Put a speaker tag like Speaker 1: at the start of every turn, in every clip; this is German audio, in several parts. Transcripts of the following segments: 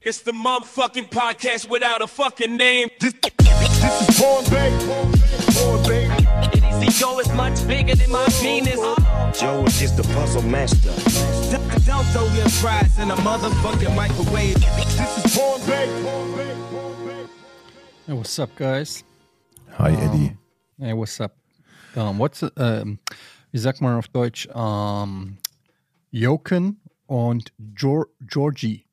Speaker 1: It's the motherfucking podcast without a fucking name.
Speaker 2: This, this is Porn Bay. Porn Bay.
Speaker 3: Diddy's ego is much bigger than my penis.
Speaker 4: Joe is just a puzzle master.
Speaker 5: Don't, don't throw your fries in a motherfucking microwave.
Speaker 2: This is Porn Bay. Porn Bay. Porn Bay.
Speaker 6: Hey, what's up, guys?
Speaker 7: Hi
Speaker 6: Ah.
Speaker 7: Eddie.
Speaker 6: Hey, what's up? Ähm, what's, ähm, wie sagt man auf Deutsch? Ähm, Joken und Gior Georgie.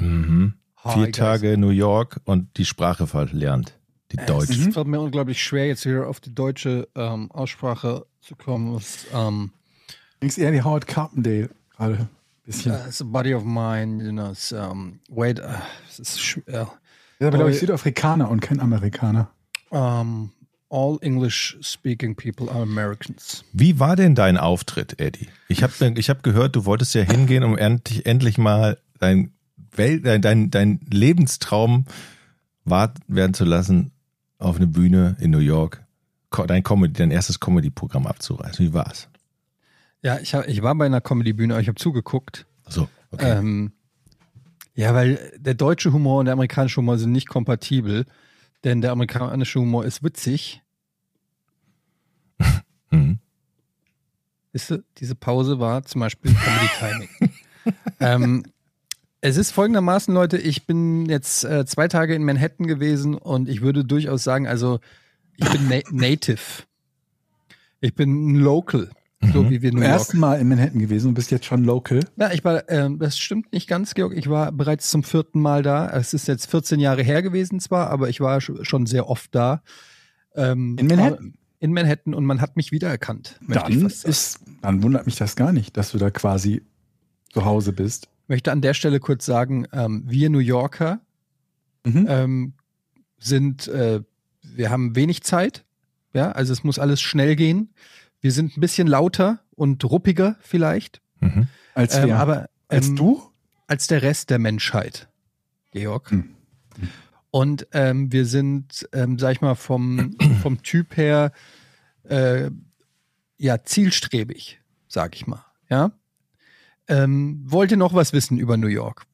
Speaker 6: Hi,
Speaker 7: Vier
Speaker 6: guys.
Speaker 7: Tage New York und die Sprache verlernt. Die Deutsch.
Speaker 6: Es fällt mir unglaublich schwer, jetzt hier auf die deutsche ähm, Aussprache zu kommen. Es, ähm,
Speaker 8: Ging's eher in die Howard Carpendale gerade. Ein bisschen.
Speaker 6: uh, it's a body of mine, you know, it's, ähm, wait, äh, es ist schwer.
Speaker 8: Der ist aber, glaube ich,
Speaker 6: aber-
Speaker 8: Südafrikaner und kein Amerikaner.
Speaker 6: Ähm, all English-speaking people are Americans.
Speaker 7: Wie war denn dein Auftritt, Eddie? Ich habe ich hab gehört, du wolltest ja hingehen, um endlich, endlich mal dein, Wel dein, dein, dein Lebenstraum wahr werden zu lassen, auf eine Bühne in New York ko- dein Comedy, dein erstes Comedy-Programm abzureißen. Wie war's?
Speaker 6: Ja, ich, hab, ich war bei einer Comedy-Bühne, aber ich habe zugeguckt.
Speaker 7: So, okay.
Speaker 6: Ähm, ja, weil der deutsche Humor und der amerikanische Humor sind nicht kompatibel, denn der amerikanische Humor ist witzig. Äh.
Speaker 7: Mhm.
Speaker 6: Wisst ihr, diese Pause war zum Beispiel Comedy Timing. ähm, es ist folgendermaßen, Leute, ich bin jetzt äh, zwei Tage in Manhattan gewesen und ich würde durchaus sagen, also ich bin na native. Ich bin ein Local, so wie wir New
Speaker 8: Zum
Speaker 6: York.
Speaker 8: ersten Mal in Manhattan gewesen und bist jetzt schon local.
Speaker 6: Na, ich war, ähm, das stimmt nicht ganz, Georg. Ich war bereits zum vierten Mal da. Es ist jetzt 14 Jahre her gewesen zwar, aber ich war sch- schon sehr oft da. Ähm,
Speaker 8: In Manhattan?
Speaker 6: aber- In Manhattan und man hat mich wiedererkannt. möchte ich
Speaker 8: Dann,
Speaker 6: fast sagen.
Speaker 8: ist, dann wundert mich das gar nicht, dass du da quasi zu Hause bist.
Speaker 6: möchte an der Stelle kurz sagen, ähm, wir New Yorker
Speaker 8: Mhm.
Speaker 6: ähm, sind, äh, wir haben wenig Zeit, ja, also es muss alles schnell gehen. Wir sind ein bisschen lauter und ruppiger vielleicht,
Speaker 7: Mhm.
Speaker 8: Als,
Speaker 6: ähm,
Speaker 8: wer?
Speaker 6: aber ähm,
Speaker 8: als du?
Speaker 6: als der Rest der Menschheit, Georg.
Speaker 8: Hm.
Speaker 6: Und ähm, wir sind, ähm, sag ich mal, vom, vom Typ her äh, ja zielstrebig, sag ich mal. Ja. Ähm, wollt ihr noch was wissen über New York?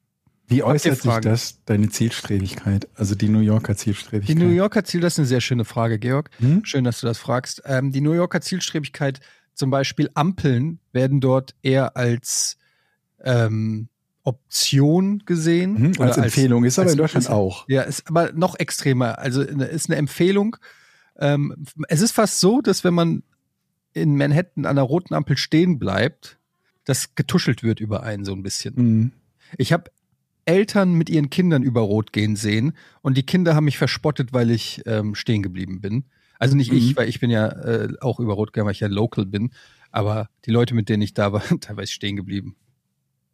Speaker 8: Wie
Speaker 6: ihr
Speaker 8: äußert sich
Speaker 6: Fragen?
Speaker 8: das, deine Zielstrebigkeit? Also die New Yorker
Speaker 6: Die
Speaker 8: Zielstrebigkeit?
Speaker 6: New Yorker Ziel, das ist eine sehr schöne Frage, Georg.
Speaker 8: Hm?
Speaker 6: Schön, dass du das fragst. Ähm, die New Yorker Zielstrebigkeit, zum Beispiel Ampeln, werden dort eher als ähm, Option gesehen.
Speaker 8: Mhm,
Speaker 6: oder
Speaker 8: als Empfehlung. ist aber
Speaker 6: als-
Speaker 8: in Deutschland
Speaker 6: als-
Speaker 8: auch.
Speaker 6: Ja, ist aber noch extremer. Also ne- ist eine Empfehlung. Ähm, es ist fast so, dass wenn man in Manhattan an der roten Ampel stehen bleibt, das getuschelt wird über einen so ein bisschen.
Speaker 8: Mhm.
Speaker 6: Ich habe Eltern mit ihren Kindern über Rot gehen sehen und die Kinder haben mich verspottet, weil ich ähm, stehen geblieben bin. Also nicht ich,
Speaker 8: Mhm.
Speaker 6: weil ich bin ja äh, auch über Rot gegangen, weil ich ja local bin, aber die Leute, mit denen ich da war, teilweise stehen geblieben.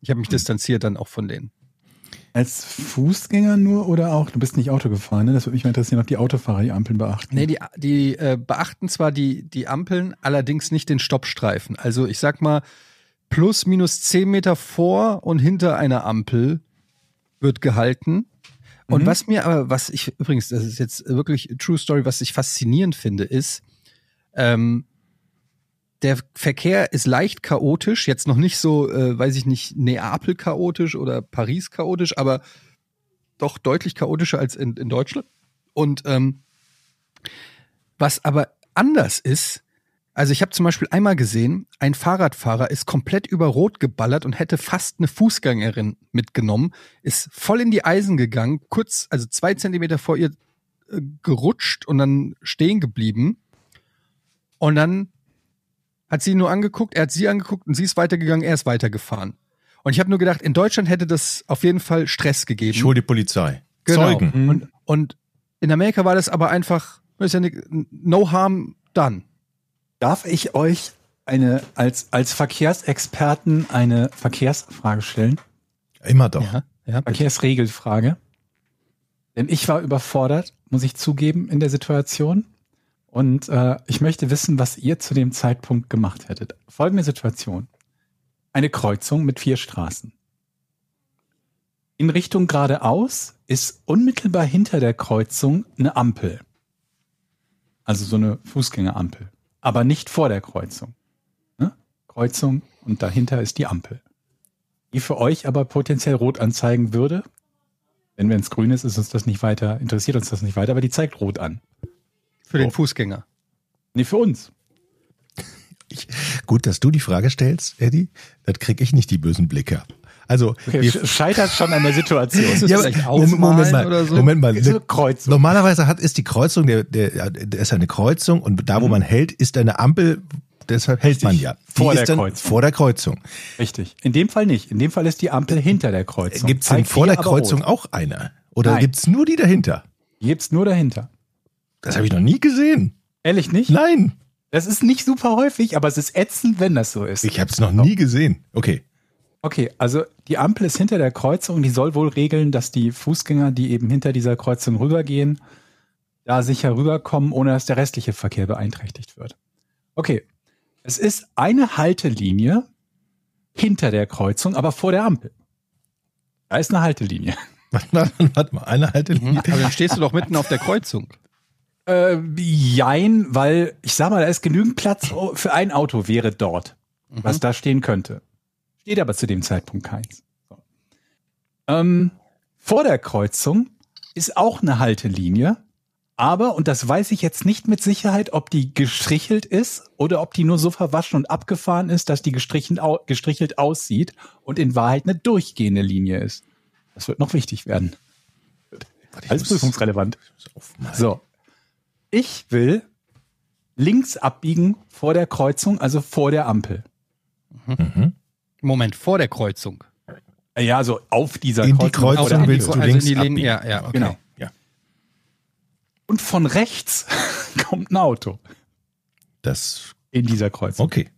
Speaker 6: Ich habe
Speaker 8: Mhm.
Speaker 6: mich distanziert dann auch von denen.
Speaker 8: Als Fußgänger nur oder auch? Du bist nicht Auto gefahren, ne? Das würde mich mal interessieren, ob die Autofahrer die Ampeln beachten.
Speaker 6: Nee, die, die äh, beachten zwar die, die Ampeln, allerdings nicht den Stoppstreifen. Also ich sag mal, plus minus 10 Meter vor und hinter einer Ampel wird gehalten. Und
Speaker 8: Mhm.
Speaker 6: was mir aber, was ich übrigens, das ist jetzt wirklich True Story, was ich faszinierend finde, ist, ähm, der Verkehr ist leicht chaotisch, jetzt noch nicht so, äh, weiß ich nicht, Neapel chaotisch oder Paris chaotisch, aber doch deutlich chaotischer als in, in Deutschland. Und ähm, was aber anders ist, also ich habe zum Beispiel einmal gesehen, ein Fahrradfahrer ist komplett über Rot geballert und hätte fast eine Fußgängerin mitgenommen, ist voll in die Eisen gegangen, kurz, also zwei Zentimeter vor ihr äh, gerutscht und dann stehen geblieben. Und dann hat sie ihn nur angeguckt, er hat sie angeguckt und sie ist weitergegangen, er ist weitergefahren. Und ich habe nur gedacht, in Deutschland hätte das auf jeden Fall Stress gegeben.
Speaker 7: Ich hole die Polizei.
Speaker 6: Genau.
Speaker 7: Zeugen.
Speaker 8: Mhm.
Speaker 6: Und, und in Amerika war das aber einfach, ist ja nicht, no harm done.
Speaker 8: Darf ich euch eine, als, als Verkehrsexperten eine Verkehrsfrage stellen?
Speaker 7: Immer doch.
Speaker 6: ja.
Speaker 8: Verkehrsregelfrage. Denn ich war überfordert, muss ich zugeben, in der Situation. Und äh, ich möchte wissen, was ihr zu dem Zeitpunkt gemacht hättet. Folgende Situation. Eine Kreuzung mit vier Straßen. In Richtung geradeaus ist unmittelbar hinter der Kreuzung eine Ampel. Also so eine Fußgängerampel. Aber nicht vor der Kreuzung. Ne? Kreuzung und dahinter ist die Ampel die für euch aber potenziell rot anzeigen würde, Denn wenn es grün ist, ist uns das nicht weiter, interessiert uns das nicht weiter, aber die zeigt rot an.
Speaker 6: Für
Speaker 7: Oh.
Speaker 6: den Fußgänger.
Speaker 8: Nee, für uns.
Speaker 7: Ich, gut, dass du die Frage stellst, Eddie. Das kriege ich nicht die bösen Blicke. Also,
Speaker 8: Okay,
Speaker 7: wir-
Speaker 8: sch- scheitert schon an der Situation.
Speaker 6: das
Speaker 7: Ja,
Speaker 6: vielleicht
Speaker 7: aber- Moment, Moment
Speaker 6: ausmalen
Speaker 7: mal,
Speaker 6: oder so?
Speaker 7: Moment mal.
Speaker 8: So
Speaker 7: Ne-
Speaker 8: Kreuzung.
Speaker 7: Normalerweise hat, ist die Kreuzung, der, der, der ist eine Kreuzung und da, wo
Speaker 8: Mhm.
Speaker 7: man hält, ist eine Ampel, deshalb hält man ja. Die
Speaker 8: Vor
Speaker 7: ist
Speaker 8: der
Speaker 7: dann
Speaker 8: Kreuzung.
Speaker 7: Vor der Kreuzung.
Speaker 8: Richtig. In dem Fall nicht. In dem Fall ist die Ampel hinter der Kreuzung.
Speaker 7: Gibt es Äh, denn
Speaker 8: Zeigt
Speaker 7: vor
Speaker 8: dir
Speaker 7: der
Speaker 8: aber
Speaker 7: Kreuzung
Speaker 8: rot.
Speaker 7: auch eine? Oder
Speaker 8: Nein.
Speaker 7: gibt es nur die dahinter?
Speaker 8: Die gibt's nur dahinter.
Speaker 7: Das habe ich noch nie gesehen.
Speaker 8: Ehrlich nicht?
Speaker 7: Nein,
Speaker 8: Das ist nicht super häufig, aber es ist ätzend, wenn das so ist.
Speaker 7: ich habe es noch nie gesehen. Okay,
Speaker 8: Okay, also die Ampel ist hinter der Kreuzung. Die soll wohl regeln, dass die Fußgänger, die eben hinter dieser Kreuzung rübergehen, da sicher rüberkommen, ohne dass der restliche Verkehr beeinträchtigt wird. Okay, es ist eine Haltelinie hinter der Kreuzung, aber vor der Ampel. Da ist eine Haltelinie.
Speaker 7: warte, warte mal, eine alte
Speaker 8: Mhm.
Speaker 7: Linie.
Speaker 6: Aber dann stehst du doch mitten auf der Kreuzung.
Speaker 8: Äh, jein, weil ich sag mal, da ist genügend Platz für ein Auto wäre dort, was da stehen könnte. Steht aber zu dem Zeitpunkt keins. So. Ähm, vor der Kreuzung ist auch eine Haltelinie, aber, und das weiß ich jetzt nicht mit Sicherheit, ob die gestrichelt ist oder ob die nur so verwaschen und abgefahren ist, dass die gestrichen, au- gestrichelt aussieht und in Wahrheit eine durchgehende Linie ist. Das wird noch wichtig werden. Alles prüfungsrelevant.
Speaker 7: So.
Speaker 8: So. Ich will links abbiegen vor der Kreuzung, also vor der Ampel.
Speaker 6: Moment, vor der Kreuzung.
Speaker 8: Äh, Ja, so auf dieser
Speaker 7: In die
Speaker 8: vor der
Speaker 7: Kreuzung
Speaker 8: Ampel.
Speaker 7: willst du
Speaker 6: Also in
Speaker 7: links
Speaker 6: die Linien-
Speaker 7: abbiegen.
Speaker 6: ja, ja, okay.
Speaker 7: Genau. Ja.
Speaker 8: Und von rechts kommt ein Auto
Speaker 7: Das,
Speaker 8: in dieser Kreuzung.
Speaker 7: okay.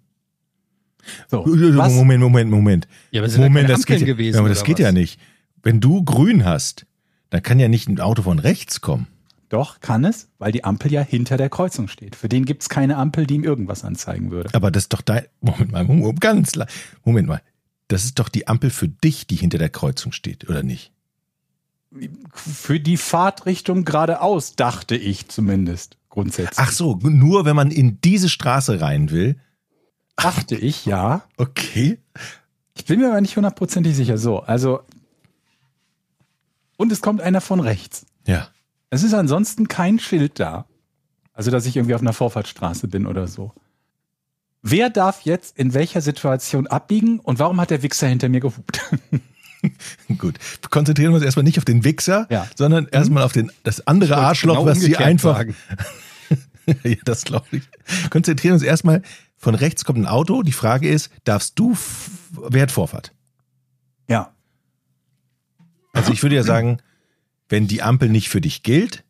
Speaker 8: So, was?
Speaker 7: Oh, Moment, Moment, Moment.
Speaker 6: Ja, aber es sind ja
Speaker 7: Moment,
Speaker 6: keine
Speaker 7: das geht,
Speaker 6: Ampeln
Speaker 7: ja-
Speaker 6: gewesen,
Speaker 7: ja, aber das
Speaker 6: oder
Speaker 7: geht
Speaker 6: was?
Speaker 7: ja nicht. Wenn du grün hast, dann kann ja nicht ein Auto von rechts kommen.
Speaker 8: Doch, kann es, weil die Ampel ja hinter der Kreuzung steht. Für den gibt's keine Ampel, die ihm irgendwas anzeigen würde.
Speaker 7: Aber das ist doch dein. Moment mal, Moment, ganz la- Moment mal. Das ist doch die Ampel für dich, die hinter der Kreuzung steht, oder nicht?
Speaker 8: Für die Fahrtrichtung geradeaus, dachte ich zumindest grundsätzlich.
Speaker 7: Ach so, nur wenn man in diese Straße rein will.
Speaker 8: dachte ich, ja.
Speaker 7: Okay.
Speaker 8: Ich bin mir aber nicht hundertprozentig sicher. So, also. Und es kommt einer von rechts.
Speaker 7: Ja.
Speaker 8: Es ist ansonsten kein Schild da. Also, dass ich irgendwie auf einer Vorfahrtsstraße bin oder so. Wer darf jetzt in welcher Situation abbiegen und warum hat der Wichser hinter mir gehupt?
Speaker 7: Gut. Konzentrieren wir uns erstmal nicht auf den Wichser,
Speaker 8: Ja.
Speaker 7: sondern erstmal auf den, das andere Arschloch,
Speaker 6: genau
Speaker 7: was sie
Speaker 6: umgekehrt
Speaker 7: einfach.
Speaker 6: sagen.
Speaker 7: ja, das glaube ich. Konzentrieren uns erstmal. Von rechts kommt ein Auto. Die Frage ist, darfst du, f- wer hat Vorfahrt?
Speaker 8: ja.
Speaker 7: Also ich würde ja sagen, wenn die Ampel nicht für dich gilt,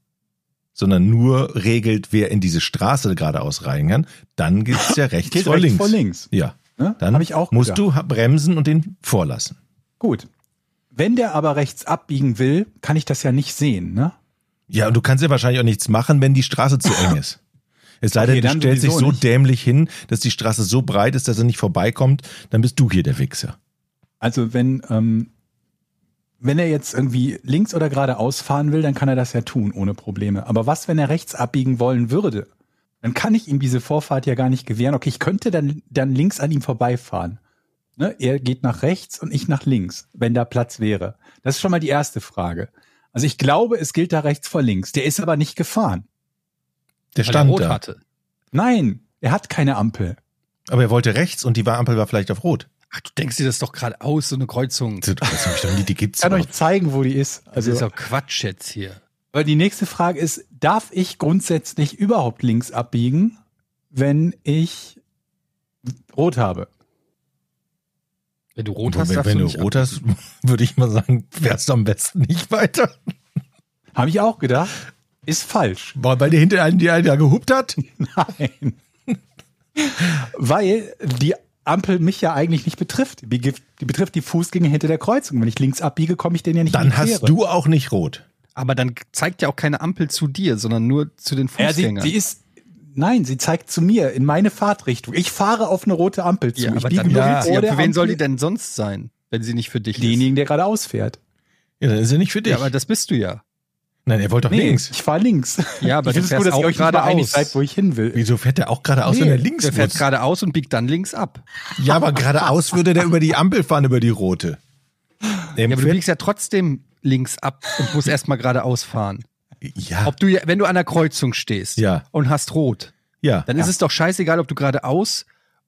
Speaker 7: sondern nur regelt, wer in diese Straße geradeaus rein kann, dann gibt's ja rechts,
Speaker 8: Geht
Speaker 7: vor,
Speaker 8: rechts
Speaker 7: links.
Speaker 8: vor links.
Speaker 7: Ja,
Speaker 8: Ne?
Speaker 7: dann
Speaker 8: Hab ich auch
Speaker 7: musst
Speaker 8: gedacht.
Speaker 7: du ha- bremsen und den vorlassen.
Speaker 8: Gut. Wenn der aber rechts abbiegen will, kann ich das ja nicht sehen, ne?
Speaker 7: Ja, und du kannst ja wahrscheinlich auch nichts machen, wenn die Straße zu eng ist. Es sei
Speaker 8: Okay,
Speaker 7: denn, du
Speaker 8: dann
Speaker 7: stellst dich
Speaker 8: sowieso
Speaker 7: so
Speaker 8: nicht.
Speaker 7: dämlich hin, dass die Straße so breit ist, dass er nicht vorbeikommt, dann bist du hier der Wichser.
Speaker 8: Also wenn, ähm, wenn er jetzt irgendwie links oder geradeaus fahren will, dann kann er das ja tun, ohne Probleme. Aber was, wenn er rechts abbiegen wollen würde? Dann kann ich ihm diese Vorfahrt ja gar nicht gewähren. Okay, ich könnte dann, dann links an ihm vorbeifahren. Ne? Er geht nach rechts und ich nach links, wenn da Platz wäre. Das ist schon mal die erste Frage. Also ich glaube, es gilt da rechts vor links. Der ist aber nicht gefahren.
Speaker 7: Der
Speaker 6: Weil er
Speaker 7: stand
Speaker 6: rot
Speaker 7: da.
Speaker 6: hatte.
Speaker 8: Nein, er hat keine Ampel.
Speaker 7: Aber er wollte rechts und die Ampel war vielleicht auf rot. Also,
Speaker 6: Ach, du denkst dir das doch gerade aus, so eine Kreuzung.
Speaker 7: Das hab ich doch nie, die gibt's
Speaker 8: Ich kann euch
Speaker 7: überhaupt.
Speaker 8: zeigen, wo die ist.
Speaker 6: Das
Speaker 8: Also
Speaker 6: ist doch Quatsch jetzt hier.
Speaker 8: Weil die nächste Frage ist, darf ich grundsätzlich überhaupt links abbiegen, wenn ich rot habe?
Speaker 6: Wenn du rot
Speaker 7: Wenn,
Speaker 6: hast, darfst
Speaker 7: wenn
Speaker 6: du
Speaker 7: du
Speaker 6: nicht
Speaker 7: rot hast, würde ich mal sagen, wärst du am besten nicht weiter.
Speaker 8: Habe ich auch gedacht, ist falsch.
Speaker 7: Weil weil dir hinter einem die einen ja gehupt hat.
Speaker 8: Nein. Weil die Ampel mich ja eigentlich nicht betrifft. Die, gef- die betrifft die Fußgänger hinter der Kreuzung. Wenn ich links abbiege, komme ich denen ja nicht in
Speaker 7: Dann
Speaker 8: die
Speaker 7: hast
Speaker 8: Quere.
Speaker 7: du auch nicht rot.
Speaker 6: Aber dann zeigt ja auch keine Ampel zu dir, sondern nur zu den
Speaker 8: Ja, sie,
Speaker 6: Fußgängern.
Speaker 8: sie ist. Nein, sie zeigt zu mir in meine Fahrtrichtung. Ich fahre auf eine rote Ampel zu.
Speaker 6: ja,
Speaker 8: ich
Speaker 6: aber dann
Speaker 8: biege
Speaker 6: ja.
Speaker 8: nur
Speaker 6: sie, ja,
Speaker 8: vor der
Speaker 6: für wen soll die
Speaker 8: Ampel
Speaker 6: denn sonst sein, wenn sie nicht für dich
Speaker 8: Denjenigen, der geradeaus fährt.
Speaker 7: Ja, dann ist er nicht für
Speaker 6: ist?
Speaker 7: dich.
Speaker 6: Ja, aber das bist du ja.
Speaker 7: Nein, er wollte doch
Speaker 8: Nee,
Speaker 7: links.
Speaker 8: ich fahre links.
Speaker 6: Ja, aber
Speaker 8: ich
Speaker 6: du
Speaker 8: find's
Speaker 6: fährst
Speaker 8: gut, dass
Speaker 6: auch
Speaker 8: ihr euch nicht mal
Speaker 6: geradeaus.
Speaker 8: einig seid, wo ich hin will.
Speaker 7: Wieso fährt er auch geradeaus, wenn er links
Speaker 6: der fährt
Speaker 7: muss?
Speaker 6: geradeaus und biegt dann links ab.
Speaker 7: Ja, aber geradeaus würde der über die Ampel fahren, über die rote. Der
Speaker 6: Ja, aber du
Speaker 7: fährt-
Speaker 6: biegst ja trotzdem links ab und musst erstmal geradeaus fahren.
Speaker 7: Ja,
Speaker 6: Ob du, ja- wenn du an der Kreuzung stehst
Speaker 7: Ja.
Speaker 6: und hast rot,
Speaker 7: ja.
Speaker 6: dann ist es doch scheißegal, ob du geradeaus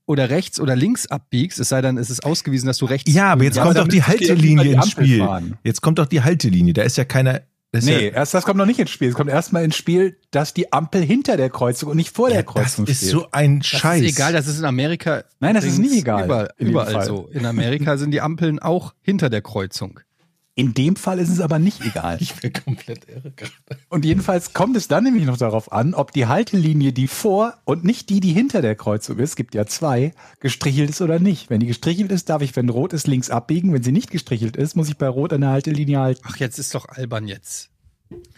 Speaker 6: oder rechts oder links abbiegst, es sei denn, es ist ausgewiesen, dass du rechts.
Speaker 7: Ja, aber jetzt
Speaker 8: Ja,
Speaker 7: kommt
Speaker 8: aber
Speaker 7: doch die
Speaker 8: damit verstehe ich, wie wir
Speaker 7: Haltelinie
Speaker 8: die
Speaker 7: ins
Speaker 8: Ampel
Speaker 7: Spiel.
Speaker 8: fahren.
Speaker 7: Jetzt kommt doch die Haltelinie. Da ist ja keiner. Das ist
Speaker 8: Nee,
Speaker 7: ja,
Speaker 8: erst, das kommt noch nicht ins Spiel. Es kommt erstmal ins Spiel, dass die Ampel hinter der Kreuzung und nicht vor der
Speaker 7: das
Speaker 8: Kreuzung
Speaker 7: ist
Speaker 8: steht.
Speaker 7: so ein
Speaker 6: das
Speaker 7: Scheiß.
Speaker 6: ist egal, das ist in Amerika.
Speaker 8: Nein, das ist
Speaker 6: übrigens
Speaker 8: nie egal,
Speaker 6: Überall,
Speaker 8: in dem
Speaker 6: überall
Speaker 8: Fall.
Speaker 6: so. In Amerika sind die Ampeln auch hinter der Kreuzung.
Speaker 8: In dem Fall ist es aber nicht egal.
Speaker 7: Ich bin komplett irre gerade.
Speaker 8: Und jedenfalls kommt es dann nämlich noch darauf an, ob die Haltelinie, die vor und nicht die, die hinter der Kreuzung ist, gibt ja zwei, gestrichelt ist oder nicht. Wenn die gestrichelt ist, darf ich, wenn rot ist, links abbiegen. Wenn sie nicht gestrichelt ist, muss ich bei rot an der Haltelinie halten.
Speaker 6: Ach, jetzt ist doch albern jetzt.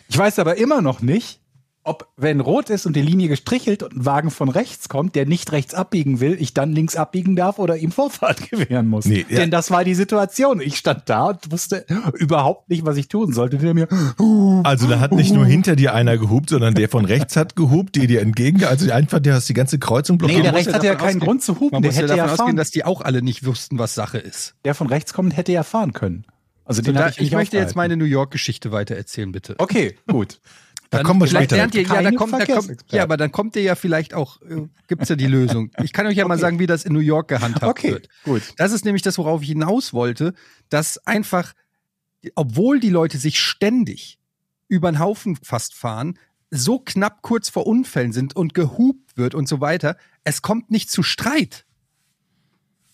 Speaker 8: Ich weiß aber immer noch nicht, ob, wenn rot ist und die Linie gestrichelt und ein Wagen von rechts kommt, der nicht rechts abbiegen will, ich dann links abbiegen darf oder ihm Vorfahrt gewähren muss.
Speaker 7: Nee, ja.
Speaker 8: Denn das war die Situation. Ich stand da und wusste überhaupt nicht, was ich tun sollte. Hinter mir, uh,
Speaker 7: Also da hat nicht nur hinter dir einer gehupt, sondern der von rechts hat gehupt, die dir entgegen. Also einfach, der hast die ganze Kreuzung
Speaker 8: Nee,
Speaker 7: blockiert.
Speaker 8: der rechts hat ja keinen Grund zu hupen.
Speaker 6: Man
Speaker 8: Der
Speaker 6: muss ja
Speaker 8: hätte ja
Speaker 6: davon ausgehen,
Speaker 8: fahren
Speaker 6: dass die auch alle nicht wussten, was Sache ist.
Speaker 8: der von rechts kommt, hätte ja fahren können. Also den
Speaker 6: Und da,
Speaker 8: habe ich
Speaker 6: ich
Speaker 8: nicht
Speaker 6: möchte jetzt
Speaker 8: aufgehalten.
Speaker 6: meine New York-Geschichte weiter erzählen, bitte.
Speaker 8: Okay, gut.
Speaker 7: da kommen wir
Speaker 6: vielleicht
Speaker 7: später.
Speaker 6: lernt ihr, ja, da
Speaker 8: Keine
Speaker 6: kommt, da kommt,
Speaker 8: Verkehrsexperten.
Speaker 6: ja, aber dann kommt ihr ja vielleicht auch, äh, gibt es ja die Lösung. Ich kann euch ja mal
Speaker 8: Okay.
Speaker 6: sagen, wie das in New York gehandhabt
Speaker 8: Okay,
Speaker 6: wird.
Speaker 8: gut.
Speaker 6: Das ist nämlich das, worauf ich hinaus wollte, dass einfach, obwohl die Leute sich ständig über den Haufen fast fahren, so knapp kurz vor Unfällen sind und gehupt wird und so weiter, es kommt nicht zu Streit.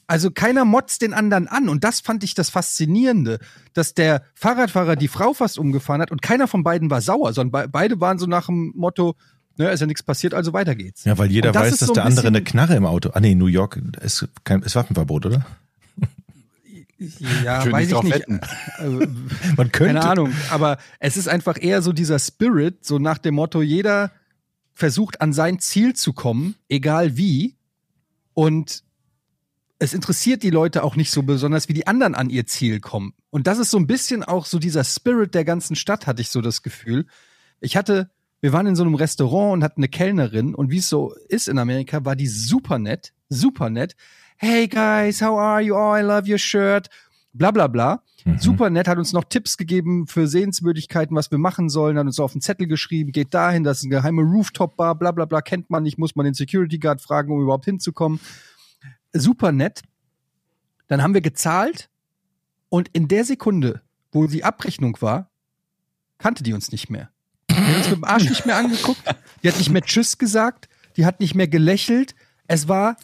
Speaker 6: Also keiner motzt den anderen an und das fand ich das Faszinierende, dass der Fahrradfahrer die Frau fast umgefahren hat und keiner von beiden war sauer, sondern be beide waren so nach dem Motto, naja, ist ja nichts passiert, also weiter geht's.
Speaker 7: Ja, weil jeder
Speaker 6: Und das
Speaker 7: weiß,
Speaker 6: ist
Speaker 7: dass
Speaker 6: so ein
Speaker 7: der andere
Speaker 6: bisschen-
Speaker 7: eine Knarre im Auto. Ah nee, New York ist, kein, ist Waffenverbot, oder?
Speaker 6: Ja,
Speaker 8: Schön
Speaker 6: weiß
Speaker 8: nicht
Speaker 6: ich
Speaker 8: drauf
Speaker 6: nicht.
Speaker 8: wetten.
Speaker 6: Äh,
Speaker 7: Man könnte.
Speaker 6: Keine Ahnung, aber es ist einfach eher so dieser Spirit, so nach dem Motto, jeder versucht an sein Ziel zu kommen, egal wie. Und es interessiert die Leute auch nicht so besonders, wie die anderen an ihr Ziel kommen. Und das ist so ein bisschen auch so dieser Spirit der ganzen Stadt, hatte ich so das Gefühl. Ich hatte, wir waren in so einem Restaurant und hatten eine Kellnerin und wie es so ist in Amerika, war die super nett, super nett. Hey guys, how are you? Oh, I love your shirt. Bla bla bla.
Speaker 7: Mhm.
Speaker 6: Super nett, hat uns noch Tipps gegeben für Sehenswürdigkeiten, was wir machen sollen, hat uns auf den Zettel geschrieben, geht dahin, das ist eine geheime Rooftop-Bar, bla bla bla, kennt man nicht, muss man den Security Guard fragen, um überhaupt hinzukommen. Super nett. Dann haben wir gezahlt und in der Sekunde, wo die Abrechnung war, kannte die uns nicht mehr. Die hat uns mit dem Arsch nicht mehr angeguckt, die hat nicht mehr Tschüss gesagt, die hat nicht mehr gelächelt. Es war,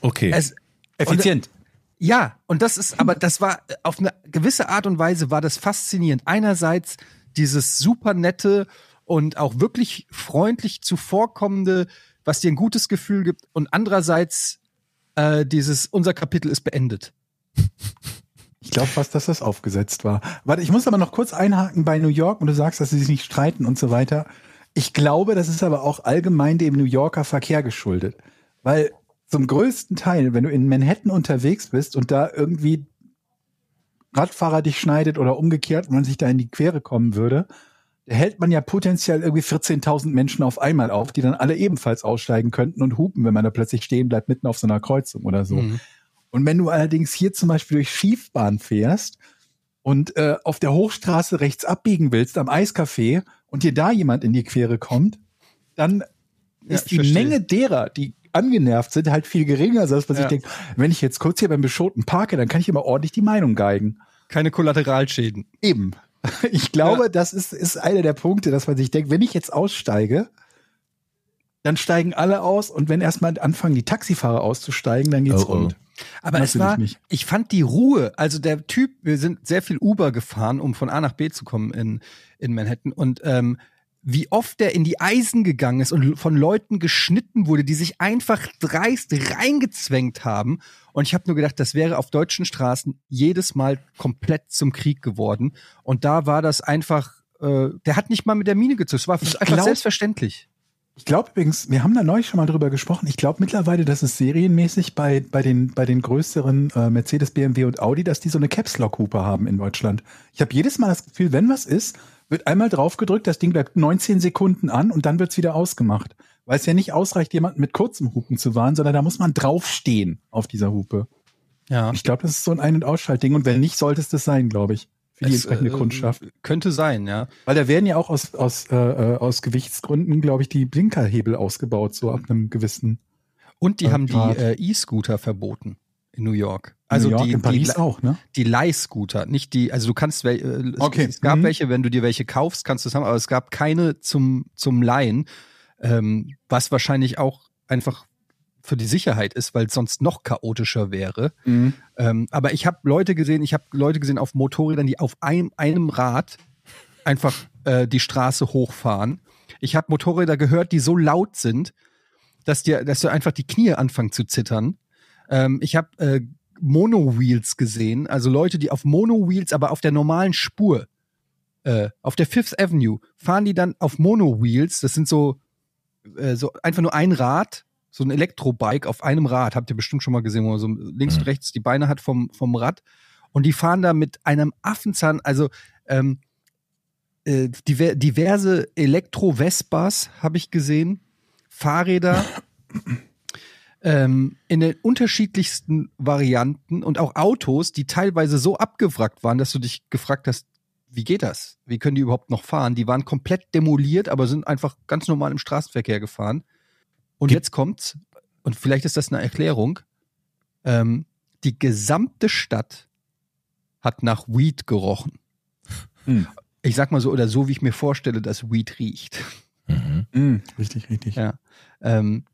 Speaker 7: Okay.
Speaker 6: es,
Speaker 8: Effizient.
Speaker 6: ja, und das ist, aber das war äh, auf eine gewisse Art und Weise war das faszinierend. Einerseits dieses super nette und auch wirklich freundlich zuvorkommende, was dir ein gutes Gefühl gibt, und andererseits äh, dieses unser Kapitel ist beendet.
Speaker 8: Ich glaube fast, dass das aufgesetzt war. Warte, ich muss aber noch kurz einhaken bei New York und du sagst, dass sie sich nicht streiten und so weiter. Ich glaube, das ist aber auch allgemein dem New Yorker Verkehr geschuldet. Weil zum größten Teil, wenn du in Manhattan unterwegs bist und da irgendwie Radfahrer dich schneidet oder umgekehrt und man sich da in die Quere kommen würde, da hält man ja potenziell irgendwie 14.000 Menschen auf einmal auf, die dann alle ebenfalls aussteigen könnten und hupen, wenn man da plötzlich stehen bleibt, mitten auf so einer Kreuzung oder so.
Speaker 6: Mhm.
Speaker 8: Und wenn du allerdings hier zum Beispiel durch Schiefbahn fährst und äh, auf der Hochstraße rechts abbiegen willst am Eiscafé und dir da jemand in die Quere kommt, dann
Speaker 6: Ja, ich
Speaker 8: ist die
Speaker 6: verstehe.
Speaker 8: Menge derer, die angenervt sind, halt viel geringer, als dass man
Speaker 6: Ja.
Speaker 8: sich denkt, wenn ich jetzt kurz hier beim Beschoten parke, dann kann ich immer ordentlich die Meinung geigen.
Speaker 6: Keine Kollateralschäden.
Speaker 8: Eben. Ich glaube, das ist, ist einer der Punkte, dass man sich denkt, wenn ich jetzt aussteige, dann steigen alle aus und wenn erstmal anfangen, die Taxifahrer auszusteigen, dann geht's
Speaker 7: Oh, oh.
Speaker 8: rund.
Speaker 6: Aber es
Speaker 8: Natürlich
Speaker 6: war,
Speaker 8: nicht.
Speaker 6: ich fand die Ruhe, also der Typ, wir sind sehr viel Uber gefahren, um von A nach B zu kommen in, in Manhattan und ähm, wie oft der in die Eisen gegangen ist und von Leuten geschnitten wurde, die sich einfach dreist reingezwängt haben. Und ich habe nur gedacht, das wäre auf deutschen Straßen jedes Mal komplett zum Krieg geworden. Und da war das einfach, äh, der hat nicht mal mit der Mine gezogen. Es war einfach
Speaker 8: glaub-
Speaker 6: selbstverständlich.
Speaker 8: Ich glaube übrigens, wir haben da neulich schon mal drüber gesprochen. Ich glaube mittlerweile, dass es serienmäßig bei, bei, den, bei den größeren äh, Mercedes, BMW und Audi, dass die so eine Caps Lock Hupe haben in Deutschland. Ich habe jedes Mal das Gefühl, wenn was ist, wird einmal drauf gedrückt, das Ding bleibt 19 Sekunden an und dann wird's wieder ausgemacht. Weil es ja nicht ausreicht, jemanden mit kurzem Hupen zu warnen, sondern da muss man draufstehen auf dieser Hupe.
Speaker 6: Ja.
Speaker 8: Ich glaube, das ist so ein Ein- und Ausschaltding und wenn nicht, sollte es das sein, glaube ich. Für die
Speaker 6: Es,
Speaker 8: entsprechende
Speaker 6: äh,
Speaker 8: Kundschaft.
Speaker 6: Könnte sein, ja.
Speaker 8: Weil da werden ja auch aus, aus, äh, äh, aus Gewichtsgründen, glaube ich, die Blinkerhebel ausgebaut, so ab einem gewissen.
Speaker 6: Und die
Speaker 8: Äh,
Speaker 6: haben die
Speaker 8: Grad.
Speaker 6: äh, E-Scooter verboten in New York. Also
Speaker 8: New York,
Speaker 6: die,
Speaker 8: in Paris
Speaker 6: die,
Speaker 8: auch, ne?
Speaker 6: die Leih-Scooter, nicht die, also du kannst, wel- äh,
Speaker 8: Okay.
Speaker 6: es, es gab
Speaker 8: Mhm.
Speaker 6: welche, wenn du dir welche kaufst, kannst du es haben, aber es gab keine zum, zum Leihen, ähm, was wahrscheinlich auch einfach für die Sicherheit ist, weil es sonst noch chaotischer wäre. Ähm, aber ich habe Leute gesehen, ich habe Leute gesehen auf Motorrädern, die auf einem, einem Rad einfach äh, die Straße hochfahren. Ich habe Motorräder gehört, die so laut sind, dass dir, dass dir einfach die Knie anfangen zu zittern. Ähm, ich habe äh, Mono-Wheels gesehen, also Leute, die auf Mono-Wheels, aber auf der normalen Spur, äh, auf der Fifth Avenue, fahren die dann auf Mono-Wheels, das sind so, äh, so einfach nur ein Rad, so ein Elektrobike auf einem Rad, habt ihr bestimmt schon mal gesehen, wo man so links und rechts die Beine hat vom, vom Rad. Und die fahren da mit einem Affenzahn, also ähm, äh, diver diverse Elektro-Vespas habe ich gesehen, Fahrräder ähm, in den unterschiedlichsten Varianten und auch Autos, die teilweise so abgewrackt waren, dass du dich gefragt hast, wie geht das? Wie können die überhaupt noch fahren? Die waren komplett demoliert, aber sind einfach ganz normal im Straßenverkehr gefahren. Und jetzt kommt's, und vielleicht ist das eine Erklärung, ähm, die gesamte Stadt hat nach Weed gerochen.
Speaker 8: Hm.
Speaker 6: Ich sag mal so, oder so, wie ich mir vorstelle, dass Weed riecht.
Speaker 7: Mhm.
Speaker 8: Mhm. Richtig, richtig.
Speaker 6: Ja. Ähm,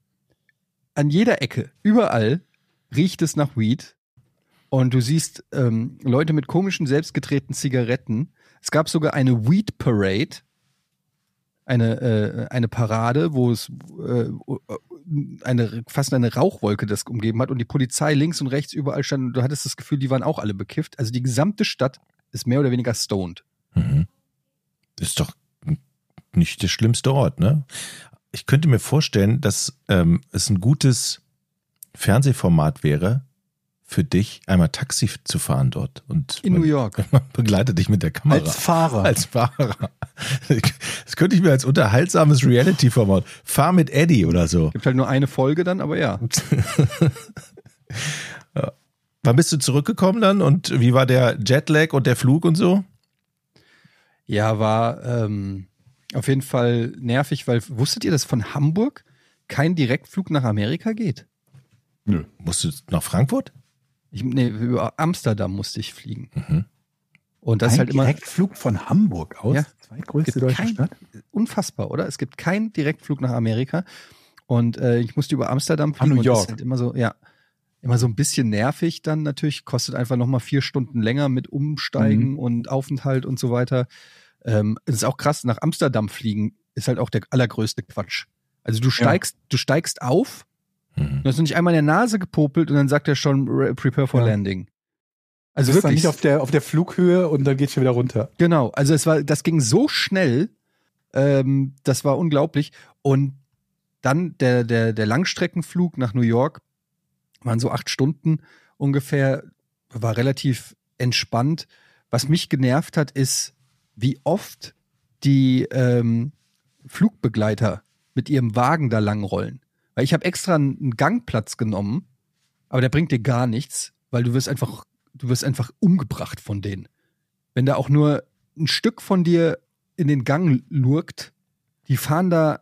Speaker 6: an jeder Ecke, überall riecht es nach Weed. Und du siehst ähm, Leute mit komischen, selbstgedrehten Zigaretten. Es gab sogar eine Weed Parade, eine, äh, eine Parade, wo es äh, eine, fast eine Rauchwolke das umgeben hat und die Polizei links und rechts überall stand. Und du hattest das Gefühl, die waren auch alle bekifft. Also die gesamte Stadt ist mehr oder weniger stoned.
Speaker 7: Mhm. Ist doch nicht der schlimmste Ort, ne? Ich könnte mir vorstellen, dass ähm, es ein gutes Fernsehformat wäre, für dich einmal Taxi zu fahren dort. Und
Speaker 6: In
Speaker 7: man-
Speaker 6: New York.
Speaker 7: Man begleitet dich mit der Kamera.
Speaker 6: Also,
Speaker 8: Als Fahrer.
Speaker 7: Als Fahrer. Das könnte ich mir als unterhaltsames Reality-Format. Fahr mit Eddie oder so.
Speaker 6: Gibt halt nur eine Folge dann, aber ja.
Speaker 7: Wann bist du zurückgekommen dann und wie war der Jetlag und der Flug und so?
Speaker 6: Ja, war ähm, auf jeden Fall nervig, weil wusstet ihr, dass von Hamburg kein Direktflug nach Amerika geht?
Speaker 7: Musstest du nach Frankfurt?
Speaker 6: Ich, nee, über Amsterdam musste ich fliegen.
Speaker 7: Mhm.
Speaker 6: Und das
Speaker 8: Ein
Speaker 6: ist halt immer
Speaker 8: Direktflug von Hamburg aus,
Speaker 6: Ja.
Speaker 8: zweitgrößte
Speaker 6: Gibt Also
Speaker 8: deutsche
Speaker 6: kein-
Speaker 8: Stadt.
Speaker 6: unfassbar, oder? Es gibt keinen Direktflug nach Amerika. Und äh, ich musste über Amsterdam fliegen.
Speaker 8: New
Speaker 6: und Das
Speaker 8: York.
Speaker 6: ist halt immer so, ja, immer so ein bisschen nervig dann natürlich. Kostet einfach nochmal vier Stunden länger mit Umsteigen
Speaker 8: Mhm.
Speaker 6: und Aufenthalt und so weiter. Ähm, es ist auch krass, nach Amsterdam fliegen ist halt auch der allergrößte Quatsch. Also du steigst, du steigst auf,
Speaker 7: Mhm.
Speaker 6: du hast noch nicht einmal in der Nase gepopelt und dann sagt er schon, "Re- prepare for
Speaker 8: Ja.
Speaker 6: landing. Also
Speaker 8: Du bist dann
Speaker 6: wirklich,
Speaker 8: nicht auf der, auf der Flughöhe und dann geht's schon wieder runter.
Speaker 6: Genau, also es war, das ging so schnell, ähm, das war unglaublich. Und dann der, der, der Langstreckenflug nach New York waren so acht Stunden ungefähr, war relativ entspannt. Was mich genervt hat, ist, wie oft die ähm, Flugbegleiter mit ihrem Wagen da langrollen. Weil ich habe extra einen Gangplatz genommen, aber der bringt dir gar nichts, weil du wirst einfach, du wirst einfach umgebracht von denen wenn da auch nur ein Stück von dir in den Gang lurkt, die fahren da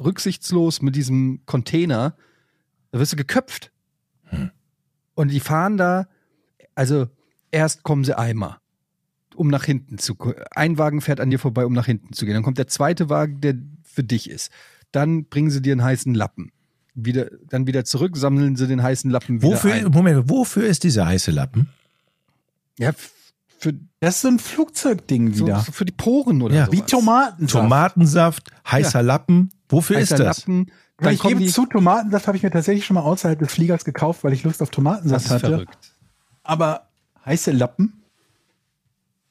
Speaker 6: rücksichtslos mit diesem Container, da wirst du geköpft. Und die fahren da, also erst kommen sie einmal, um nach hinten zu ko- Ein Wagen fährt an dir vorbei, um nach hinten zu gehen. Dann kommt der zweite Wagen, der für dich ist. Dann bringen sie dir einen heißen Lappen. Wieder, dann wieder zurück, sammeln sie den heißen Lappen wieder
Speaker 7: Wofür,
Speaker 6: ein.
Speaker 7: Moment, wofür ist dieser heiße Lappen?
Speaker 6: Ja, f- für,
Speaker 8: Das ist so ein Flugzeugding
Speaker 6: so,
Speaker 8: wieder.
Speaker 6: so für die Poren oder
Speaker 7: Ja.
Speaker 6: sowas.
Speaker 8: Wie Tomaten.
Speaker 7: Tomatensaft, heißer Lappen. Wofür
Speaker 6: heißer
Speaker 7: ist das?
Speaker 6: Lappen.
Speaker 8: Dann
Speaker 6: Dann
Speaker 8: ich
Speaker 6: kommen
Speaker 8: gebe
Speaker 6: die,
Speaker 8: zu, Tomatensaft habe ich mir tatsächlich schon mal außerhalb des Fliegers gekauft, weil ich Lust auf Tomatensaft hatte. Aber heiße Lappen.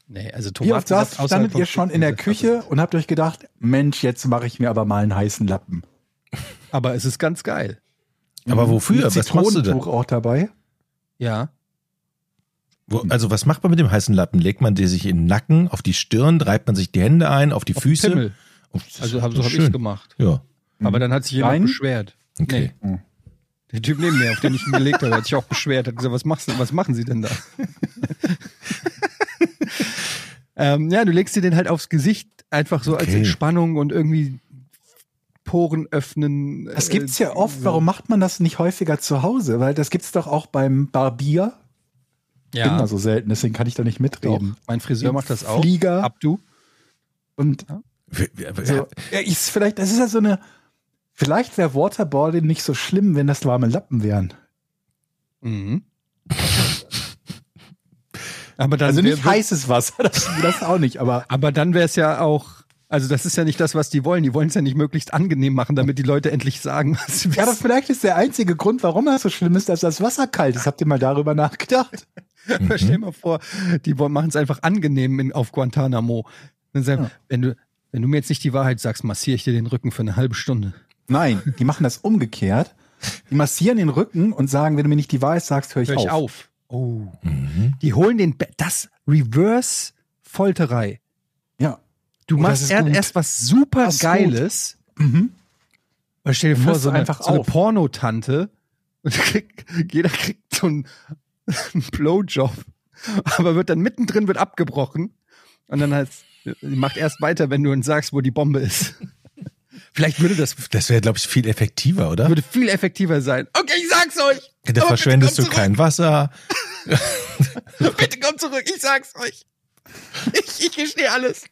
Speaker 6: Nee, also
Speaker 8: Wie oft
Speaker 6: Tomatensaft
Speaker 8: saß, standet
Speaker 6: außerhalb
Speaker 8: ihr schon in der
Speaker 6: vom-
Speaker 8: Küche und habt euch gedacht, Mensch, jetzt mache ich mir aber mal einen heißen Lappen.
Speaker 6: Aber es ist ganz geil.
Speaker 7: Aber wofür?
Speaker 8: Mit
Speaker 7: Was machst du denn?
Speaker 8: Zitronentuch auch dabei.
Speaker 6: Ja.
Speaker 7: Wo, also was macht man mit dem heißen Lappen? Legt man die sich in den Nacken, auf die Stirn, reibt man sich die Hände ein, auf die
Speaker 6: Auf den
Speaker 7: Füße?
Speaker 6: Pimmel.
Speaker 7: Oh, das ist
Speaker 6: Also hab,
Speaker 7: doch
Speaker 6: so habe ich
Speaker 7: schön.
Speaker 6: gemacht.
Speaker 7: Ja,
Speaker 6: Aber dann hat sich jemand
Speaker 8: Nein?
Speaker 6: beschwert.
Speaker 7: okay.
Speaker 6: Der Typ neben mir, auf den ich ihn gelegt habe, hat sich auch beschwert, hat gesagt, was machst du, was machen sie denn da? Ähm, ja, du legst dir den halt aufs Gesicht, einfach so als
Speaker 7: Okay.
Speaker 6: Entspannung und irgendwie Poren öffnen.
Speaker 8: Das
Speaker 6: äh,
Speaker 8: gibt's ja oft. Warum macht man das nicht häufiger zu Hause? Weil das gibt's doch auch beim Barbier. Ja. Bin da so selten, deswegen kann ich da nicht
Speaker 6: Doch,
Speaker 8: mitreden.
Speaker 6: mein Friseur macht das auch.
Speaker 8: Flieger
Speaker 6: Abdu.
Speaker 8: und
Speaker 6: Also
Speaker 8: so. Ja, ich, vielleicht, das ist ja so eine. Vielleicht wäre Waterboarding nicht so schlimm, wenn das warme Lappen wären.
Speaker 6: Mhm. Aber dann
Speaker 8: Also
Speaker 6: wär-
Speaker 8: nicht heißes Wasser, das, das auch nicht, aber
Speaker 6: Aber dann wäre es ja auch, also das ist ja nicht das, was die wollen. Die wollen es ja nicht möglichst angenehm machen, damit die Leute endlich sagen, was sie
Speaker 8: ja,
Speaker 6: wissen.
Speaker 8: das vielleicht ist der einzige Grund, warum das so schlimm ist, dass das Wasser kalt ist. Habt ihr mal darüber nachgedacht?
Speaker 6: Stell dir mal vor, die machen es einfach angenehm in, auf Guantanamo. Dann sagen,
Speaker 8: Ja.
Speaker 6: wenn du wenn du mir jetzt nicht die Wahrheit sagst, massiere ich dir den Rücken für eine halbe Stunde.
Speaker 8: Nein, die machen das umgekehrt. Die massieren den Rücken und sagen, wenn du mir nicht die Wahrheit sagst, höre ich,
Speaker 6: Hör ich
Speaker 8: auf.
Speaker 6: auf. Oh.
Speaker 7: Mhm.
Speaker 6: Die holen den, Be das Reverse Folterei.
Speaker 8: Ja.
Speaker 6: Du
Speaker 8: Oh, das
Speaker 6: machst
Speaker 8: ist
Speaker 6: erst
Speaker 8: gut.
Speaker 6: erst was super
Speaker 8: Das ist
Speaker 6: Geiles.
Speaker 8: Mhm.
Speaker 6: Aber stell dir
Speaker 8: Dann
Speaker 6: vor,
Speaker 8: hörst
Speaker 6: so
Speaker 8: du
Speaker 6: eine,
Speaker 8: einfach
Speaker 6: so eine
Speaker 8: auf.
Speaker 6: Pornotante und krieg, jeder kriegt so einen, einen Blowjob, aber wird dann mittendrin wird abgebrochen und dann halt macht erst weiter, wenn du uns sagst, wo die Bombe ist. Vielleicht würde das
Speaker 7: Das wäre, glaube ich, viel effektiver, oder?
Speaker 6: würde viel effektiver sein. Okay, ich sag's euch.
Speaker 7: Da
Speaker 6: Aber
Speaker 7: verschwendest du
Speaker 6: bitte kommt
Speaker 7: kein Wasser.
Speaker 6: zurück. Bitte kommt zurück. Ich sag's euch. Ich, ich gestehe alles.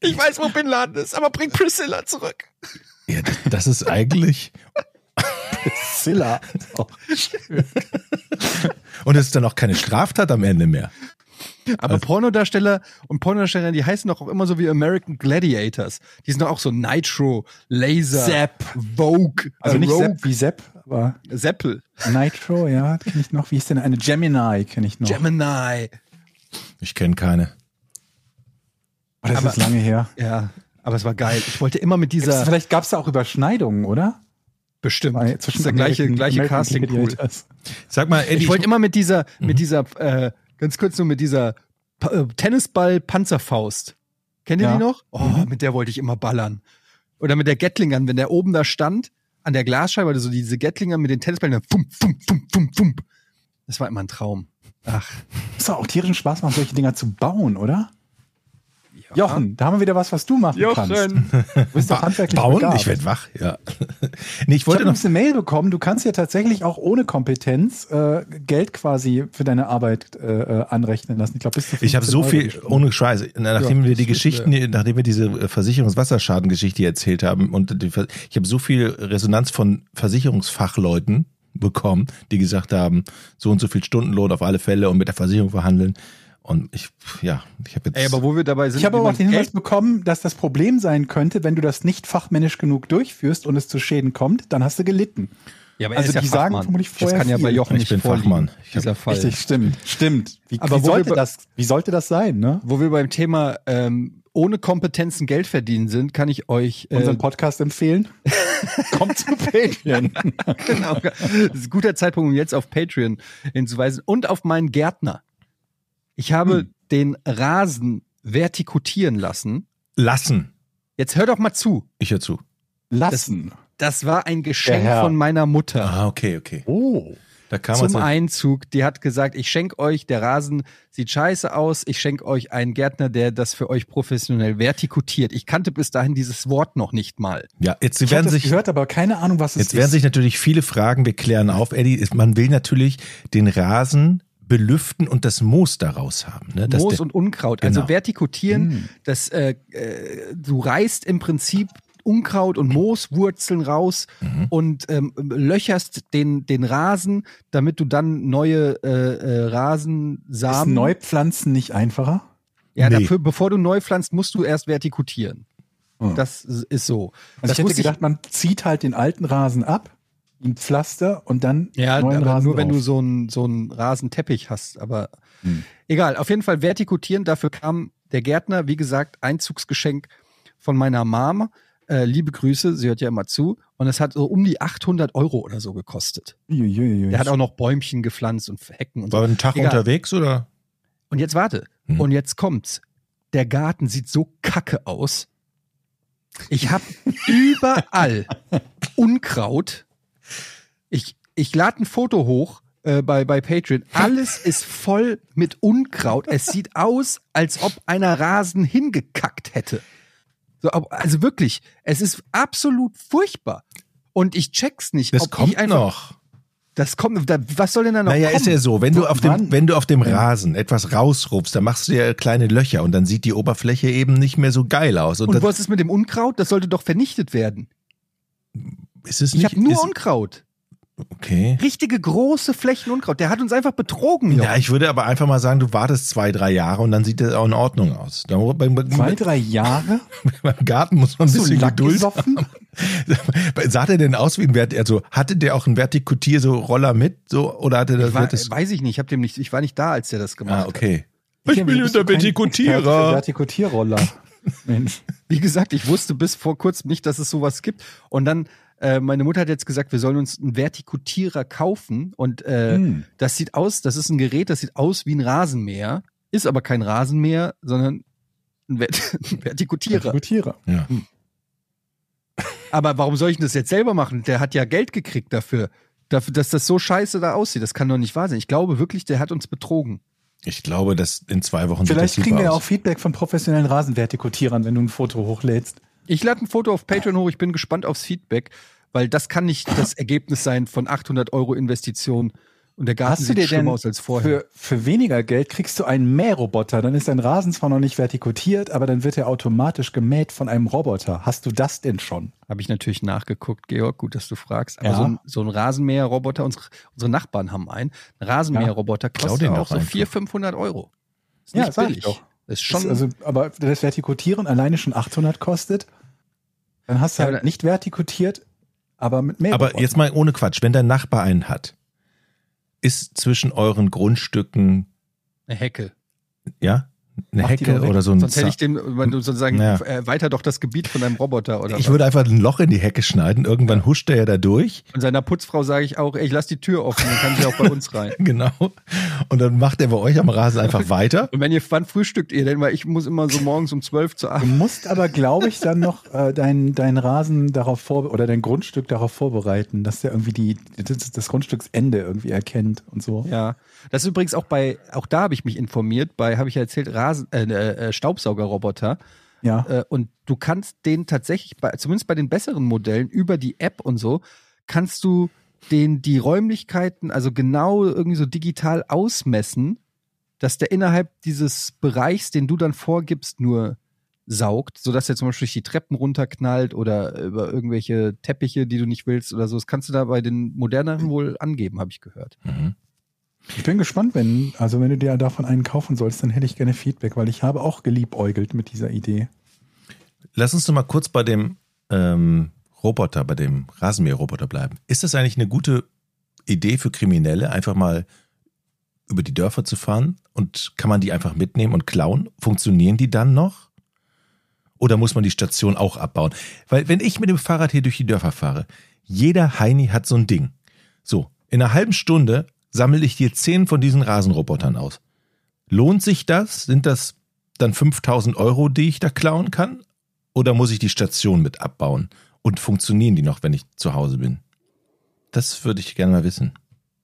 Speaker 6: Ich weiß, wo Bin Laden ist, aber bring Priscilla zurück.
Speaker 7: Ja, das, das ist eigentlich.
Speaker 8: Silla.
Speaker 7: Und es ist dann auch keine Straftat am Ende mehr.
Speaker 6: Aber
Speaker 8: Also
Speaker 6: Pornodarsteller und Pornodarstellerinnen, die heißen doch auch immer so wie American Gladiators. Die sind doch auch so Nitro, Laser,
Speaker 8: Sepp.
Speaker 6: Vogue,
Speaker 8: Also
Speaker 6: äh,
Speaker 8: nicht
Speaker 6: Rogue,
Speaker 8: Sepp wie Sepp, aber
Speaker 6: Seppel,
Speaker 8: Nitro, ja, kenne ich noch. Wie ist denn eine Gemini, kenne ich noch.
Speaker 6: Gemini.
Speaker 7: Ich kenne keine.
Speaker 8: oh, das
Speaker 6: aber-
Speaker 8: ist lange her.
Speaker 6: Ja, aber es war geil. Ich wollte immer mit
Speaker 8: Gibt's,
Speaker 6: dieser
Speaker 8: vielleicht gab es da auch Überschneidungen, oder?
Speaker 6: bestimmt
Speaker 8: Bei-
Speaker 6: Das ist der gleiche
Speaker 8: American-
Speaker 6: gleiche
Speaker 8: American
Speaker 6: Casting Pool.
Speaker 8: Gladiators.
Speaker 7: Sag mal, Eddie.
Speaker 6: Ich wollte immer mit dieser mit dieser äh, ganz kurz nur mit dieser Pa- äh, Tennisball Panzerfaust. Kennt ihr
Speaker 8: Ja.
Speaker 6: die noch? Oh, mit der wollte ich immer ballern. Oder mit der Gattlingern, wenn der oben da stand an der Glasscheibe, also so diese Gattlingern mit den Tennisballen, dann fump, fump, fump, fump, fump. Das war immer ein Traum. Ach,
Speaker 8: Muss doch auch tierischen Spaß machen, solche Dinger zu bauen, oder? Jochen, da haben wir wieder was, was du machen kannst. Du bist doch handwerklich
Speaker 7: bauen?
Speaker 8: begabt.
Speaker 7: Ich werde wach, ja. nee, ich
Speaker 8: Ich habe
Speaker 7: wollte noch.
Speaker 8: übrigens eine Mail bekommen, du kannst ja tatsächlich auch ohne Kompetenz äh, Geld quasi für deine Arbeit äh, äh, anrechnen lassen. Ich glaube, bis zu
Speaker 7: Ich habe
Speaker 8: 15
Speaker 7: so
Speaker 8: Euro
Speaker 7: viel,
Speaker 8: die Stunde.
Speaker 7: ohne Scheiße, na, nachdem wir die Geschichten, die- nachdem wir diese äh, Versicherungswasserschadengeschichte erzählt haben und die, Ver- ich habe so viel Resonanz von Versicherungsfachleuten bekommen, die gesagt haben, so und so viel Stundenlohn auf alle Fälle und mit der Versicherung verhandeln. Und ich, pf, ja, ich habe jetzt.
Speaker 6: Ey, aber wo wir dabei sind,
Speaker 8: Ich habe
Speaker 6: wie
Speaker 8: aber auch
Speaker 6: man
Speaker 8: den Hinweis
Speaker 6: Geld-
Speaker 8: bekommen, dass das Problem sein könnte, wenn du das nicht fachmännisch genug durchführst und es zu Schäden kommt, dann hast du gelitten.
Speaker 6: ja, aber er
Speaker 8: also
Speaker 6: ist ja
Speaker 8: die sagen
Speaker 6: Fachmann.
Speaker 8: vermutlich vorher
Speaker 6: Das kann ja bei
Speaker 8: viel.
Speaker 6: Jochen
Speaker 7: Ich
Speaker 6: nicht
Speaker 7: bin
Speaker 6: vorliegen,
Speaker 7: Fachmann. Ich hab-
Speaker 6: dieser Fall.
Speaker 8: Richtig, stimmt, stimmt. Wie,
Speaker 6: Aber
Speaker 8: wie,
Speaker 6: wo
Speaker 8: sollte
Speaker 6: wir-
Speaker 8: das, wie sollte das sein, ne?
Speaker 6: Wo wir beim Thema ähm, ohne Kompetenzen Geld verdienen sind, kann ich euch äh,
Speaker 8: Unseren Podcast empfehlen? Kommt zu Patreon.
Speaker 6: genau. Das ist ein guter Zeitpunkt, um jetzt auf Patreon hinzuweisen und auf meinen Gärtner. Ich habe
Speaker 8: Hm.
Speaker 6: den Rasen vertikutieren lassen.
Speaker 7: lassen.
Speaker 6: Jetzt hör doch mal zu.
Speaker 7: Ich hör zu.
Speaker 8: Lassen.
Speaker 6: Das war ein Geschenk
Speaker 8: Der Herr.
Speaker 6: von meiner Mutter
Speaker 7: Ah, okay, okay.
Speaker 8: Oh.
Speaker 7: Da kam
Speaker 6: zum
Speaker 7: uns-
Speaker 6: Einzug. Die hat gesagt, ich schenke euch, der Rasen sieht scheiße aus, ich schenke euch einen Gärtner, der das für euch professionell vertikutiert. Ich kannte bis dahin dieses Wort noch nicht mal.
Speaker 7: Ja, jetzt
Speaker 8: Ich habe
Speaker 7: werden
Speaker 8: das
Speaker 7: sich
Speaker 8: gehört, aber keine Ahnung, was es
Speaker 7: Jetzt werden
Speaker 8: ist.
Speaker 7: sich natürlich viele Fragen, wir klären auf, Eddie. Ist- Man will natürlich den Rasen belüften und das Moos daraus haben. Ne? Dass
Speaker 6: Moos
Speaker 7: der,
Speaker 6: und Unkraut.
Speaker 7: Genau.
Speaker 6: Also vertikutieren, das, äh, äh, du reißt im Prinzip Unkraut und Mooswurzeln raus und ähm, löcherst den, den Rasen, damit du dann neue äh, äh,
Speaker 8: ist
Speaker 6: Rasensamen.
Speaker 8: Neupflanzen nicht einfacher?
Speaker 6: ja,
Speaker 7: Nee.
Speaker 6: dafür, bevor du neu pflanzt, musst du erst vertikutieren.
Speaker 8: Hm.
Speaker 6: Das ist so.
Speaker 8: Also
Speaker 6: das
Speaker 8: ich hätte
Speaker 6: wusste
Speaker 8: gedacht, man zieht halt den alten Rasen ab, ein Pflaster und dann
Speaker 6: Ja,
Speaker 8: neuen
Speaker 6: aber
Speaker 8: Rasen
Speaker 6: nur wenn
Speaker 8: drauf.
Speaker 6: du so einen so einen Rasenteppich hast. Aber
Speaker 8: Hm.
Speaker 6: egal, auf jeden Fall vertikutieren. Dafür kam der Gärtner, wie gesagt, Einzugsgeschenk von meiner Mom. Äh, liebe Grüße, sie hört ja immer zu. Und es hat so um die 800 Euro oder so gekostet.
Speaker 8: Uiuiui.
Speaker 6: Der hat auch noch Bäumchen gepflanzt und Hecken und so.
Speaker 7: war ein Tag
Speaker 6: Egal.
Speaker 7: unterwegs oder?
Speaker 6: Und jetzt warte.
Speaker 7: Hm.
Speaker 6: Und jetzt kommt's. Der Garten sieht so kacke aus. Ich habe überall Unkraut. Ich, ich lade ein Foto hoch äh, äh, bei, bei Patreon. Alles ist voll mit Unkraut. Es sieht aus, als ob einer Rasen hingekackt hätte. So, ob- also wirklich, es ist absolut furchtbar. Und ich check's nicht.
Speaker 7: Das
Speaker 6: ob
Speaker 7: kommt
Speaker 6: ich einfach,
Speaker 7: noch.
Speaker 6: Das kommt, da, was soll denn da noch
Speaker 7: Naja,
Speaker 6: kommen?
Speaker 7: ist ja so, wenn du, auf dem,
Speaker 8: wann?
Speaker 7: wenn du auf dem Rasen etwas rausrupst, dann machst du ja kleine Löcher und dann sieht die Oberfläche eben nicht mehr so geil aus. Und,
Speaker 6: Und
Speaker 7: dann
Speaker 6: was ist mit dem Unkraut? Das sollte doch vernichtet werden.
Speaker 7: ist es
Speaker 6: Ich
Speaker 7: nicht.
Speaker 6: habe nur
Speaker 7: ist,
Speaker 6: Unkraut.
Speaker 7: okay.
Speaker 6: Richtige große Flächen Unkraut. Der hat uns einfach betrogen.
Speaker 7: Ja.
Speaker 6: Jochen.
Speaker 7: ich würde aber einfach mal sagen, du wartest zwei, drei Jahre und dann sieht das auch in Ordnung aus. Da, beim, beim,
Speaker 8: Zwei, drei Jahre?
Speaker 7: beim Garten muss man ein
Speaker 8: So
Speaker 7: bisschen
Speaker 8: Lack
Speaker 7: Geduld
Speaker 8: gesoffen?
Speaker 7: Sah der denn aus wie ein Vert, also hatte der auch einen Vertikutier so Roller mit, so oder hatte Also das,
Speaker 6: Ich war,
Speaker 7: wird das
Speaker 6: weiß ich nicht, ich, hab dem nicht, ich war nicht da, als der das gemacht
Speaker 7: Ah, okay. Ich
Speaker 8: Ja,
Speaker 7: bin
Speaker 8: bist doch
Speaker 7: unter
Speaker 8: kein Experte für
Speaker 7: Vertikutierer.
Speaker 8: Vertikutierroller. Mensch.
Speaker 6: hat. Wie gesagt, ich wusste bis vor kurzem nicht, dass es sowas gibt. Und dann, äh, meine Mutter hat jetzt gesagt, wir sollen uns einen Vertikutierer kaufen. Und äh,
Speaker 8: Hm.
Speaker 6: das sieht aus, das ist ein Gerät, das sieht aus wie ein Rasenmäher, ist aber kein Rasenmäher, sondern ein, Vert ein Vertikutierer.
Speaker 8: Vertikutierer.
Speaker 7: Ja.
Speaker 6: Aber warum soll ich denn das jetzt selber machen? Der hat ja Geld gekriegt dafür, dafür, dass das so scheiße da aussieht. Das kann doch nicht wahr sein. Ich glaube wirklich, der hat uns betrogen.
Speaker 7: Ich glaube, dass in zwei Wochen sieht
Speaker 8: Vielleicht
Speaker 7: das
Speaker 8: kriegen
Speaker 7: super
Speaker 8: wir ja auch
Speaker 7: aus.
Speaker 8: Feedback von professionellen Rasenvertikutierern, wenn du ein Foto hochlädst.
Speaker 6: Ich lade ein Foto auf Patreon hoch. Ich bin gespannt aufs Feedback, weil das kann nicht das Ergebnis sein von 800 Euro Investition. Und der Garten
Speaker 8: Hast du
Speaker 6: sieht
Speaker 8: dir denn
Speaker 6: schlimmer aus als vorher.
Speaker 8: für, für weniger Geld kriegst du einen Mähroboter, dann ist dein Rasen zwar noch nicht vertikutiert, aber dann wird er automatisch gemäht von einem Roboter. Hast du das denn schon?
Speaker 6: Habe ich natürlich nachgeguckt, Georg. Gut, dass du fragst. Aber
Speaker 8: Ja.
Speaker 6: so ein, so ein Rasenmäherroboter, unsere, unsere Nachbarn haben einen. Ein Rasenmäherroboter kostet
Speaker 7: den
Speaker 6: auch
Speaker 7: doch
Speaker 6: so
Speaker 7: einfach.
Speaker 6: 400, 500 Euro. Ist
Speaker 8: Ja,
Speaker 6: nicht
Speaker 8: sag ich
Speaker 6: billig.
Speaker 8: doch.
Speaker 6: Ist schon.
Speaker 8: Ist also, aber das Vertikutieren alleine schon 800 kostet, dann hast du
Speaker 6: Ja,
Speaker 8: halt
Speaker 6: aber-
Speaker 8: nicht vertikutiert, aber mit Mährobotern.
Speaker 7: Aber jetzt mal ohne Quatsch, wenn dein Nachbar einen hat, ist zwischen euren Grundstücken,
Speaker 6: eine Hecke.
Speaker 7: ja, eine
Speaker 8: Mach die
Speaker 7: Hecke
Speaker 8: doch weg.
Speaker 7: oder so ein
Speaker 6: Sonst hätte
Speaker 7: Za-
Speaker 6: ich dem, wenn du sozusagen,
Speaker 7: Ja.
Speaker 6: erweiter doch das Gebiet von deinem Roboter oder
Speaker 7: ich
Speaker 6: was.
Speaker 7: würde einfach ein Loch in die Hecke schneiden, irgendwann huscht er ja da durch.
Speaker 6: Und seiner Putzfrau sage ich auch, ey, ich lass die Tür offen, dann kann sie auch bei uns rein.
Speaker 7: Genau. Und dann macht er bei euch am Rasen einfach weiter.
Speaker 6: Und wenn ihr, wann frühstückt ihr denn? Weil ich muss immer so morgens um zwölf zur
Speaker 8: Du
Speaker 6: Arbeit.
Speaker 8: musst aber, glaube ich, dann noch äh, deinen dein Rasen darauf vor oder dein Grundstück darauf vorbereiten, dass der irgendwie die, das, das Grundstücksende irgendwie erkennt und so.
Speaker 6: Ja. Das ist übrigens auch bei, auch da habe ich mich informiert, bei, habe ich ja erzählt, Rasen, äh, äh, Staubsaugerroboter.
Speaker 8: Ja.
Speaker 6: Äh, und du kannst den tatsächlich, bei, zumindest bei den besseren Modellen, über die App und so, kannst du den die Räumlichkeiten, also genau irgendwie so digital ausmessen, dass der innerhalb dieses Bereichs, den du dann vorgibst, nur saugt, sodass er zum Beispiel durch die Treppen runterknallt oder über irgendwelche Teppiche, die du nicht willst oder so. Das kannst du da bei den moderneren wohl angeben, habe ich gehört.
Speaker 8: Ich bin gespannt, wenn, also wenn du dir davon einen kaufen sollst, dann hätte ich gerne Feedback, weil ich habe auch geliebäugelt mit dieser Idee.
Speaker 7: Lass uns doch mal kurz bei dem ähm, Roboter, bei dem Rasenmäherroboter bleiben. Ist das eigentlich eine gute Idee für Kriminelle, einfach mal über die Dörfer zu fahren? Und kann man die einfach mitnehmen und klauen? Funktionieren die dann noch? Oder muss man die Station auch abbauen? Weil wenn ich mit dem Fahrrad hier durch die Dörfer fahre, jeder Heini hat so ein Ding. So, in einer halben Stunde sammle ich dir zehn von diesen Rasenrobotern aus. Lohnt sich das? Sind das dann 5000 Euro, die ich da klauen kann? Oder muss ich die Station mit abbauen? Und funktionieren die noch, wenn ich zu Hause bin? Das würde ich gerne mal wissen.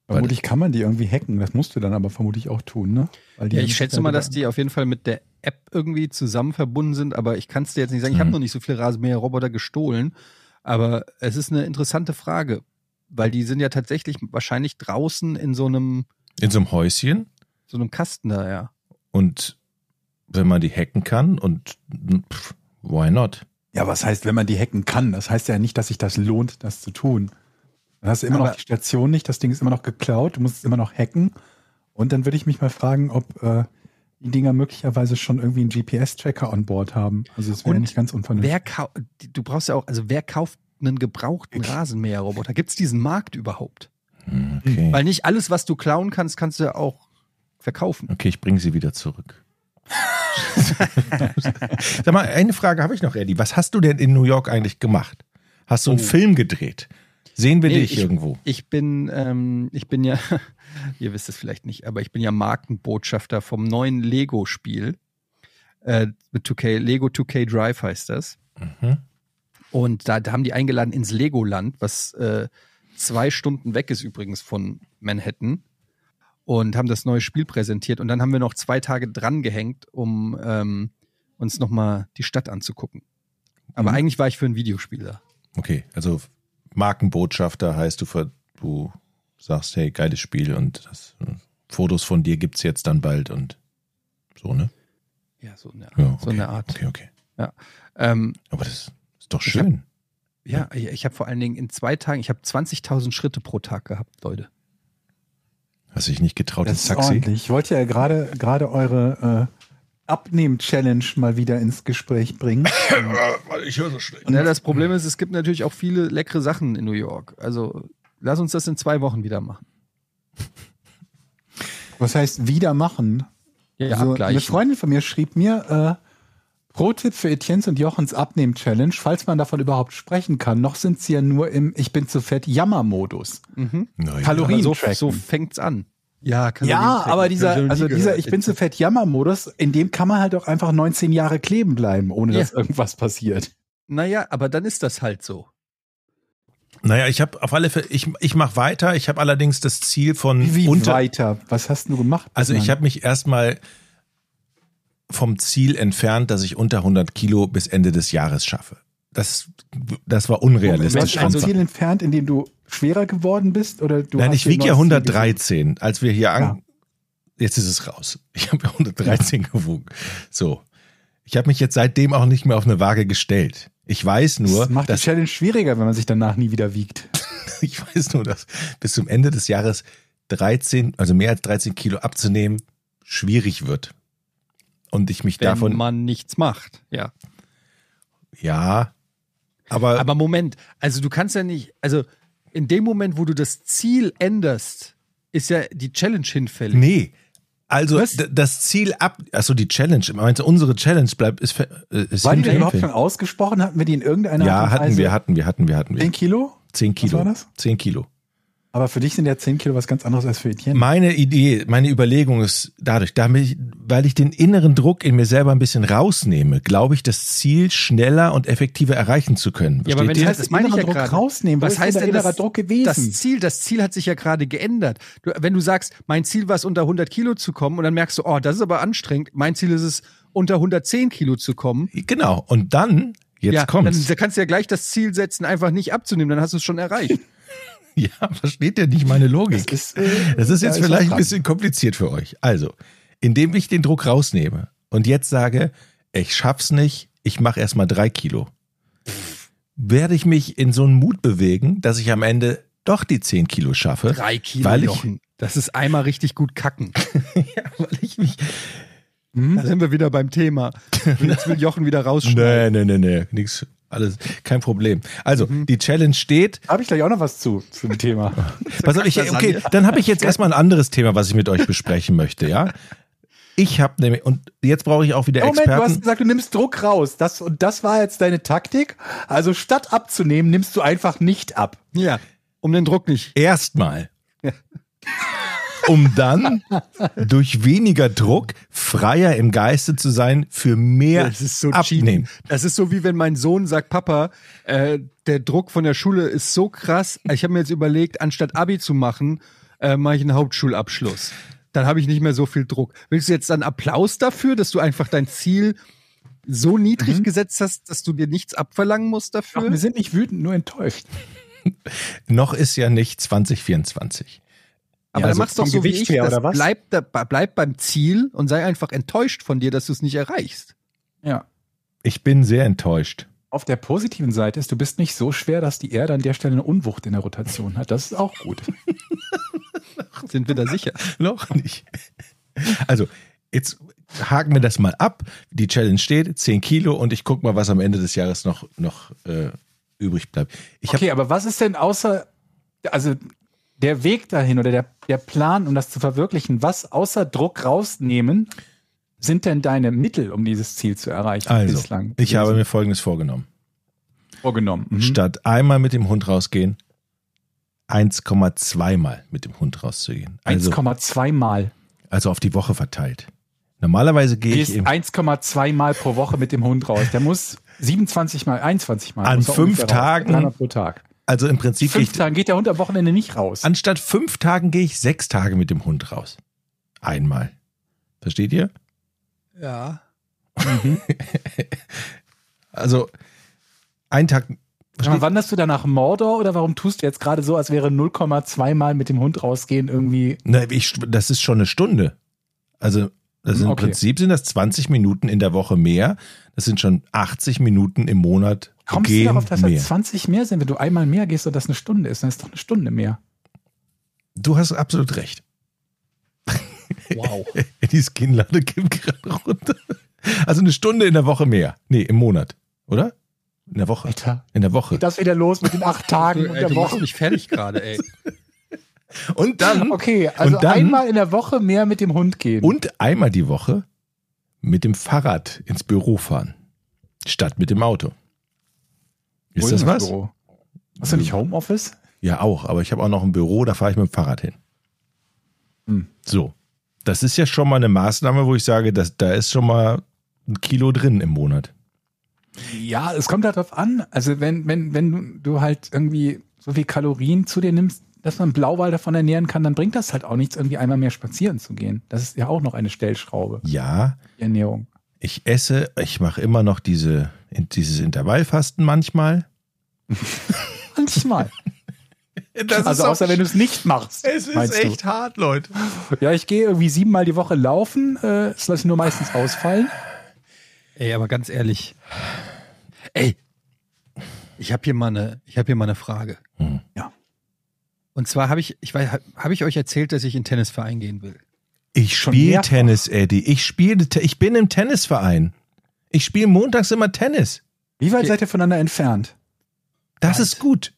Speaker 8: Vermutlich kann man die irgendwie hacken, das musst du dann aber vermutlich auch tun, ne? Weil die
Speaker 6: Ja,
Speaker 8: haben
Speaker 6: ich schätze
Speaker 8: ja
Speaker 6: mal,
Speaker 8: wieder-
Speaker 6: dass die auf jeden Fall mit der App irgendwie zusammen verbunden sind, aber ich kann es dir jetzt nicht sagen. Ich habe
Speaker 8: Hm.
Speaker 7: Mhm.
Speaker 6: noch nicht so viele Rasenmäher-Roboter gestohlen, aber es ist eine interessante Frage, weil die sind ja tatsächlich wahrscheinlich draußen in so einem,
Speaker 7: In so einem Häuschen
Speaker 6: so einem Kasten da, ja.
Speaker 7: und wenn man die hacken kann und hm, pff, why not?
Speaker 8: Ja, was heißt, wenn man die hacken kann? Das heißt ja nicht, dass sich das lohnt, das zu tun. Dann hast du immer
Speaker 6: Aber-
Speaker 8: noch die Station nicht, das Ding ist immer noch geklaut, du musst es immer noch hacken. Und dann würde ich mich mal fragen, ob äh, die Dinger möglicherweise schon irgendwie einen GPS-Tracker an Bord haben. Also es wäre
Speaker 6: Und
Speaker 8: nicht ganz unvernünftig.
Speaker 6: Wer kau du brauchst ja auch, also wer kauft einen gebrauchten Rasenmäher-Roboter? Gibt es diesen Markt überhaupt?
Speaker 7: Hm, Okay,
Speaker 6: Weil nicht alles, was du klauen kannst, kannst du ja auch verkaufen.
Speaker 7: okay ich bringe sie wieder zurück. Sag mal, eine Frage habe ich noch, Eddie. Was hast du denn in New York eigentlich gemacht? Hast du einen Film gedreht? Sehen wir
Speaker 6: Oh. Nee,
Speaker 7: dich
Speaker 6: ich-
Speaker 7: irgendwo?
Speaker 6: Ich bin, ähm, ich bin ja, ihr wisst es vielleicht nicht, aber ich bin ja Markenbotschafter vom neuen Lego-Spiel. Äh, mit 2K, Lego 2K Drive heißt das.
Speaker 7: Mhm.
Speaker 6: Und da, da haben die eingeladen ins Legoland, was äh, zwei Stunden weg ist übrigens von Manhattan. und haben das neue Spiel präsentiert. Und dann haben wir noch zwei Tage drangehängt, um ähm, uns nochmal die Stadt anzugucken. Aber
Speaker 7: Mhm.
Speaker 6: eigentlich war ich für ein Videospiel da.
Speaker 7: Okay, also Markenbotschafter heißt du, ver- du sagst, hey, geiles Spiel und das, Fotos von dir gibt's jetzt dann bald und so, ne?
Speaker 6: Ja, so eine Art.
Speaker 7: Ja, okay.
Speaker 6: so eine Art.
Speaker 7: Okay, okay.
Speaker 6: Ähm,
Speaker 7: Aber das ist doch
Speaker 6: Ich hab-
Speaker 7: schön.
Speaker 6: ja, ich, ich habe vor allen Dingen in zwei Tagen, ich habe 20.000 Schritte pro Tag gehabt, Leute.
Speaker 7: Hast du dich nicht getraut
Speaker 8: Das
Speaker 7: ins
Speaker 8: ist
Speaker 7: Taxi?
Speaker 8: ordentlich. Ich wollte ja gerade gerade eure äh, Abnehm-Challenge mal wieder ins Gespräch bringen.
Speaker 7: Ich höre so schlecht.
Speaker 6: Und ja, das Problem ist, es gibt natürlich auch viele leckere Sachen in New York. Also lass uns das in zwei Wochen wieder machen.
Speaker 8: Was heißt wieder machen?
Speaker 6: Ja,
Speaker 8: also,
Speaker 6: abgleichen.
Speaker 8: eine Freundin von mir schrieb mir, äh, Pro-Tipp für Etiennes und Jochens Abnehm-Challenge, falls man davon überhaupt sprechen kann. Noch sind sie ja nur im Ich bin zu fett Jammer-Modus.
Speaker 6: Mhm.
Speaker 8: Kalorien
Speaker 6: Aber so,
Speaker 8: tracken.
Speaker 6: so fängt's an. Ja,
Speaker 8: Ja, aber dieser, also dieser Ich bin zu
Speaker 6: fett.
Speaker 8: fett Jammer-Modus, in dem kann man halt auch einfach 19 Jahre kleben bleiben, ohne
Speaker 6: Ja.
Speaker 8: dass irgendwas passiert.
Speaker 6: Naja, aber dann ist das halt so.
Speaker 7: Naja, ich habe auf alle Fälle, ich, ich mache weiter. Ich habe allerdings das Ziel von
Speaker 8: Wie
Speaker 7: unter,
Speaker 8: weiter? Was hast du gemacht?
Speaker 7: Also ich habe mich erstmal vom Ziel entfernt, dass ich unter 100 Kilo bis Ende des Jahres schaffe. Das, das war unrealistisch.
Speaker 8: realistisch.
Speaker 7: von
Speaker 8: Also
Speaker 7: Anfang-
Speaker 8: Ziel entfernt, in dem du schwerer geworden bist oder du
Speaker 7: Nein,
Speaker 8: hast
Speaker 7: ich
Speaker 8: dir ein
Speaker 7: wiege ja
Speaker 8: neues Ziel
Speaker 7: 113, als wir hier an.
Speaker 8: Ja.
Speaker 7: Jetzt ist es raus. Ich habe ja 113 gewogen. So. Ich habe mich jetzt seitdem auch nicht mehr auf eine Waage gestellt. Ich weiß
Speaker 8: gesetzt?
Speaker 7: nur,
Speaker 8: Das macht die
Speaker 7: dass,
Speaker 8: Challenge schwieriger, wenn man sich danach nie wieder wiegt.
Speaker 7: ich weiß nur, dass bis zum Ende des Jahres 13, also mehr als 13 Kilo abzunehmen, schwierig wird. Und ich mich
Speaker 6: Wenn
Speaker 7: davon
Speaker 6: man nichts macht. Ja.
Speaker 7: Ja. Aber,
Speaker 6: Aber Moment, also du kannst ja nicht, also in dem Moment, wo du das Ziel änderst, ist ja die Challenge hinfällig.
Speaker 7: nee. Also
Speaker 6: Was?
Speaker 7: d- das Ziel ab, also die Challenge, meinst du, unsere Challenge bleibt, ist, fe- äh, ist
Speaker 8: Waren die
Speaker 7: hinfällig?
Speaker 8: denn überhaupt schon ausgesprochen? Hatten wir die in irgendeiner
Speaker 7: Ja,
Speaker 8: Art und
Speaker 7: hatten
Speaker 8: Weise?
Speaker 7: wir, hatten wir, hatten wir, hatten wir.
Speaker 8: 10 Kilo?
Speaker 7: Zehn Kilo.
Speaker 8: war das?
Speaker 7: Zehn Kilo.
Speaker 8: Aber für dich sind ja 10 Kilo was ganz anderes als für Etienne.
Speaker 7: Meine Idee, meine Überlegung ist dadurch, damit ich, weil ich den inneren Druck in mir selber ein bisschen rausnehme, glaube ich, das Ziel schneller und effektiver erreichen zu können.
Speaker 6: Ja, aber wenn
Speaker 7: Versteht
Speaker 6: das
Speaker 7: ihr?
Speaker 6: heißt, das meine ich ja
Speaker 8: inneren Druck
Speaker 6: gerade.
Speaker 8: rausnehmen, wo
Speaker 6: was
Speaker 8: ist denn
Speaker 6: heißt
Speaker 8: der
Speaker 6: denn
Speaker 8: innere
Speaker 6: das,
Speaker 8: Druck gewesen?
Speaker 6: Das Ziel, das Ziel hat sich ja gerade geändert. Du, wenn du sagst, mein Ziel war es unter 100 Kilo zu kommen und dann merkst du, oh, das ist aber anstrengend. Mein Ziel ist es unter 110 Kilo zu kommen.
Speaker 7: genau. Und dann, jetzt
Speaker 6: ja,
Speaker 7: kommt's.
Speaker 6: Dann kannst du ja gleich das Ziel setzen, einfach nicht abzunehmen. Dann hast du es schon erreicht.
Speaker 7: Ja, versteht ihr nicht meine Logik?
Speaker 8: Das ist, äh,
Speaker 7: Das ist
Speaker 8: da
Speaker 7: jetzt
Speaker 8: ist was
Speaker 7: vielleicht ein
Speaker 8: dran.
Speaker 7: bisschen kompliziert für euch. Also, indem ich den Druck rausnehme und jetzt sage, ich schaff's nicht, ich mache erstmal drei Kilo, werde ich mich in so einen Mut bewegen, dass ich am Ende doch die zehn Kilo schaffe.
Speaker 6: Drei Kilo,
Speaker 7: Weil ich-
Speaker 6: Jochen. Das ist einmal richtig gut kacken.
Speaker 7: Ja, weil ich mich. Hm?
Speaker 6: Da sind wir wieder beim Thema. Und jetzt will Jochen wieder rausschneiden.
Speaker 7: Nee, nee, nee, nee, nix. Alles, kein Problem. Also,
Speaker 8: Mhm.
Speaker 7: die Challenge steht.
Speaker 8: Habe ich gleich auch noch was zu, zu dem Thema.
Speaker 7: Was soll ich, okay, dann habe ich jetzt erstmal ein anderes Thema, was ich mit euch besprechen möchte, ja? Ich habe nämlich, und jetzt brauche ich auch wieder
Speaker 8: Moment,
Speaker 7: Experten.
Speaker 8: du hast gesagt, du nimmst Druck raus. Das, und das war jetzt deine Taktik. Also statt abzunehmen, nimmst du einfach nicht ab.
Speaker 6: Ja, um den Druck nicht.
Speaker 7: Erstmal. Um dann durch weniger Druck freier im Geiste zu sein für mehr
Speaker 6: Das ist so
Speaker 7: Abnehmen.
Speaker 6: Cheaten. Das ist so wie wenn mein Sohn sagt, Papa, äh, der Druck von der Schule ist so krass. Ich habe mir jetzt überlegt, anstatt Abi zu machen, äh, mache ich einen Hauptschulabschluss. Dann habe ich nicht mehr so viel Druck. Willst du jetzt dann Applaus dafür, dass du einfach dein Ziel so
Speaker 8: Mhm.
Speaker 6: niedrig gesetzt hast, dass du dir nichts abverlangen musst dafür?
Speaker 8: Wir sind nicht wütend, nur enttäuscht.
Speaker 7: Noch ist ja nicht 2024.
Speaker 6: Aber
Speaker 7: Ja,
Speaker 6: dann
Speaker 7: also
Speaker 6: mach's doch
Speaker 8: vom
Speaker 6: so wie
Speaker 8: Gewicht
Speaker 6: ich.
Speaker 8: her,
Speaker 6: das
Speaker 8: oder was?
Speaker 6: Bleib, da, bleib beim Ziel und sei einfach enttäuscht von dir, dass du es nicht erreichst.
Speaker 8: Ja.
Speaker 7: Ich bin sehr enttäuscht.
Speaker 8: Auf der positiven Seite ist, du bist nicht so schwer, dass die Erde an der Stelle eine Unwucht in der Rotation hat. Das ist auch gut.
Speaker 6: Sind wir da sicher?
Speaker 7: Noch nicht. Also, jetzt haken wir das mal ab. Die Challenge steht, 10 Kilo und ich guck mal, was am Ende des Jahres noch, noch äh, übrig bleibt. Ich hab-
Speaker 8: okay, aber was ist denn außer, also der Weg dahin oder der, der Plan, um das zu verwirklichen, was außer Druck rausnehmen, sind denn deine Mittel, um dieses Ziel zu erreichen
Speaker 7: also,
Speaker 8: bislang?
Speaker 7: ich habe mir Folgendes vorgenommen.
Speaker 8: vorgenommen. Mhm.
Speaker 7: statt einmal mit dem Hund rausgehen, 1,2 Mal mit dem Hund rauszugehen. Also,
Speaker 8: 1,2 Mal.
Speaker 7: also auf die Woche verteilt. Normalerweise gehe ich
Speaker 8: Gehst
Speaker 7: im,
Speaker 8: 1,2 Mal pro Woche mit dem Hund raus. Der muss 27 mal, 21 mal.
Speaker 7: An
Speaker 8: muss er
Speaker 7: fünf
Speaker 8: ungefähr raus.
Speaker 7: Tagen-
Speaker 8: Dreimal pro Tag.
Speaker 7: Also im Prinzip gehe
Speaker 8: Fünf
Speaker 7: ich,
Speaker 8: Tagen geht der Hund am Wochenende nicht raus.
Speaker 7: anstatt fünf Tagen gehe ich sechs Tage mit dem Hund raus. Einmal. Versteht ihr?
Speaker 6: Ja.
Speaker 7: Also ein Tag.
Speaker 8: Sag mal, wanderst du danach Mordor oder warum tust du jetzt gerade so, als wäre 0,2 Mal mit dem Hund rausgehen irgendwie?
Speaker 7: Ne, ich, das ist schon eine Stunde. Also das sind im
Speaker 8: Okay.
Speaker 7: Prinzip sind das 20 Minuten in der Woche mehr. Das sind schon 80 Minuten im Monat.
Speaker 8: Kommst
Speaker 7: gehen
Speaker 8: du darauf, dass
Speaker 7: mehr.
Speaker 8: das 20 mehr sind, wenn du einmal mehr gehst und das eine Stunde ist? Dann ist doch eine Stunde mehr.
Speaker 7: Du hast absolut recht. Wow. Die Skinlade gibt gerade runter. Also eine Stunde in der Woche mehr. Nee, im Monat, oder? In der Woche.
Speaker 8: Alter.
Speaker 7: In der Woche.
Speaker 8: Das wieder los mit den acht Tagen
Speaker 6: Du,
Speaker 8: und
Speaker 6: ey,
Speaker 8: der
Speaker 6: du machst
Speaker 8: Woche.
Speaker 6: mich fertig gerade, ey.
Speaker 7: Und dann
Speaker 8: Okay, also
Speaker 7: Und dann-
Speaker 8: einmal in der Woche mehr mit dem Hund gehen.
Speaker 7: und einmal die Woche mit dem Fahrrad ins Büro fahren. Statt mit dem Auto. Ist
Speaker 8: Wohin
Speaker 7: das was?
Speaker 8: Büro? Hast du nicht Homeoffice?
Speaker 7: Ja, auch, aber ich habe auch noch ein Büro, da fahre ich mit dem Fahrrad hin.
Speaker 8: Hm.
Speaker 7: So. Das ist ja schon mal eine Maßnahme, wo ich sage, dass, da ist schon mal ein Kilo drin im Monat.
Speaker 8: Ja, es kommt halt drauf an. Also wenn, wenn, wenn du- du halt irgendwie so viel Kalorien zu dir nimmst, dass man Blauwal davon ernähren kann, dann bringt das halt auch nichts, irgendwie einmal mehr spazieren zu gehen. Das ist ja auch noch eine Stellschraube,
Speaker 7: Ja,
Speaker 8: die Ernährung.
Speaker 7: Ich esse, ich mache immer noch diese, in- dieses Intervallfasten manchmal.
Speaker 8: Manchmal. also außer wenn du es nicht machst.
Speaker 7: es ist
Speaker 8: meinst
Speaker 7: echt hart, Leute.
Speaker 8: Du. Ja, ich gehe irgendwie siebenmal die Woche laufen, äh, das lasse ich nur meistens ausfallen.
Speaker 6: Ey, aber ganz ehrlich. Ey, ich habe hier mal eine, ich habe hier mal eine Frage.
Speaker 7: Hm.
Speaker 8: Ja.
Speaker 6: Und zwar habe ich, ich weiß, habe ich euch erzählt, dass ich in den Tennisverein gehen will.
Speaker 7: Ich
Speaker 8: Schon
Speaker 7: spiele
Speaker 8: mehrfach.
Speaker 7: Tennis, Eddie. Ich spiele, Te- ich bin im Tennisverein. Ich spiele montags immer Tennis.
Speaker 8: Wie weit seid ihr voneinander entfernt?
Speaker 7: Das ist gut.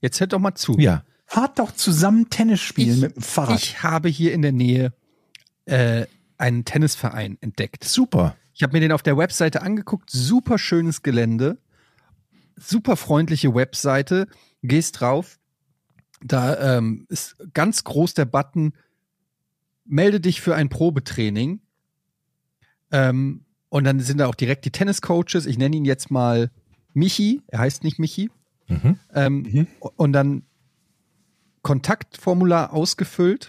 Speaker 6: Jetzt hört doch mal zu.
Speaker 7: Ja.
Speaker 8: Fahrt doch zusammen Tennis spielen
Speaker 6: Ich-
Speaker 8: mit dem Fahrrad.
Speaker 6: Ich habe hier in der Nähe äh, einen Tennisverein entdeckt.
Speaker 7: Super.
Speaker 6: Ich habe mir den auf der Webseite angeguckt. Super schönes Gelände. Super freundliche Webseite. Gehst drauf. Da ähm, ist ganz groß der Button. Melde dich für ein Probetraining. Ähm, und dann sind da auch direkt die Tenniscoaches. Ich nenne ihn jetzt mal Michi. Er heißt nicht Michi.
Speaker 7: Mhm.
Speaker 6: Ähm,
Speaker 8: Mhm.
Speaker 6: Und dann Kontaktformular ausgefüllt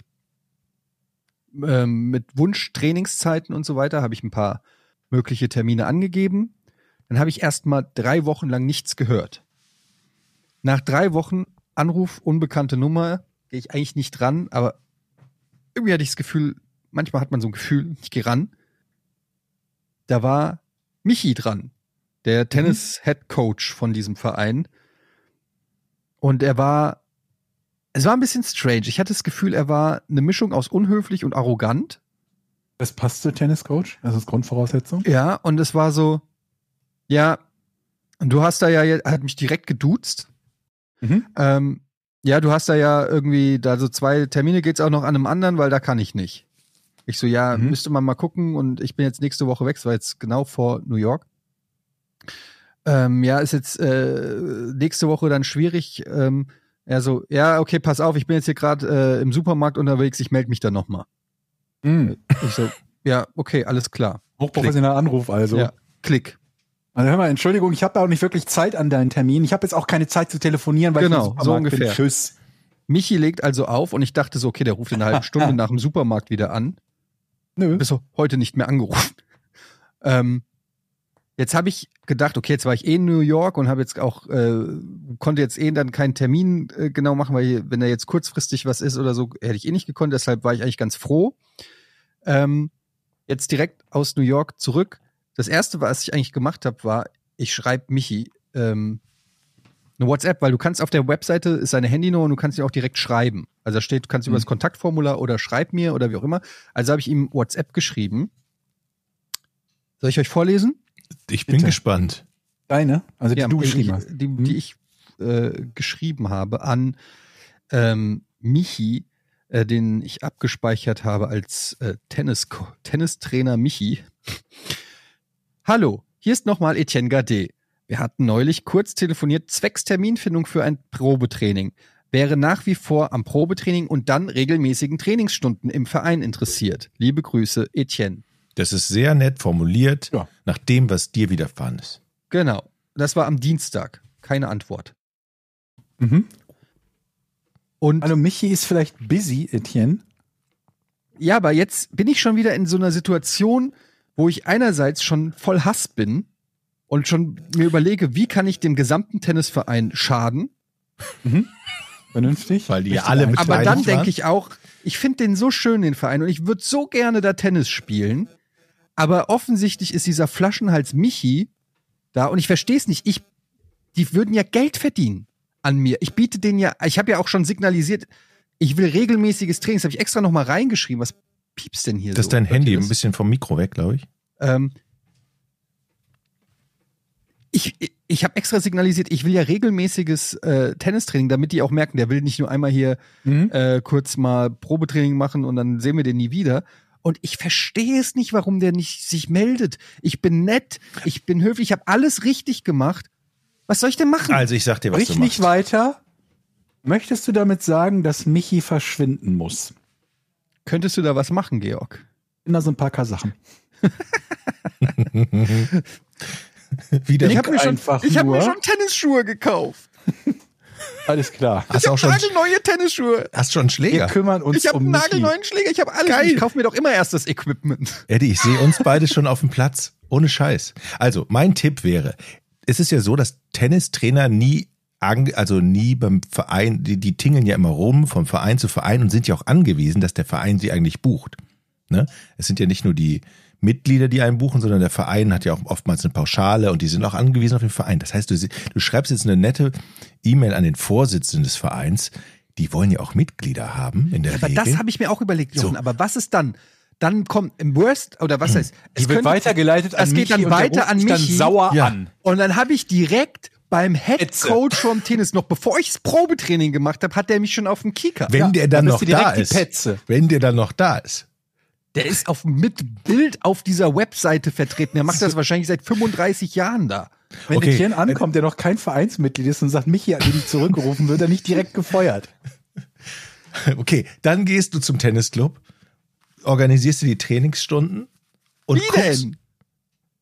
Speaker 6: ähm, mit Wunsch, Trainingszeiten und so weiter. Habe ich ein paar mögliche Termine angegeben. Dann habe ich erstmal drei Wochen lang nichts gehört. Nach drei Wochen Anruf, unbekannte Nummer, gehe ich eigentlich nicht ran, aber irgendwie hatte ich das Gefühl, manchmal hat man so ein Gefühl, ich gehe ran. Da war Michi dran, der Tennis-Head-Coach von diesem Verein. Und er war, es war ein bisschen strange. Ich hatte das Gefühl, er war eine Mischung aus unhöflich und arrogant.
Speaker 8: Das passt zu Tenniscoach, das ist Grundvoraussetzung.
Speaker 6: Ja, und es war so, ja, und du hast da ja, jetzt- er hat mich direkt geduzt.
Speaker 8: Mhm.
Speaker 6: Ähm, ja, du hast da ja irgendwie, da so zwei Termine geht's auch noch an einem anderen, weil da kann ich nicht. Ich so, ja,
Speaker 8: Mhm.
Speaker 6: müsste man mal gucken und ich bin jetzt nächste Woche weg, es war jetzt genau vor New York. Ähm, ja, ist jetzt äh, nächste Woche dann schwierig. Ähm, er so, ja, okay, pass auf, ich bin jetzt hier gerade äh, im Supermarkt unterwegs, ich melde mich dann nochmal.
Speaker 8: Mhm.
Speaker 6: Ich so, ja, okay, alles klar.
Speaker 8: Hochprofessioneller Anruf also.
Speaker 6: Ja, klick.
Speaker 8: Also hör mal, Entschuldigung, ich habe auch nicht wirklich Zeit an deinen Termin. Ich habe jetzt auch keine Zeit zu telefonieren, weil
Speaker 6: Genau,
Speaker 8: ich im Supermarkt
Speaker 6: so ungefähr.
Speaker 8: Bin. Tschüss.
Speaker 6: Michi legt also auf und ich dachte so, okay, der ruft in einer halben Stunde nach dem Supermarkt wieder an.
Speaker 8: Nö.
Speaker 6: Bis heute nicht mehr angerufen. Ähm, jetzt habe ich gedacht, okay, jetzt war ich eh in New York und habe jetzt auch, äh, konnte jetzt eh dann keinen Termin äh, genau machen, weil hier, wenn da jetzt kurzfristig was ist oder so, hätte ich eh nicht gekonnt. Deshalb war ich eigentlich ganz froh. Ähm, jetzt direkt aus New York zurück. Das erste, was ich eigentlich gemacht habe, war, ich schreibe Michi ähm, eine WhatsApp, weil du kannst auf der Webseite ist seine Handynummer und du kannst ihr auch direkt schreiben. Also da steht, du kannst über das Kontaktformular oder schreib mir oder wie auch immer. Also habe ich ihm WhatsApp geschrieben. Soll ich euch vorlesen?
Speaker 7: Ich bin
Speaker 8: Bitte.
Speaker 7: gespannt.
Speaker 8: Deine, also die
Speaker 6: Ja,
Speaker 8: du
Speaker 6: ich-
Speaker 8: geschrieben hast. Hm?
Speaker 6: Die, die ich äh, geschrieben habe an ähm, Michi, äh, den ich abgespeichert habe als äh, Tennis Tennistrainer Michi. Hallo, hier ist nochmal Etienne Gade. Wir hatten neulich kurz telefoniert, zwecks Terminfindung für ein Probetraining. Wäre nach wie vor am Probetraining und dann regelmäßigen Trainingsstunden im Verein interessiert. Liebe Grüße, Etienne.
Speaker 7: Das ist sehr nett formuliert,
Speaker 8: Ja.
Speaker 7: nach dem, was dir widerfahren ist.
Speaker 6: Genau. Das war am Dienstag. Keine Antwort.
Speaker 8: Mhm.
Speaker 6: Und
Speaker 8: Also Michi ist vielleicht busy, Etienne.
Speaker 6: ja, aber jetzt bin ich schon wieder in so einer Situation, wo ich einerseits schon voll Hass bin und schon mir überlege, wie kann ich dem gesamten Tennisverein schaden.
Speaker 8: Vernünftig.
Speaker 7: Weil die ja
Speaker 8: Richtige
Speaker 7: alle
Speaker 8: Einstellung.
Speaker 6: Aber dann
Speaker 7: Beteiligt waren.
Speaker 6: denke ich auch, ich finde den so schön, den Verein, und ich würde so gerne da Tennis spielen. Aber offensichtlich ist dieser Flaschenhals Michi da und ich verstehe es nicht. Ich, die würden ja Geld verdienen an mir. Ich biete denen ja, ich habe ja auch schon signalisiert, ich will regelmäßiges Training. Das habe ich extra nochmal reingeschrieben. Was piepst denn hier
Speaker 7: Das
Speaker 6: so?
Speaker 7: ist dein
Speaker 6: Hört
Speaker 7: Handy,
Speaker 6: ihr
Speaker 7: ein
Speaker 6: das?
Speaker 7: bisschen vom Mikro weg, glaube ich.
Speaker 6: Ähm, ich ich, ich habe extra signalisiert, ich will ja regelmäßiges äh, Tennistraining, damit die auch merken, der will nicht nur einmal hier
Speaker 8: Mhm.
Speaker 6: äh, kurz mal Probetraining machen und dann sehen wir den nie wieder. Und ich verstehe es nicht, warum der nicht sich meldet. Ich bin nett, ich bin höflich, ich habe alles richtig gemacht. Was soll ich denn machen?
Speaker 7: Also ich sag dir, was
Speaker 8: Brich
Speaker 7: du machst.
Speaker 8: nicht weiter. Möchtest du damit sagen, dass Michi verschwinden muss?
Speaker 6: Könntest du da was machen, Georg?
Speaker 8: Bin da so ein paar Kasachen.
Speaker 7: Wieder.
Speaker 6: Ich habe mir, schon-
Speaker 8: einfach
Speaker 6: ich hab mir
Speaker 8: nur.
Speaker 6: schon Tennisschuhe gekauft.
Speaker 8: Alles klar.
Speaker 7: hast
Speaker 6: ich
Speaker 7: du auch
Speaker 6: habe
Speaker 7: schon,
Speaker 6: nagelneue Tennisschuhe.
Speaker 7: hast schon einen Schläger?
Speaker 8: Wir kümmern uns
Speaker 6: Ich habe
Speaker 8: um
Speaker 6: einen
Speaker 8: Michi.
Speaker 6: nagelneuen Schläger, ich habe alles.
Speaker 7: Geil.
Speaker 6: Ich kaufe mir doch immer erst das Equipment.
Speaker 7: Eddie, ich sehe uns beide schon auf dem Platz. Ohne Scheiß. Also, mein Tipp wäre, es ist ja so, dass Tennistrainer nie, ang- also nie beim Verein, die, die tingeln ja immer rum von Verein zu Verein und sind ja auch angewiesen, dass der Verein sie eigentlich bucht. Ne? Es sind ja nicht nur die Mitglieder, die einen buchen, sondern der Verein hat ja auch oftmals eine Pauschale und die sind auch angewiesen auf den Verein. Das heißt, du, sie- du schreibst jetzt eine nette E-Mail an den Vorsitzenden des Vereins. Die wollen ja auch Mitglieder haben in der
Speaker 6: Aber
Speaker 7: Regel.
Speaker 6: das habe ich mir auch überlegt, Jochen. Aber was ist dann? Dann kommt im Worst, oder was heißt,
Speaker 8: Hm. Die wird
Speaker 6: könnte-
Speaker 8: weitergeleitet an
Speaker 6: das
Speaker 8: Michi
Speaker 6: geht dann
Speaker 8: und der
Speaker 6: weiter
Speaker 8: ruft
Speaker 6: an
Speaker 8: mich
Speaker 6: mich
Speaker 8: dann sauer
Speaker 7: Ja.
Speaker 8: an.
Speaker 6: Und dann habe ich direkt beim Head
Speaker 8: Hetze.
Speaker 6: Coach vom Tennis, noch bevor ich das Probetraining gemacht habe, hat der mich schon auf dem Kieker.
Speaker 7: wenn
Speaker 8: Ja,
Speaker 7: der
Speaker 8: dann
Speaker 7: dann noch
Speaker 8: bist du
Speaker 7: da
Speaker 8: direkt die
Speaker 7: ist.
Speaker 8: Petze.
Speaker 7: Wenn der dann noch da ist.
Speaker 6: Der ist auf, mit Bild auf dieser Webseite vertreten. Der macht das wahrscheinlich seit 35 Jahren da.
Speaker 8: Wenn
Speaker 7: Okay.
Speaker 8: Etienne ankommt, der noch kein Vereinsmitglied ist und sagt, Michi hat ihn nicht zurückgerufen, wird er nicht direkt gefeuert.
Speaker 7: Okay, dann gehst du zum Tennisclub, organisierst dir die Trainingsstunden und
Speaker 6: Wie
Speaker 7: guckst.
Speaker 6: denn?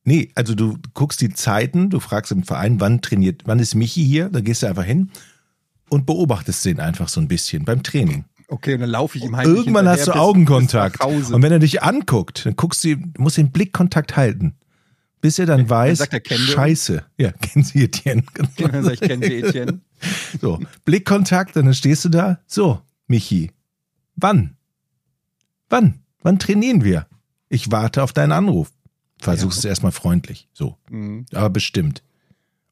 Speaker 7: Nee, also du guckst die Zeiten, du fragst im Verein, wann trainiert, wann ist Michi hier, da gehst du einfach hin und beobachtest den einfach so ein bisschen beim Training.
Speaker 6: Okay, und dann laufe ich ihm heimlich
Speaker 7: Irgendwann hast du
Speaker 6: hinterher bis-
Speaker 7: Augenkontakt.
Speaker 6: bis nach Hause.
Speaker 7: Und wenn er dich anguckt, dann guckst du, ihm- musst den Blickkontakt halten. Bis er dann weiß,
Speaker 6: sagt er, kennen wir uns?
Speaker 7: scheiße. Ja, kennen Sie Etienne.
Speaker 6: Dann sag ich, kennen Sie Etienne?
Speaker 7: So, Blickkontakt, und dann stehst du da. So, Michi, wann? Wann? Wann trainieren wir? Ich warte auf deinen Anruf. Versuch's es erstmal freundlich. So,
Speaker 6: Mhm.
Speaker 7: aber bestimmt.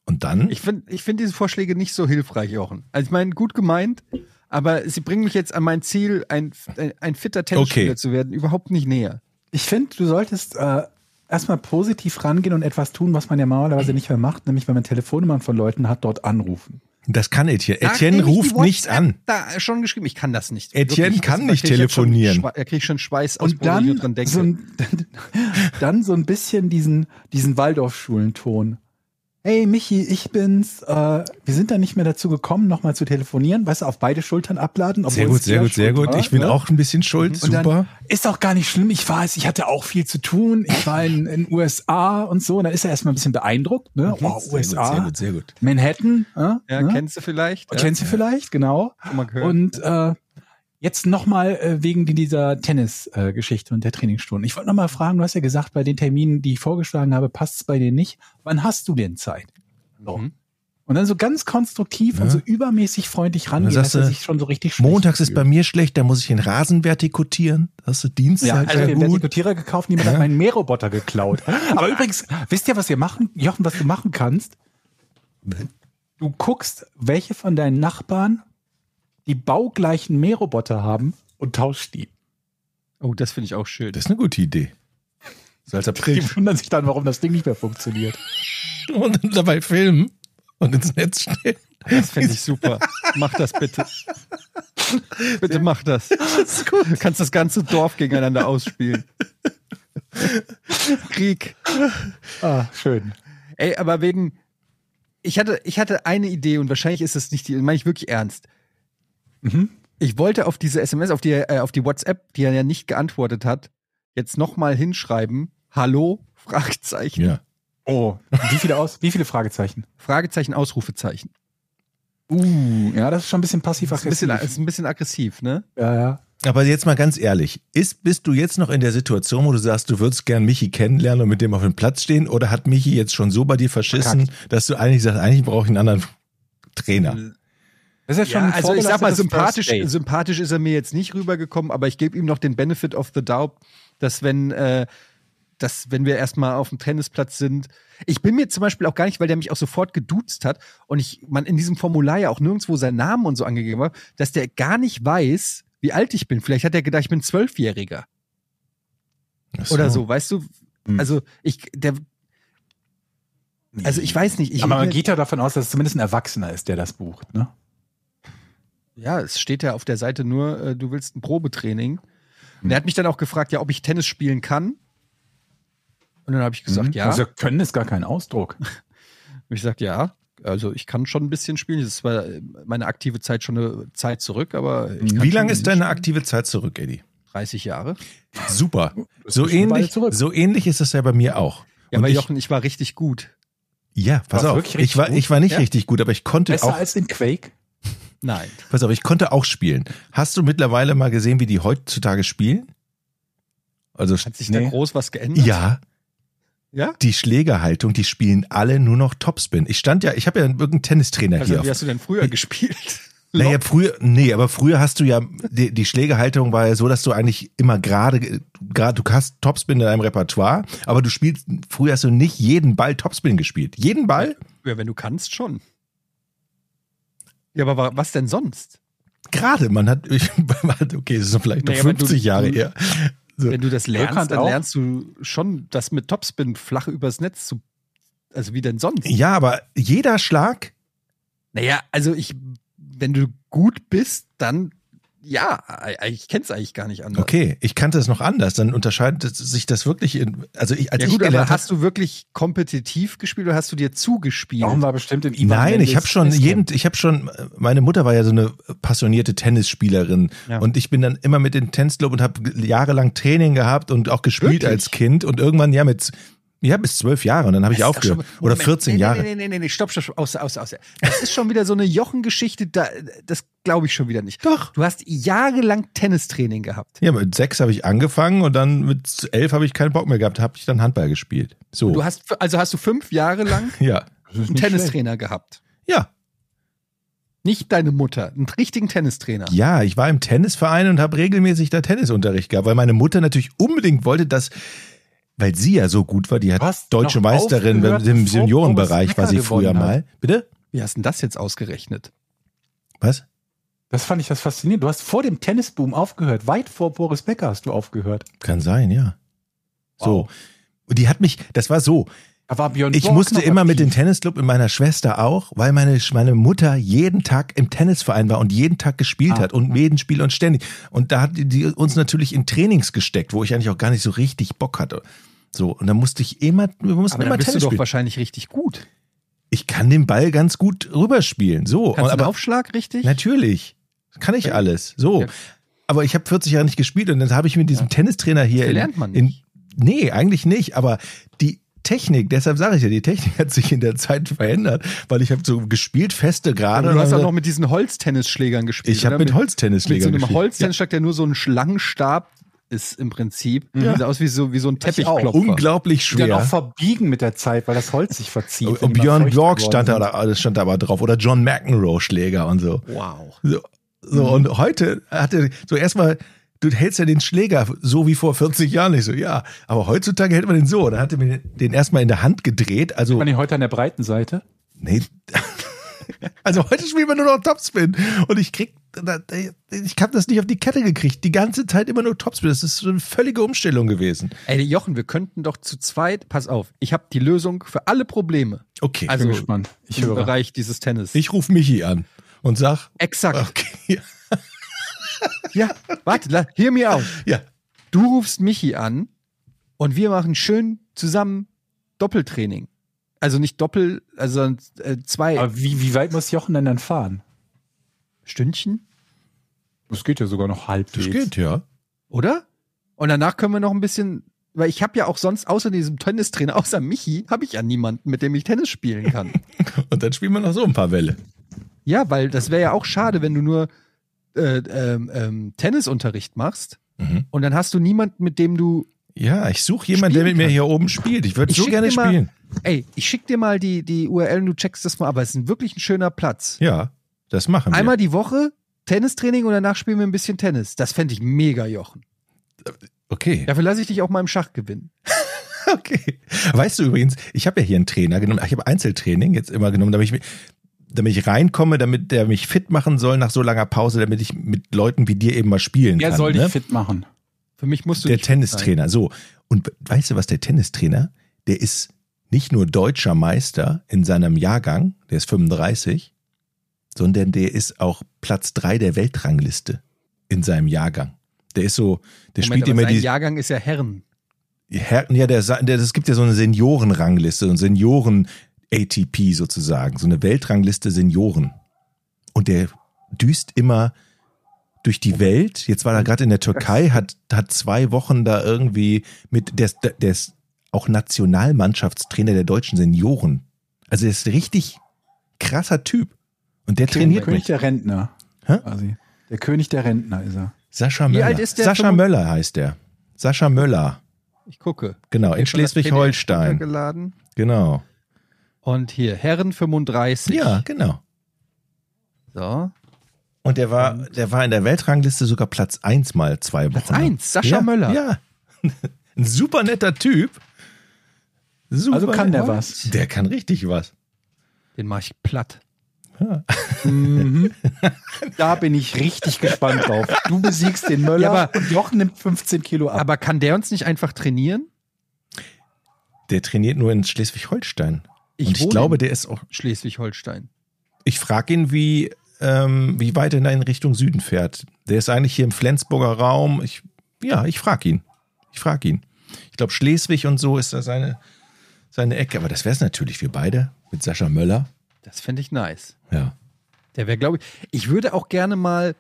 Speaker 7: Und dann?
Speaker 6: Ich finde ich find diese Vorschläge nicht so hilfreich, Jochen. Also ich meine, gut gemeint, aber sie bringen mich jetzt an mein Ziel, ein, ein, ein fitter Tennisspieler
Speaker 7: Okay.
Speaker 6: zu werden, überhaupt nicht näher.
Speaker 8: Ich finde, du solltest äh, erstmal positiv rangehen und etwas tun, was man ja normalerweise nicht mehr macht, nämlich wenn man Telefonnummern von Leuten hat, dort anrufen.
Speaker 7: das kann Etienne. Etienne
Speaker 6: Nachdem ich die
Speaker 7: ruft nicht
Speaker 6: WhatsApp
Speaker 7: an.
Speaker 6: Da schon geschrieben, ich kann das nicht.
Speaker 7: Etienne
Speaker 6: Wirklich,
Speaker 7: kann
Speaker 6: da
Speaker 7: nicht
Speaker 6: krieg ich jetzt schon
Speaker 7: telefonieren.
Speaker 6: Schwe- Da kriege ich schon Schweiß aus,
Speaker 8: Und dann,
Speaker 6: ich dran denke.
Speaker 8: so ein, dann so ein bisschen diesen, diesen Waldorfschulenton. Hey Michi, ich bin's. Äh, wir sind da nicht mehr dazu gekommen, nochmal zu telefonieren. Weißt du, auf beide Schultern abladen.
Speaker 7: Sehr
Speaker 8: obwohl
Speaker 7: gut,
Speaker 8: es
Speaker 7: sehr
Speaker 8: Tier
Speaker 7: gut, sehr
Speaker 8: schuld
Speaker 7: gut.
Speaker 8: war,
Speaker 7: Ich bin
Speaker 8: ne?
Speaker 7: auch ein bisschen schuld.
Speaker 8: Und
Speaker 7: Super.
Speaker 8: Dann, ist auch gar nicht schlimm, ich weiß, ich hatte auch viel zu tun. Ich war in den USA und so. Und dann ist er erstmal ein bisschen beeindruckt. Ne? Wow,
Speaker 7: Mhm. Sehr
Speaker 8: USA.
Speaker 7: gut, sehr gut, sehr gut.
Speaker 8: Manhattan. Äh,
Speaker 6: ja,
Speaker 8: ne?
Speaker 6: kennst du vielleicht?
Speaker 8: Kennst du vielleicht, genau.
Speaker 6: Schon mal gehört.
Speaker 8: Und äh, jetzt nochmal äh, wegen die- dieser Tennis-Geschichte äh, Geschichte und der Trainingsstunden. Ich wollte nochmal fragen, du hast ja gesagt, bei den Terminen, die ich vorgeschlagen habe, passt es bei dir nicht. Wann hast du denn Zeit? So.
Speaker 6: Mhm.
Speaker 8: Und dann so ganz konstruktiv und
Speaker 7: Ja.
Speaker 8: so übermäßig freundlich rangehen,
Speaker 7: sagst
Speaker 8: dass er
Speaker 7: du,
Speaker 8: sich schon so richtig schlecht
Speaker 7: Montags ist
Speaker 8: fühlt.
Speaker 7: bei mir schlecht, da muss ich den Rasen vertikutieren. Hast du Dienstag?
Speaker 8: Ja, also
Speaker 7: wäre
Speaker 8: den
Speaker 7: halt gut.
Speaker 8: Vertikutierer gekauft, niemand hat meinen Mähroboter geklaut. Aber übrigens, wisst ihr, was wir machen? Jochen, was du machen kannst? Du guckst, welche von deinen Nachbarn die baugleichen Mähroboter haben und tauschst die.
Speaker 6: Oh, das finde ich auch schön.
Speaker 7: Das ist eine gute Idee. So als April.
Speaker 8: Die wundern sich dann, warum das Ding nicht mehr funktioniert.
Speaker 7: Und dann dabei filmen und ins Netz stellen.
Speaker 6: Das finde ich super. mach das bitte. Bitte mach das. Du kannst das ganze Dorf gegeneinander ausspielen. Krieg.
Speaker 8: Ah, schön.
Speaker 6: Ey, aber wegen. Ich hatte, ich hatte eine Idee und wahrscheinlich ist das nicht die, meine ich wirklich ernst.
Speaker 8: Mhm.
Speaker 6: Ich wollte auf diese SMS, auf die, äh, auf die WhatsApp, die er ja nicht geantwortet hat, jetzt nochmal hinschreiben. Hallo? Fragezeichen.
Speaker 7: Ja.
Speaker 8: Oh, wie viele, aus, wie viele Fragezeichen?
Speaker 6: Fragezeichen, Ausrufezeichen.
Speaker 8: Uh, ja, das ist schon ein bisschen
Speaker 6: Ist ein bisschen,
Speaker 8: passiv-aggressiv.
Speaker 6: ist ein bisschen aggressiv, ne?
Speaker 8: Ja, ja.
Speaker 7: Aber jetzt mal ganz ehrlich, ist, bist du jetzt noch in der Situation, wo du sagst, du würdest gern Michi kennenlernen und mit dem auf dem Platz stehen? Oder hat Michi jetzt schon so bei dir verschissen, dass du eigentlich sagst, eigentlich brauche ich einen anderen Trainer?
Speaker 8: Das ist ja schon
Speaker 6: Ja,
Speaker 8: ein
Speaker 6: also ich sag mal,
Speaker 8: vorbelastetes
Speaker 6: sympathisch,
Speaker 8: First Date.
Speaker 6: sympathisch ist er mir jetzt nicht rübergekommen, aber ich gebe ihm noch den Benefit of the doubt, dass wenn, äh, dass wenn wir erstmal auf dem Tennisplatz sind, ich bin mir zum Beispiel auch gar nicht, weil der mich auch sofort geduzt hat und ich, man in diesem Formular ja auch nirgendwo seinen Namen und so angegeben war, dass der gar nicht weiß, wie alt ich bin. Vielleicht hat er gedacht, ich bin Zwölfjähriger oder so, weißt du?
Speaker 8: Hm.
Speaker 6: Also ich, der, also ich weiß nicht. Ich,
Speaker 8: Aber man geht ja davon aus, dass es zumindest ein Erwachsener ist, der das bucht. Ne?
Speaker 6: Ja, es steht ja auf der Seite nur, äh, du willst ein Probetraining. Und
Speaker 7: Hm.
Speaker 6: er hat mich dann auch gefragt, ja, ob ich Tennis spielen kann. Und dann habe ich
Speaker 7: Hm.
Speaker 6: gesagt,
Speaker 8: Mhm.
Speaker 6: ja.
Speaker 8: Also können ist gar kein Ausdruck.
Speaker 6: Und ich sagte, ja, also ich kann schon ein bisschen spielen. Das ist zwar äh, meine aktive Zeit schon eine Zeit zurück, aber ich kann
Speaker 7: Hm. Wie
Speaker 6: schon
Speaker 7: lange ist
Speaker 6: ein
Speaker 7: deine aktive Zeit zurück, Eddie?
Speaker 6: 30 Jahre.
Speaker 7: Super. So
Speaker 8: schon eine Weile
Speaker 7: ähnlich,
Speaker 8: zurück.
Speaker 7: so ähnlich ist das ja bei mir
Speaker 6: Ja,
Speaker 7: auch. Und
Speaker 6: aber
Speaker 7: ich-
Speaker 6: Jochen, ich war richtig gut.
Speaker 7: Ja, pass
Speaker 8: Warst du
Speaker 7: auf.
Speaker 8: wirklich
Speaker 7: Ich
Speaker 8: richtig
Speaker 7: war,
Speaker 8: gut?
Speaker 7: ich war nicht
Speaker 6: Ja.
Speaker 7: richtig gut, aber ich konnte
Speaker 8: Besser
Speaker 7: auch,
Speaker 8: als in Quake.
Speaker 6: Nein.
Speaker 7: pass auf, ich konnte auch spielen. Hast du mittlerweile mal gesehen, wie die heutzutage spielen? Also,
Speaker 6: Hat sich da
Speaker 8: Nee.
Speaker 6: groß was geändert?
Speaker 7: ja,
Speaker 6: Ja?
Speaker 7: die Schlägerhaltung, die spielen alle nur noch Topspin. Ich stand ja, ich habe ja irgendeinen Tennistrainer hier.
Speaker 6: Also,
Speaker 7: auf-
Speaker 6: wie hast du denn früher gespielt?
Speaker 7: Naja, früher, nee, aber früher hast du ja, die, die Schlägerhaltung war ja so, dass du eigentlich immer gerade, gerade, du hast Topspin in deinem Repertoire, aber du spielst, früher hast du nicht jeden Ball Topspin gespielt. Jeden Ball?
Speaker 6: Ja, wenn du kannst, schon. Ja, aber wa- was denn sonst?
Speaker 7: Gerade, man hat, ich, man hat- okay, das ist vielleicht noch
Speaker 6: Naja, aber du-
Speaker 7: 50 Jahre
Speaker 6: du-
Speaker 7: her. So.
Speaker 6: Wenn du das lernst,
Speaker 8: Rückhand
Speaker 6: dann
Speaker 8: auch?
Speaker 6: lernst du schon, das mit Topspin flach übers Netz zu. Also wie denn sonst?
Speaker 7: Ja, aber jeder Schlag,
Speaker 6: Naja, also ich, wenn du gut bist, dann ja, ich kenn's eigentlich gar nicht anders.
Speaker 7: okay, ich kannte es noch anders, dann unterscheidet es sich das wirklich in, also ich, als
Speaker 6: Ja
Speaker 7: ich
Speaker 6: gut, aber
Speaker 7: gelernt
Speaker 6: hast du wirklich kompetitiv gespielt oder hast du dir zugespielt?
Speaker 8: Warum war bestimmt im Ivan
Speaker 7: Nein, ich
Speaker 8: Mendes
Speaker 7: habe schon
Speaker 8: Tenniscamp.
Speaker 7: jeden, ich habe schon, meine Mutter war ja so eine passionierte Tennisspielerin
Speaker 6: Ja.
Speaker 7: und ich bin dann immer mit in den Tennisclub und habe jahrelang Training gehabt und auch gespielt
Speaker 6: Wirklich?
Speaker 7: als Kind und irgendwann ja mit, ja bis zwölf Jahre und dann habe ich
Speaker 6: Das ist doch
Speaker 7: aufgehört
Speaker 6: schon-
Speaker 7: oder
Speaker 6: Moment,
Speaker 7: 14
Speaker 6: nee,
Speaker 7: Jahre.
Speaker 6: Nee, nee, nee, nee, stopp, stopp, stopp, aus, aus, aus. Das ist schon wieder so eine Jochengeschichte, da, das glaube ich schon wieder nicht.
Speaker 7: Doch.
Speaker 6: Du hast jahrelang Tennistraining gehabt.
Speaker 7: Ja, mit sechs habe ich angefangen und dann mit elf habe ich keinen Bock mehr gehabt, habe ich dann Handball gespielt. So,
Speaker 6: Du hast, also hast du fünf Jahre lang
Speaker 7: ja,
Speaker 8: Das ist
Speaker 6: einen
Speaker 8: nicht schlecht.
Speaker 6: Tennistrainer gehabt.
Speaker 7: ja,
Speaker 6: Nicht deine Mutter, einen richtigen Tennistrainer.
Speaker 7: ja. Ich war im Tennisverein und habe regelmäßig da Tennisunterricht gehabt, weil meine Mutter natürlich unbedingt wollte, dass weil sie ja so gut war, die hat
Speaker 8: Du hast
Speaker 7: deutsche
Speaker 8: noch
Speaker 7: Meisterin
Speaker 8: aufgehört,
Speaker 7: im
Speaker 8: bevor
Speaker 7: Seniorenbereich
Speaker 8: Boris
Speaker 7: war sie
Speaker 8: Becker
Speaker 7: früher
Speaker 8: gewonnen hat.
Speaker 7: mal. Bitte?
Speaker 6: Wie hast denn das jetzt ausgerechnet?
Speaker 7: Was?
Speaker 8: Das fand ich das faszinierend. Du hast vor dem Tennisboom aufgehört. Weit vor Boris Becker hast du aufgehört.
Speaker 7: Kann sein, ja. So.
Speaker 8: Wow.
Speaker 7: Und die hat mich, das war so,
Speaker 8: Da war Björn
Speaker 7: ich
Speaker 8: Borg
Speaker 7: musste
Speaker 8: noch
Speaker 7: immer mit
Speaker 8: aktiv.
Speaker 7: dem Tennisclub und meiner Schwester auch, weil meine, meine Mutter jeden Tag im Tennisverein war und jeden Tag gespielt
Speaker 8: Ah.
Speaker 7: hat und jeden Spiel und ständig. Und da hat die- die uns natürlich in Trainings gesteckt, wo ich eigentlich auch gar nicht so richtig Bock hatte. So, und da musste ich immer, wir mussten
Speaker 6: Aber
Speaker 7: immer
Speaker 6: dann bist du
Speaker 7: Tennis
Speaker 6: doch
Speaker 7: spielen.
Speaker 6: wahrscheinlich richtig gut.
Speaker 7: Ich kann den Ball ganz gut rüberspielen. So,
Speaker 6: Kannst du einen
Speaker 7: aber
Speaker 6: Aufschlag richtig?
Speaker 7: Natürlich. Das kann ich alles. So.
Speaker 6: Ja.
Speaker 7: Aber ich habe 40 Jahre nicht gespielt und dann habe ich mit diesem Tennistrainer hier.
Speaker 6: Das
Speaker 7: in-
Speaker 6: lernt man
Speaker 7: In,
Speaker 6: nicht.
Speaker 7: nee, eigentlich nicht. Aber die Technik, deshalb sage ich ja, die Technik hat sich in der Zeit verändert, weil ich habe so gespielt feste
Speaker 6: Und
Speaker 7: gerade.
Speaker 6: du hast
Speaker 7: und
Speaker 6: auch
Speaker 7: dann-
Speaker 6: noch mit diesen Holztennisschlägern gespielt.
Speaker 7: ich habe
Speaker 6: oder?
Speaker 7: mit
Speaker 6: Mit so
Speaker 7: Holztennisschlägern
Speaker 6: einem
Speaker 7: gespielt.
Speaker 6: Holztennisschlag, der nur so ein Schlangenstab ist im Prinzip. Ja. Sieht aus wie so, wie so ein
Speaker 7: ja.
Speaker 6: Teppichklopfer.
Speaker 7: Unglaublich
Speaker 8: Die dann auch
Speaker 7: schwer.
Speaker 8: verbiegen mit der Zeit, weil das Holz sich verzieht.
Speaker 7: Und
Speaker 8: wenn die mal
Speaker 7: Oh, Björn
Speaker 8: feucht
Speaker 7: Borg
Speaker 8: geworden
Speaker 7: stand da,
Speaker 8: sind.
Speaker 7: da- das stand da aber drauf. Oder John McEnroe-Schläger und so.
Speaker 6: Wow.
Speaker 7: So, so und heute hatte so erstmal, du hältst ja den Schläger so wie vor 40 Jahren nicht so, ja. Aber heutzutage hält man den so. Dann hatte mir den erstmal in der Hand gedreht. Also,
Speaker 8: Man ihn heute an der breiten Seite.
Speaker 7: nee. also heute spielt man nur noch Topspin. Und ich krieg, da- da- ich habe das nicht auf die Kette gekriegt. Die ganze Zeit immer nur Topspin. Das ist so eine völlige Umstellung gewesen.
Speaker 6: Ey, Jochen, wir könnten doch zu zweit, pass auf, ich habe die Lösung für alle Probleme
Speaker 7: Okay.
Speaker 6: Also-
Speaker 8: Bin gespannt. Ich
Speaker 6: im
Speaker 8: höre.
Speaker 6: Bereich dieses Tennis.
Speaker 7: ich rufe Michi an und sag,
Speaker 6: Exakt.
Speaker 7: okay,
Speaker 6: Ja, warte, la- hear me out.
Speaker 7: ja.
Speaker 6: Du rufst Michi an und wir machen schön zusammen Doppeltraining. Also nicht Doppel, also äh, zwei
Speaker 8: Aber wie, wie weit muss Jochen denn dann fahren?
Speaker 6: Stündchen,
Speaker 8: Das geht ja sogar noch halbwegs.
Speaker 7: Das geht, ja.
Speaker 6: oder? Und danach können wir noch ein bisschen, weil ich habe ja auch sonst außer diesem Tennistrainer, außer Michi, habe ich ja niemanden, mit dem ich Tennis spielen kann.
Speaker 7: Und dann spielen wir noch so ein paar Welle.
Speaker 6: Ja, weil das wäre ja auch schade, wenn du nur äh, ähm, ähm, Tennisunterricht machst
Speaker 7: Mhm.
Speaker 6: und dann hast du niemanden, mit dem du.
Speaker 7: Ja, ich suche jemanden, der
Speaker 6: Spielen
Speaker 7: mit mir
Speaker 6: kann.
Speaker 7: hier oben spielt. Ich würde
Speaker 6: Ich
Speaker 7: so
Speaker 6: schick
Speaker 7: gerne
Speaker 6: dir mal-
Speaker 7: spielen.
Speaker 6: Ey, ich schick dir mal die, die URL und du checkst das mal, aber es ist ein wirklich ein schöner Platz.
Speaker 7: Ja, das machen wir.
Speaker 6: Einmal die Woche Tennistraining und danach spielen wir ein bisschen Tennis. Das fände ich mega, Jochen.
Speaker 7: okay.
Speaker 6: Dafür lasse ich dich auch mal im Schach gewinnen.
Speaker 7: Okay. Weißt du übrigens, ich habe ja hier einen Trainer genommen. Ach, Ich habe Einzeltraining jetzt immer genommen, damit ich, mi- damit ich reinkomme, damit der mich fit machen soll nach so langer Pause, damit ich mit Leuten wie dir eben mal spielen
Speaker 8: Der
Speaker 7: kann.
Speaker 8: soll dich
Speaker 7: ne?
Speaker 8: fit machen.
Speaker 6: Für mich musst du
Speaker 7: Der
Speaker 6: nicht fit sein.
Speaker 7: Tennistrainer. So. Und we- weißt du, was der Tennistrainer, der ist nicht nur deutscher Meister in seinem Jahrgang, der ist 35, sondern der ist auch Platz drei der Weltrangliste in seinem Jahrgang. Der ist so, der
Speaker 6: Moment,
Speaker 7: spielt
Speaker 6: aber
Speaker 7: immer
Speaker 6: sein
Speaker 7: die
Speaker 6: Jahrgang ist ja Herren.
Speaker 7: Her ja, der, Sa- der, es gibt ja so eine Seniorenrangliste, so ein Senioren-ATP sozusagen, so eine Weltrangliste Senioren. Und der düst immer durch die Welt. Jetzt war er gerade in der Türkei, hat, hat zwei Wochen da irgendwie mit, der, ist- der ist auch Nationalmannschaftstrainer der deutschen Senioren. Also der ist ein richtig krasser Typ. Und der trainiert
Speaker 8: König
Speaker 7: mich.
Speaker 8: der Rentner.
Speaker 7: Hä?
Speaker 8: Quasi. Der König der Rentner ist er.
Speaker 7: Sascha
Speaker 6: Wie
Speaker 7: Möller.
Speaker 6: alt ist der?
Speaker 7: Sascha
Speaker 6: Fünfund-
Speaker 7: Möller heißt der. Sascha Möller.
Speaker 6: Ich gucke.
Speaker 7: Genau, in
Speaker 6: Jetzt mal das PDF
Speaker 7: Schleswig-Holstein.
Speaker 6: runtergeladen.
Speaker 7: Genau.
Speaker 6: Und hier, Herren 35.
Speaker 7: Ja, genau.
Speaker 6: So.
Speaker 7: Und der war, der war in der Weltrangliste sogar Platz 1 mal zwei Wochen.
Speaker 6: Platz eins, Sascha
Speaker 7: ja,
Speaker 6: Möller.
Speaker 7: Ja. Ein super netter Typ. Super
Speaker 8: Also kann der
Speaker 7: netter-
Speaker 8: was.
Speaker 7: Der kann richtig was.
Speaker 6: Den mache ich platt.
Speaker 8: Mhm. da bin ich richtig gespannt drauf. Du besiegst den Möller
Speaker 6: Ja, aber-
Speaker 8: und Jochen nimmt 15 Kilo ab.
Speaker 6: Aber kann der uns nicht einfach trainieren?
Speaker 7: Der trainiert nur in Schleswig-Holstein.
Speaker 6: Ich
Speaker 7: Und ich
Speaker 6: wohne
Speaker 7: glaube,
Speaker 6: in-
Speaker 7: der ist auch.
Speaker 6: Schleswig-Holstein.
Speaker 7: Ich frage ihn, wie, ähm, wie weit er in Richtung Süden fährt. Der ist eigentlich hier im Flensburger Raum. Ich, ja, ich frage ihn. Ich frage ihn. Ich glaube, Schleswig und so ist da seine, seine Ecke. Aber das wäre es natürlich für beide mit Sascha Möller.
Speaker 6: Das fände ich nice.
Speaker 7: Ja.
Speaker 6: Der wäre, glaube ich. Ich würde auch gerne mal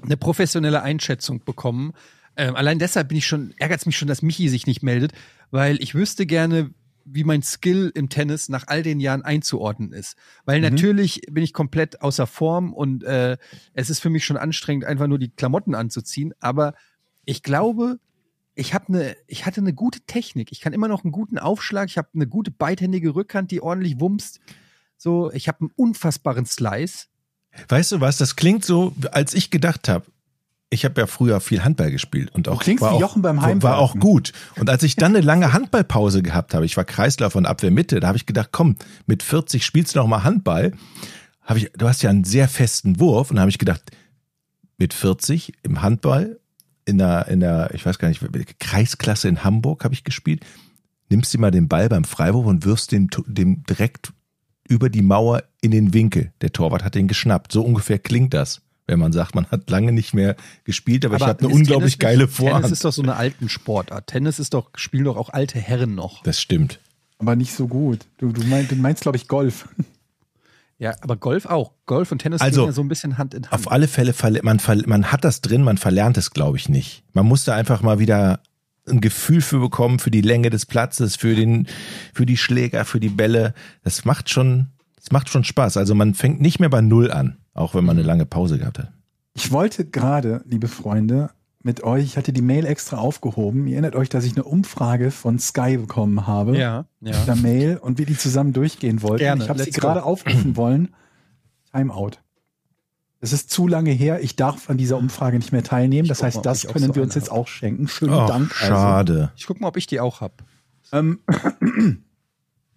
Speaker 6: eine professionelle Einschätzung bekommen. Ähm, allein deshalb bin ich schon, ärgert es mich schon, dass Michi sich nicht meldet, weil ich wüsste gerne, wie mein Skill im Tennis nach all den Jahren einzuordnen ist. Weil natürlich bin ich komplett außer Form und äh, es ist für mich schon anstrengend, einfach nur die Klamotten anzuziehen. Aber ich glaube, ich habe eine, ich hatte eine gute Technik. Ich kann immer noch einen guten Aufschlag. Ich habe eine gute beidhändige Rückhand, die ordentlich wumst. So, ich habe einen unfassbaren Slice.
Speaker 7: Weißt du was, das klingt so, als ich gedacht habe, ich habe ja früher viel Handball gespielt und auch
Speaker 8: Du klingst
Speaker 7: war
Speaker 8: wie
Speaker 7: auch,
Speaker 8: Jochen beim
Speaker 7: war
Speaker 8: Heimwerken.
Speaker 7: auch gut. Und als ich dann eine lange Handballpause gehabt habe, ich war Kreislauf und Abwehrmitte, da habe ich gedacht, komm, mit 40 spielst du noch mal Handball. Hab ich, du hast ja einen sehr festen Wurf und da habe ich gedacht, mit 40 im Handball in der in der ich weiß gar nicht Kreisklasse in Hamburg habe ich gespielt. Nimmst dir mal den Ball beim Freiwurf und wirfst dem dem direkt über die Mauer in den Winkel. Der Torwart hat ihn geschnappt. So ungefähr klingt das, wenn man sagt, man hat lange nicht mehr gespielt, aber, ich habe eine
Speaker 6: ist
Speaker 7: unglaublich
Speaker 6: Tennis
Speaker 7: geile
Speaker 6: nicht-
Speaker 7: Vorhand.
Speaker 6: Tennis ist doch so eine alten Sportart. Tennis ist doch, spielen doch auch alte Herren noch.
Speaker 7: das stimmt.
Speaker 8: Aber nicht so gut. Du, du meinst, du meinst glaube ich, Golf.
Speaker 6: Ja, aber Golf auch. Golf und Tennis
Speaker 7: Also,
Speaker 6: gehen ja so ein bisschen Hand in Hand.
Speaker 7: Auf alle Fälle, verle- man, verle- man hat das drin, man verlernt es, glaube ich, nicht. Man muss da einfach mal wieder ein Gefühl für bekommen, für die Länge des Platzes, für, den, für die Schläger, für die Bälle. Das macht, schon, das macht schon Spaß. Also man fängt nicht mehr bei Null an, auch wenn man eine lange Pause gehabt hat.
Speaker 8: Ich wollte gerade, liebe Freunde, mit euch, ich hatte die Mail extra aufgehoben. Ihr erinnert euch, dass ich eine Umfrage von Sky bekommen habe.
Speaker 6: ja,
Speaker 8: Mit
Speaker 6: ja.
Speaker 8: einer Mail und wir die zusammen durchgehen wollten.
Speaker 6: Gerne,
Speaker 8: Ich habe sie
Speaker 6: let's
Speaker 8: gerade
Speaker 6: go.
Speaker 8: aufrufen wollen. Timeout. Es ist zu lange her. Ich darf an dieser Umfrage nicht mehr teilnehmen.
Speaker 6: Ich
Speaker 8: Das
Speaker 6: guck mal,
Speaker 8: heißt,
Speaker 6: ob
Speaker 8: das
Speaker 6: ich auch
Speaker 8: können
Speaker 6: so
Speaker 8: wir
Speaker 6: eine
Speaker 8: uns jetzt
Speaker 6: hab.
Speaker 8: auch schenken. Schönen
Speaker 7: Och,
Speaker 8: Dank. also.
Speaker 7: schade.
Speaker 6: Ich guck mal, ob ich die auch hab.
Speaker 8: Ähm,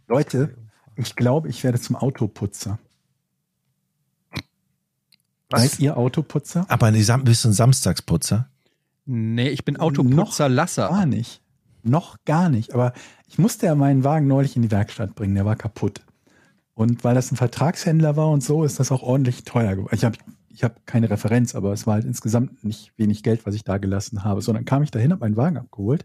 Speaker 8: Leute, ich glaube, ich werde zum Autoputzer. Seid ihr Autoputzer?
Speaker 7: Aber die Sam- bist du ein Samstagsputzer?
Speaker 6: Nee, ich bin Autoputzer Lasser.
Speaker 8: Gar nicht. Noch gar nicht. Aber ich musste ja meinen Wagen neulich in die Werkstatt bringen. Der war kaputt. Und weil das ein Vertragshändler war und so, ist das auch ordentlich teuer geworden. Ich habe ich hab keine Referenz, aber es war halt insgesamt nicht wenig Geld, was ich da gelassen habe. So, dann kam ich dahin, habe meinen Wagen abgeholt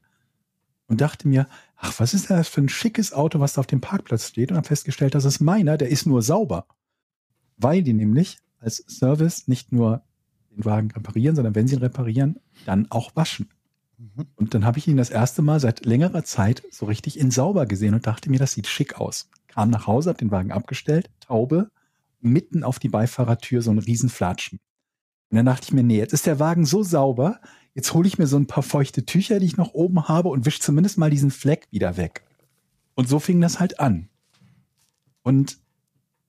Speaker 8: und dachte mir, ach, was ist denn das für ein schickes Auto, was da auf dem Parkplatz steht? Und habe festgestellt, das ist meiner, der ist nur sauber. Weil die nämlich als Service nicht nur den Wagen reparieren, sondern wenn sie ihn reparieren, dann auch waschen.
Speaker 6: Mhm.
Speaker 8: Und dann habe ich ihn das erste Mal seit längerer Zeit so richtig in sauber gesehen und dachte mir, das sieht schick aus. Kam nach Hause, habe den Wagen abgestellt, Taube mitten auf die Beifahrertür so ein Riesenflatschen. Und dann dachte ich mir, nee, jetzt ist der Wagen so sauber, jetzt hole ich mir so ein paar feuchte Tücher, die ich noch oben habe und wisch zumindest mal diesen Fleck wieder weg. Und so fing das halt an. Und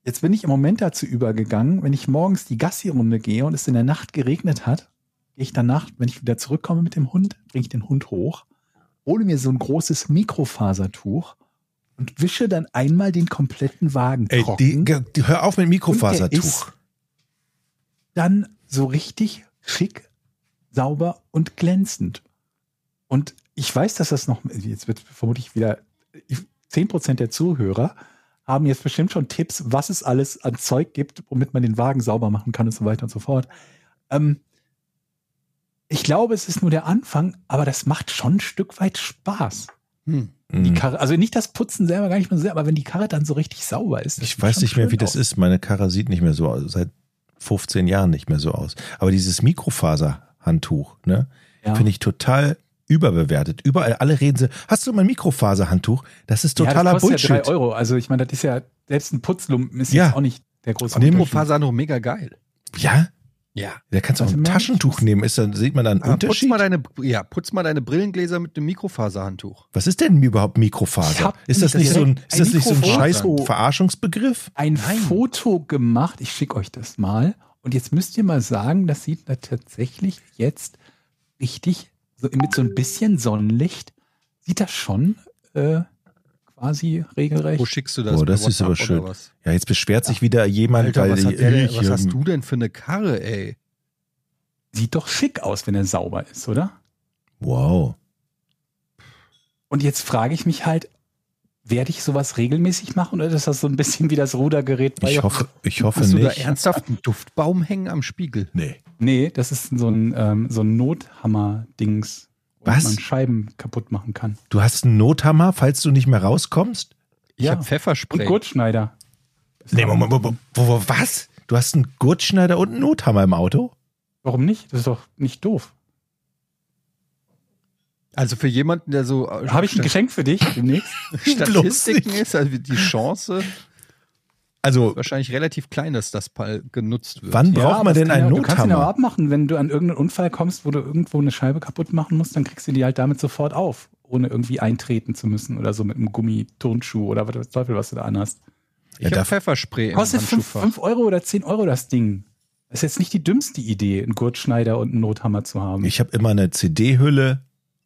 Speaker 8: jetzt bin ich im Moment dazu übergegangen, wenn ich morgens die Gassi-Runde gehe und es in der Nacht geregnet hat, gehe ich danach, wenn ich wieder zurückkomme mit dem Hund, bringe ich den Hund hoch, hole mir so ein großes Mikrofasertuch und wische dann einmal den kompletten Wagen
Speaker 7: Ey, die,
Speaker 8: trocken.
Speaker 7: ge- die, hör auf mit dem
Speaker 8: Und der
Speaker 7: Mikrofasertuch.
Speaker 8: ist dann so richtig schick, sauber und glänzend. Und ich weiß, dass das noch, jetzt wird vermutlich wieder, ich- 10% der Zuhörer haben jetzt bestimmt schon Tipps, was es alles an Zeug gibt, womit man den Wagen sauber machen kann und so weiter und so fort. Ähm, ich glaube, es ist nur der Anfang, aber das macht schon ein Stück weit Spaß.
Speaker 6: Hm.
Speaker 7: Mhm.
Speaker 8: Die Karre, also nicht das Putzen selber gar nicht mehr so sehr, aber wenn die Karre dann so richtig sauber ist. das
Speaker 7: Ich
Speaker 8: sieht
Speaker 7: weiß
Speaker 8: schon
Speaker 7: nicht mehr,
Speaker 8: schön
Speaker 7: wie das
Speaker 8: aus.
Speaker 7: ist. Meine Karre sieht nicht mehr so aus. Seit 15 Jahren nicht mehr so aus. Aber dieses Mikrofaserhandtuch, ne,
Speaker 8: Ja.
Speaker 7: finde ich total überbewertet. Überall, alle reden so, hast du mein Mikrofaserhandtuch? Das ist totaler
Speaker 8: ja, das kostet
Speaker 7: Bullshit.
Speaker 8: Ja 3 Euro. Also ich meine, das ist ja, selbst ein Putzlumpen ist
Speaker 7: Ja.
Speaker 8: jetzt auch nicht der große
Speaker 7: Nimm-
Speaker 8: Unterschied.
Speaker 6: Mikrofaser noch mega geil.
Speaker 7: Ja?
Speaker 6: Ja.
Speaker 7: Da kannst du auch
Speaker 8: Warte
Speaker 7: ein
Speaker 8: mal.
Speaker 7: Taschentuch nehmen. Ist dann, sieht man da einen
Speaker 6: Aber putz
Speaker 7: Unterschied?
Speaker 6: mal deine, ja, putz mal deine Brillengläser mit einem Mikrofaserhandtuch.
Speaker 7: Was ist denn überhaupt
Speaker 8: Ich
Speaker 7: Mikrofaser?
Speaker 8: hab
Speaker 7: Ist das
Speaker 8: nicht
Speaker 7: nicht so ein,
Speaker 8: direkt
Speaker 7: ist das
Speaker 8: ein
Speaker 7: nicht so ein scheiß
Speaker 8: Mikrofaser.
Speaker 7: Verarschungsbegriff?
Speaker 8: Ein
Speaker 6: Nein.
Speaker 8: Foto gemacht, ich schicke euch das mal. Und jetzt müsst ihr mal sagen, das sieht da tatsächlich jetzt richtig, so, mit so ein bisschen Sonnenlicht, sieht das schon äh, quasi regelrecht.
Speaker 6: Wo schickst du das?
Speaker 7: Oh, das
Speaker 6: Bei
Speaker 7: ist aber
Speaker 6: WhatsApp
Speaker 7: schön.
Speaker 6: oder was?
Speaker 7: Ja, jetzt beschwert sich wieder jemand,
Speaker 6: Alter,
Speaker 7: weil
Speaker 6: was,
Speaker 7: die,
Speaker 6: hat der, denn-
Speaker 7: ich,
Speaker 6: was hast
Speaker 7: ähm,
Speaker 6: du denn für eine Karre, ey?
Speaker 8: Sieht doch schick aus, wenn er sauber ist, oder?
Speaker 7: Wow.
Speaker 8: Und jetzt frage ich mich halt, werde ich sowas regelmäßig machen oder ist das so ein bisschen wie das Rudergerät bei
Speaker 7: Ich hoffe, ich hoffe
Speaker 6: Hast du da
Speaker 7: nicht.
Speaker 6: ernsthaft einen Duftbaum hängen am Spiegel?
Speaker 7: Nee.
Speaker 8: Nee, das ist so ein, ähm, so ein Nothammer-Dings, wo
Speaker 7: Was?
Speaker 8: man Scheiben kaputt machen kann.
Speaker 7: Du hast einen Nothammer, falls du nicht mehr rauskommst?
Speaker 6: Ich
Speaker 8: Ja.
Speaker 6: hab Pfefferspray.
Speaker 8: Und Gurtschneider.
Speaker 7: Nee, Moment, Moment, wo, wo, was? Du hast einen Gurtschneider und einen Nothammer im Auto?
Speaker 8: Warum nicht? Das ist doch nicht doof.
Speaker 6: Also für jemanden, der so äh,
Speaker 8: Habe ich ein
Speaker 6: Sta-
Speaker 8: Geschenk für dich demnächst?
Speaker 6: Statistiken
Speaker 7: Bloß
Speaker 6: ist, also die Chance
Speaker 7: Also,
Speaker 6: wahrscheinlich relativ klein, dass das Pal genutzt wird.
Speaker 7: wann
Speaker 8: Ja,
Speaker 7: braucht
Speaker 8: aber
Speaker 7: man
Speaker 8: das
Speaker 7: denn
Speaker 8: kann
Speaker 7: einen
Speaker 8: ja, Du kannst ihn aber
Speaker 7: Nothammer?
Speaker 8: abmachen, wenn du an irgendeinen Unfall kommst, wo du irgendwo eine Scheibe kaputt machen musst, dann kriegst du die halt damit sofort auf, ohne irgendwie eintreten zu müssen oder so mit einem Gummiturnschuh oder was der Teufel, was du da anhast.
Speaker 6: Ich
Speaker 7: Ja,
Speaker 6: hab
Speaker 7: darf-
Speaker 6: Pfefferspray im
Speaker 8: Kostet 5,
Speaker 6: Handschuhfach.
Speaker 8: Euro oder 10 Euro das Ding. Das ist jetzt nicht die dümmste Idee, einen Gurtschneider und einen Nothammer zu haben.
Speaker 7: Ich habe immer eine CD-Hülle,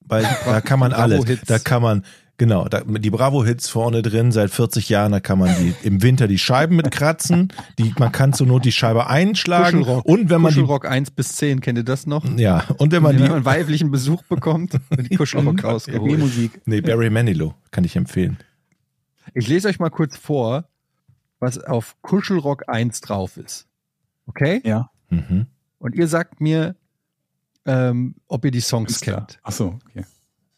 Speaker 7: weil da kann man alles.
Speaker 6: Bravo-Hits.
Speaker 7: Da kann man, genau, da, die Bravo-Hits vorne drin seit 40 Jahren, da kann man die im Winter die Scheiben mit kratzen, die, man kann zur Not die Scheibe einschlagen
Speaker 6: Kuschelrock.
Speaker 7: und wenn man die,
Speaker 6: Kuschelrock 1 bis 10, kennt ihr das noch?
Speaker 7: ja, und wenn man
Speaker 6: wenn
Speaker 7: die,
Speaker 6: man einen weiblichen Besuch bekommt, wird die
Speaker 8: Mhm.
Speaker 6: Kuschelrock
Speaker 8: Nee,
Speaker 6: rausgeholt.
Speaker 8: Musik.
Speaker 7: nee, Barry Manilow kann ich empfehlen.
Speaker 6: Ich lese euch mal kurz vor, was auf Kuschelrock 1 drauf ist. Okay?
Speaker 8: Ja.
Speaker 7: Mhm.
Speaker 6: Und ihr sagt mir, ähm, ob ihr die Songs
Speaker 8: Ist klar.
Speaker 6: kennt.
Speaker 8: Ach so, okay.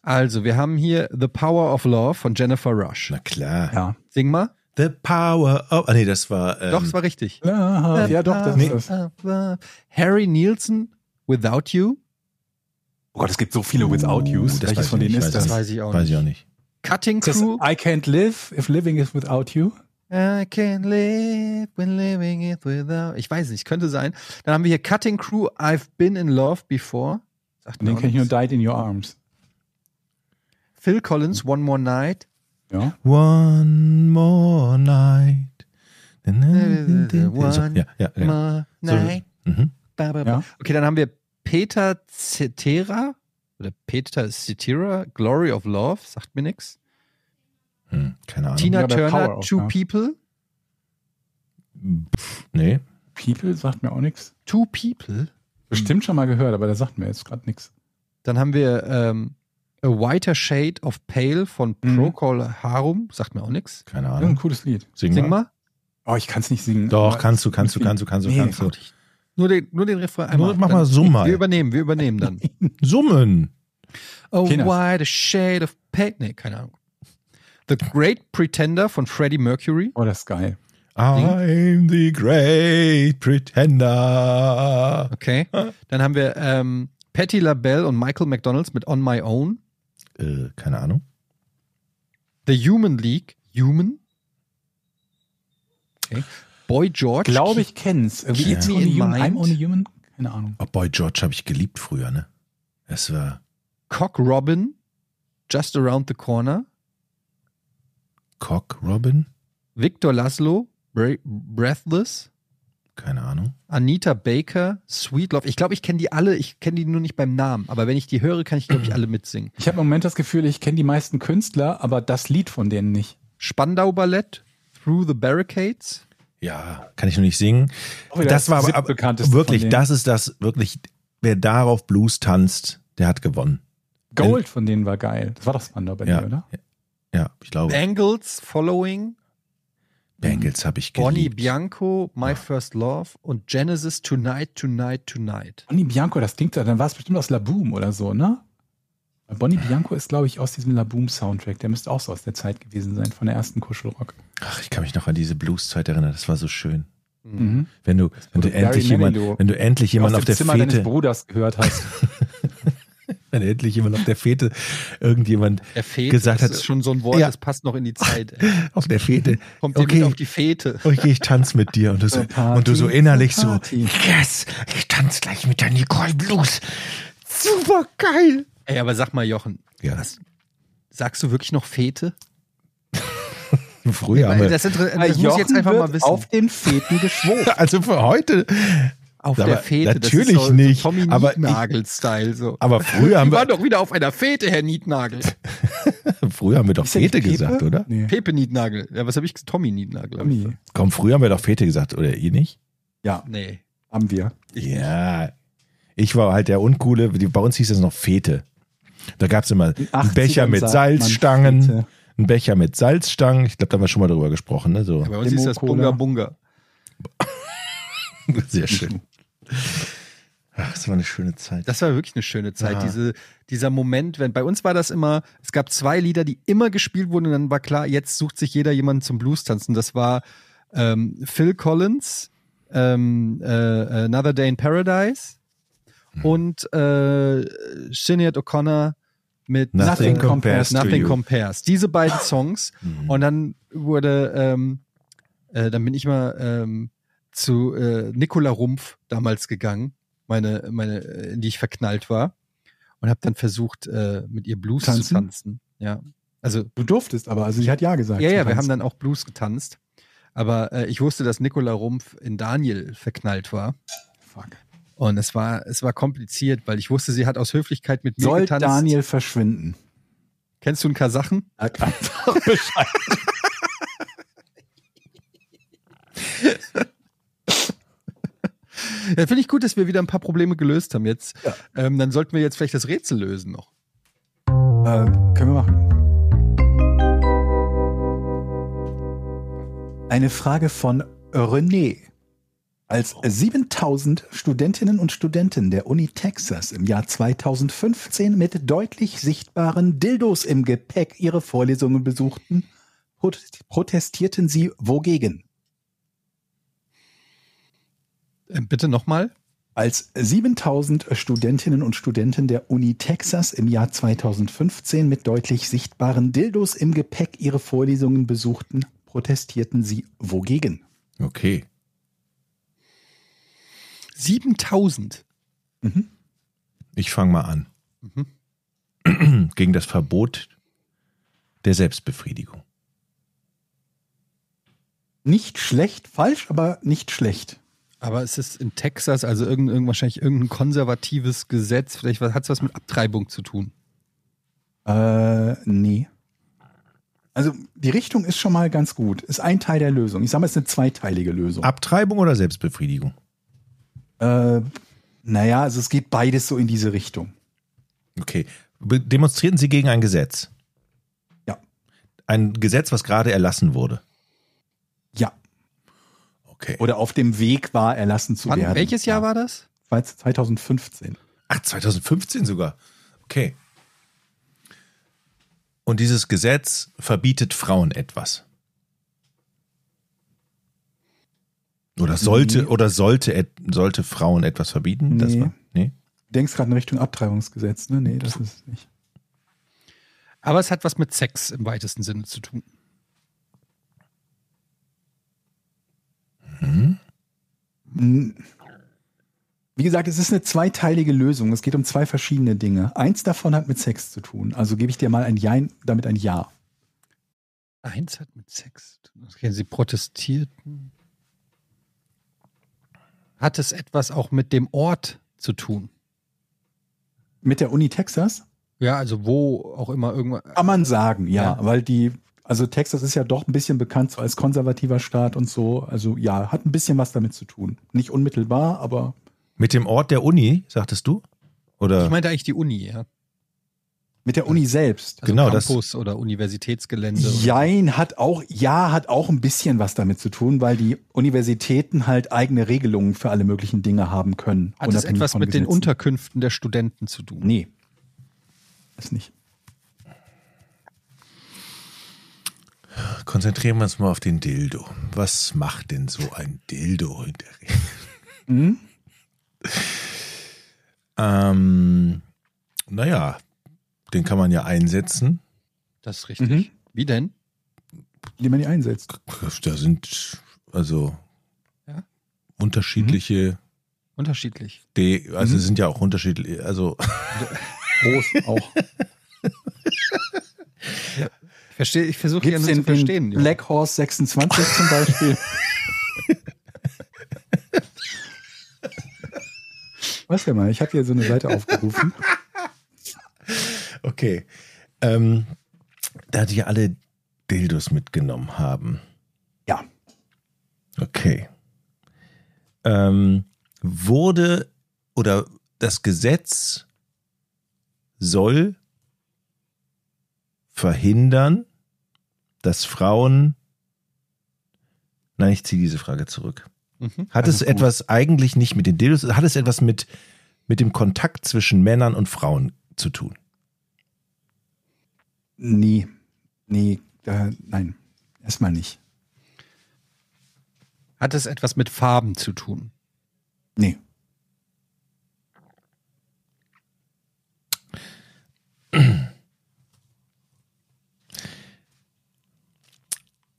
Speaker 6: Also, wir haben hier The Power of Love von Jennifer Rush.
Speaker 7: Na klar.
Speaker 8: Ja.
Speaker 6: Sing mal.
Speaker 7: The Power of, ah nee, das war, ähm,
Speaker 6: Doch, es war richtig.
Speaker 8: Ja,
Speaker 6: Äh,
Speaker 8: ja doch, das
Speaker 7: Nee.
Speaker 8: ist das.
Speaker 6: Harry Nielsen, Without You.
Speaker 8: Oh Gott, es gibt so viele Without Yous.
Speaker 7: Oh, das weiß
Speaker 8: Welches
Speaker 7: ich
Speaker 8: von denen
Speaker 7: nicht,
Speaker 8: ist
Speaker 7: weiß
Speaker 8: das?
Speaker 7: ich
Speaker 6: ich auch
Speaker 7: weiß ich auch nicht.
Speaker 6: Cutting
Speaker 8: Ist das
Speaker 6: Crew.
Speaker 8: I can't live if living is without you.
Speaker 6: I can live when living it without. Ich weiß nicht, könnte sein. Dann haben wir hier Cutting Crew, I've been in love before. Sagt
Speaker 8: Und den
Speaker 6: mir auch
Speaker 8: kenne ich nur
Speaker 6: nichts.
Speaker 8: Died in Your Arms.
Speaker 6: Phil Collins, One More Night.
Speaker 8: Ja.
Speaker 7: One more night. So,
Speaker 6: One
Speaker 7: ja, ja, ja.
Speaker 6: More
Speaker 7: So,
Speaker 6: Night.
Speaker 7: Mhm.
Speaker 6: Ba, ba, ba.
Speaker 8: Ja.
Speaker 6: Okay, dann haben wir Peter Cetera oder Peter Cetera, Glory of Love, sagt mir nix.
Speaker 7: Hm, keine Ahnung.
Speaker 6: Tina
Speaker 8: Ja, der
Speaker 6: Turner,
Speaker 8: Power of
Speaker 6: Two
Speaker 8: Love.
Speaker 6: People.
Speaker 7: Pff, nee.
Speaker 8: People sagt mir auch nichts.
Speaker 6: Two People.
Speaker 8: Bestimmt schon mal gehört, aber der sagt mir jetzt gerade nichts.
Speaker 6: Dann haben wir ähm, A Whiter Shade of Pale von
Speaker 8: Mhm.
Speaker 6: Procol Harum, sagt mir auch nix.
Speaker 7: Keine
Speaker 8: Ja, ein
Speaker 7: Ahnung.
Speaker 8: cooles Lied.
Speaker 7: Sing,
Speaker 6: Sing
Speaker 7: mal.
Speaker 6: mal.
Speaker 8: Oh, ich kann es nicht singen. Mhm.
Speaker 7: Doch,
Speaker 8: aber
Speaker 7: kannst du,
Speaker 8: es-
Speaker 7: kannst du, kannst du, kannst du,
Speaker 8: Nee,
Speaker 7: kannst du.
Speaker 6: Nur den, nur den Refrain
Speaker 7: Nur
Speaker 6: einmal.
Speaker 7: mach mal
Speaker 6: Dann-
Speaker 7: so mal.
Speaker 6: Wir übernehmen, wir übernehmen dann.
Speaker 7: Summen.
Speaker 6: A
Speaker 8: Kinder.
Speaker 6: Whiter Shade of Pale. Nee, keine Ahnung. The Great Pretender von Freddie Mercury.
Speaker 8: Oh, das ist geil.
Speaker 7: I'm the great pretender.
Speaker 6: Okay. Dann haben wir ähm, Patti LaBelle und Michael McDonalds mit On My Own.
Speaker 7: Äh, keine Ahnung.
Speaker 6: The Human League. Human. Okay. Boy George.
Speaker 8: Glaube ich, kenn's. Irgendwie
Speaker 6: Keep
Speaker 8: It's
Speaker 6: me
Speaker 8: only
Speaker 6: in
Speaker 8: human, I'm
Speaker 6: mind.
Speaker 8: only human. Keine Ahnung.
Speaker 7: Oh, Boy George habe ich geliebt früher, ne? Es war
Speaker 6: Cock Robin, Just Around the Corner,
Speaker 7: Cock Robin,
Speaker 6: Victor Laszlo, Bra- Breathless,
Speaker 7: keine Ahnung.
Speaker 6: Anita Baker, Sweet Love. Ich glaube, ich kenne die alle, ich kenne die nur nicht beim Namen, aber wenn ich die höre, kann ich, glaube ich, alle mitsingen.
Speaker 8: Ich habe im Moment das Gefühl, ich kenne die meisten Künstler, aber das Lied von denen nicht.
Speaker 6: Spandau Ballett, Through the Barricades.
Speaker 7: Ja, kann ich noch nicht singen.
Speaker 8: Auch wieder
Speaker 7: das war aber, aber
Speaker 8: siebtbekannteste
Speaker 7: wirklich,
Speaker 8: von denen.
Speaker 7: das ist das, wirklich, wer darauf Blues tanzt, der hat gewonnen.
Speaker 8: Gold von denen war geil. Das war doch Spandau Ballet,
Speaker 7: Ja.
Speaker 8: oder?
Speaker 7: Ja, ich glaube,
Speaker 6: Angles, Following,
Speaker 7: Bengals habe ich geliebt.
Speaker 6: Bonnie Bianco, My First Love und Genesis Tonight, Tonight, Tonight.
Speaker 8: Bonnie Bianco, das klingt, dann war es bestimmt aus Laboom oder so, ne? Weil Bonnie Bianco ist, glaube ich, aus diesem Laboom-Soundtrack. Der müsste auch so aus der Zeit gewesen sein, von der ersten Kuschelrock.
Speaker 7: Ach, ich kann mich noch an diese Blues-Zeit erinnern, das war so schön.
Speaker 8: Mhm.
Speaker 7: Wenn du, wenn du
Speaker 8: wurde Barry
Speaker 7: endlich jemand,
Speaker 8: Manilow
Speaker 7: wenn du endlich jemand
Speaker 8: aus
Speaker 7: auf
Speaker 8: dem
Speaker 7: der
Speaker 8: Zimmer
Speaker 7: Fete,
Speaker 8: deines Bruders gehört hast.
Speaker 7: wenn endlich jemand auf der Fete irgendjemand
Speaker 6: Der Fete,
Speaker 7: gesagt
Speaker 6: das
Speaker 7: hat,
Speaker 6: ist schon so ein Wort,
Speaker 7: Ja.
Speaker 6: das passt noch in die Zeit. Ey.
Speaker 7: auf der Fete,
Speaker 6: Kommt dir mit
Speaker 7: okay,
Speaker 6: auf die Fete.
Speaker 7: okay, ich tanz mit dir und du so,
Speaker 8: Party,
Speaker 7: und du so innerlich so,
Speaker 8: Party.
Speaker 7: yes, ich tanz gleich mit der Nicole Blues. Super geil.
Speaker 6: Ey, aber sag mal, Jochen,
Speaker 7: Ja,
Speaker 6: sagst du wirklich noch Fete?
Speaker 7: früher haben
Speaker 6: Weil
Speaker 7: wir,
Speaker 6: das, inter- das muss ich jetzt einfach mal wissen.
Speaker 8: auf den Feten geschworen.
Speaker 7: also für heute,
Speaker 6: Auf
Speaker 7: Aber
Speaker 6: das
Speaker 7: natürlich
Speaker 6: ist so,
Speaker 7: nicht,
Speaker 6: So Tommy
Speaker 7: aber ich-
Speaker 6: Nietnagel-Style. So.
Speaker 7: aber früher haben
Speaker 6: Wir waren
Speaker 7: wir,
Speaker 6: doch wieder auf einer Fete, Herr Nietnagel.
Speaker 7: früher haben wir doch
Speaker 8: Ist der nicht
Speaker 7: Fete
Speaker 8: Pepe?
Speaker 7: gesagt, oder?
Speaker 8: Nee.
Speaker 6: Pepe Nietnagel. Ja, was habe ich gesagt? Tommy Nietnagel. hab ich gesagt.
Speaker 8: Tommy.
Speaker 7: Komm, früher haben wir doch Fete gesagt, oder ihr nicht?
Speaker 8: Ja,
Speaker 6: Nee.
Speaker 8: haben wir.
Speaker 7: Ja. Ich war halt der Uncoole, die- bei uns hieß es noch Fete. Da gab es immer einen
Speaker 8: 80ern
Speaker 7: Becher mit
Speaker 8: sagt man
Speaker 7: Salzstangen,
Speaker 8: Fete.
Speaker 7: einen Becher mit Salzstangen. Ich glaube, da haben wir schon mal drüber gesprochen. Ne? So.
Speaker 6: Ja, bei uns ist das
Speaker 8: Demo-Cola.
Speaker 6: Bunga Bunga.
Speaker 7: Sehr schön. Ach, das war eine schöne Zeit.
Speaker 6: Das war wirklich eine schöne Zeit. Diese, dieser Moment, wenn bei uns war das immer, es gab zwei Lieder, die immer gespielt wurden und dann war klar, jetzt sucht sich jeder jemanden zum Blues-Tanzen. Das war ähm, Phil Collins, ähm, äh, Another Day in Paradise
Speaker 7: Hm.
Speaker 6: und äh, Sinead O'Connor mit
Speaker 7: Nothing
Speaker 8: Nothing compares
Speaker 7: compares to
Speaker 6: Nothing
Speaker 7: you. Mhm.
Speaker 6: Compares. Diese beiden Songs. Und dann wurde, ähm, äh, dann bin ich mal ähm, zu äh, Nicola Rumpf damals gegangen, meine, meine, äh, in die ich verknallt war. Und habe dann versucht, äh, mit ihr Blues zu
Speaker 8: Tanzen?
Speaker 6: tanzen. Ja. Also,
Speaker 8: Du durftest aber, also sie hat ja gesagt.
Speaker 6: ja,
Speaker 8: zum
Speaker 6: ja, wir
Speaker 8: Tanzen.
Speaker 6: haben dann auch Blues getanzt. Aber äh, ich wusste, dass Nicola Rumpf in Daniel verknallt war.
Speaker 8: Fuck.
Speaker 6: Und es war, es war kompliziert, weil ich wusste, sie hat aus Höflichkeit mit mir
Speaker 8: Soll
Speaker 6: getanzt.
Speaker 8: Daniel verschwinden?
Speaker 6: Kennst du einen Kasachen?
Speaker 8: Sag einfach Bescheid.
Speaker 6: Ja, finde ich gut, dass wir wieder ein paar Probleme gelöst haben jetzt. Ähm, dann sollten wir jetzt vielleicht das Rätsel lösen noch.
Speaker 8: äh, können wir machen. Eine Frage von René. Als 7000 Studentinnen und Studenten der Uni Texas im Jahr 2015 mit deutlich sichtbaren Dildos im Gepäck ihre Vorlesungen besuchten, prot- protestierten sie wogegen?
Speaker 6: Ähm, bitte nochmal.
Speaker 8: Als 7000 Studentinnen und Studenten der Uni Texas im Jahr 2015 mit deutlich sichtbaren Dildos im Gepäck ihre Vorlesungen besuchten, protestierten sie wogegen?
Speaker 7: Okay.
Speaker 6: 7000.
Speaker 7: Ich fange mal an. Gegen das Verbot der Selbstbefriedigung.
Speaker 8: Nicht schlecht, falsch, aber nicht schlecht.
Speaker 6: Aber es ist in Texas, also irgend, irgend, wahrscheinlich irgendein konservatives Gesetz. Vielleicht hat es was mit Abtreibung zu tun.
Speaker 8: Äh, nee. Also die Richtung ist schon mal ganz gut. Ist ein Teil der Lösung. Ich sage mal, es ist eine zweiteilige Lösung.
Speaker 7: Abtreibung oder Selbstbefriedigung?
Speaker 8: Äh, naja, also es geht beides so in diese Richtung.
Speaker 7: Okay. Be demonstrierten Sie gegen ein Gesetz?
Speaker 8: Ja.
Speaker 7: Ein Gesetz, was gerade erlassen wurde.
Speaker 8: Ja.
Speaker 7: Okay.
Speaker 8: Oder auf dem Weg war, erlassen zu
Speaker 6: Wann,
Speaker 8: werden.
Speaker 6: welches Jahr war das?
Speaker 8: war 2015.
Speaker 7: Ach, 2015 sogar. Okay. Und dieses Gesetz verbietet Frauen etwas. Oder sollte,
Speaker 8: Nee.
Speaker 7: oder sollte, et- sollte Frauen etwas verbieten? Das
Speaker 8: Nee.
Speaker 7: war, nee?
Speaker 8: Du denkst gerade in Richtung Abtreibungsgesetz, ne? Nee, das ist es nicht.
Speaker 6: Aber es hat was mit Sex im weitesten Sinne zu tun.
Speaker 8: Wie gesagt, es ist eine zweiteilige Lösung. Es geht um zwei verschiedene Dinge. Eins davon hat mit Sex zu tun. Also gebe ich dir mal ein Jein, damit ein Ja.
Speaker 6: Eins hat mit Sex. zu tun. Okay, sie protestierten. Hat es etwas auch mit dem Ort zu tun?
Speaker 8: Mit der Uni Texas
Speaker 6: Ja, also wo auch immer irgendwo.
Speaker 8: kann man sagen, ja,
Speaker 6: Ja.
Speaker 8: weil die, also Texas ist ja doch ein bisschen bekannt so als konservativer Staat und so. Also ja, hat ein bisschen was damit zu tun. Nicht unmittelbar, aber
Speaker 7: Mit dem Ort der Uni, sagtest du? Oder?
Speaker 6: Ich meinte eigentlich die Uni, ja.
Speaker 8: mit der Uni selbst.
Speaker 6: Also
Speaker 7: Genau, das-
Speaker 6: Campus oder Universitätsgelände. oder-
Speaker 8: Jein hat auch, ja, hat auch ein bisschen was damit zu tun, weil die Universitäten halt eigene Regelungen für alle möglichen Dinge haben können.
Speaker 6: Hat es
Speaker 8: unabhängig
Speaker 6: etwas
Speaker 8: von
Speaker 6: mit den
Speaker 8: Gesetzen.
Speaker 6: Unterkünften der Studenten zu tun?
Speaker 8: Nee. Ist nicht.
Speaker 7: Konzentrieren wir uns mal auf den Dildo. Was macht denn so ein Dildo in der Regel?
Speaker 8: Hm?
Speaker 7: ähm, naja, den kann man ja einsetzen.
Speaker 6: Das ist richtig. Wie denn?
Speaker 8: Die man nicht einsetzt.
Speaker 7: Da sind also
Speaker 6: Ja.
Speaker 7: unterschiedliche,
Speaker 6: Unterschiedlich.
Speaker 7: De also es sind ja auch unterschiedliche, also
Speaker 8: Groß auch.
Speaker 6: Ich verstehe, ich versuche ja
Speaker 8: Gibt's
Speaker 6: nur zu
Speaker 8: den,
Speaker 6: verstehen.
Speaker 8: den
Speaker 6: Junge.
Speaker 8: Black Horse 26 zum Beispiel? Weißt du mal, ich habe hier so eine Seite aufgerufen.
Speaker 7: Okay. Ähm, da die alle Dildos mitgenommen haben.
Speaker 8: Ja.
Speaker 7: Okay. Ähm, wurde oder das Gesetz soll verhindern, dass Frauen. Nein, ich ziehe diese Frage zurück.
Speaker 6: Mhm.
Speaker 7: Hat es etwas eigentlich nicht mit den Dildos, hat es etwas mit, mit dem Kontakt zwischen Männern und Frauen zu tun?
Speaker 8: Nee, nee, da, nein, erstmal nicht.
Speaker 6: Hat es etwas mit Farben zu tun?
Speaker 8: Nee.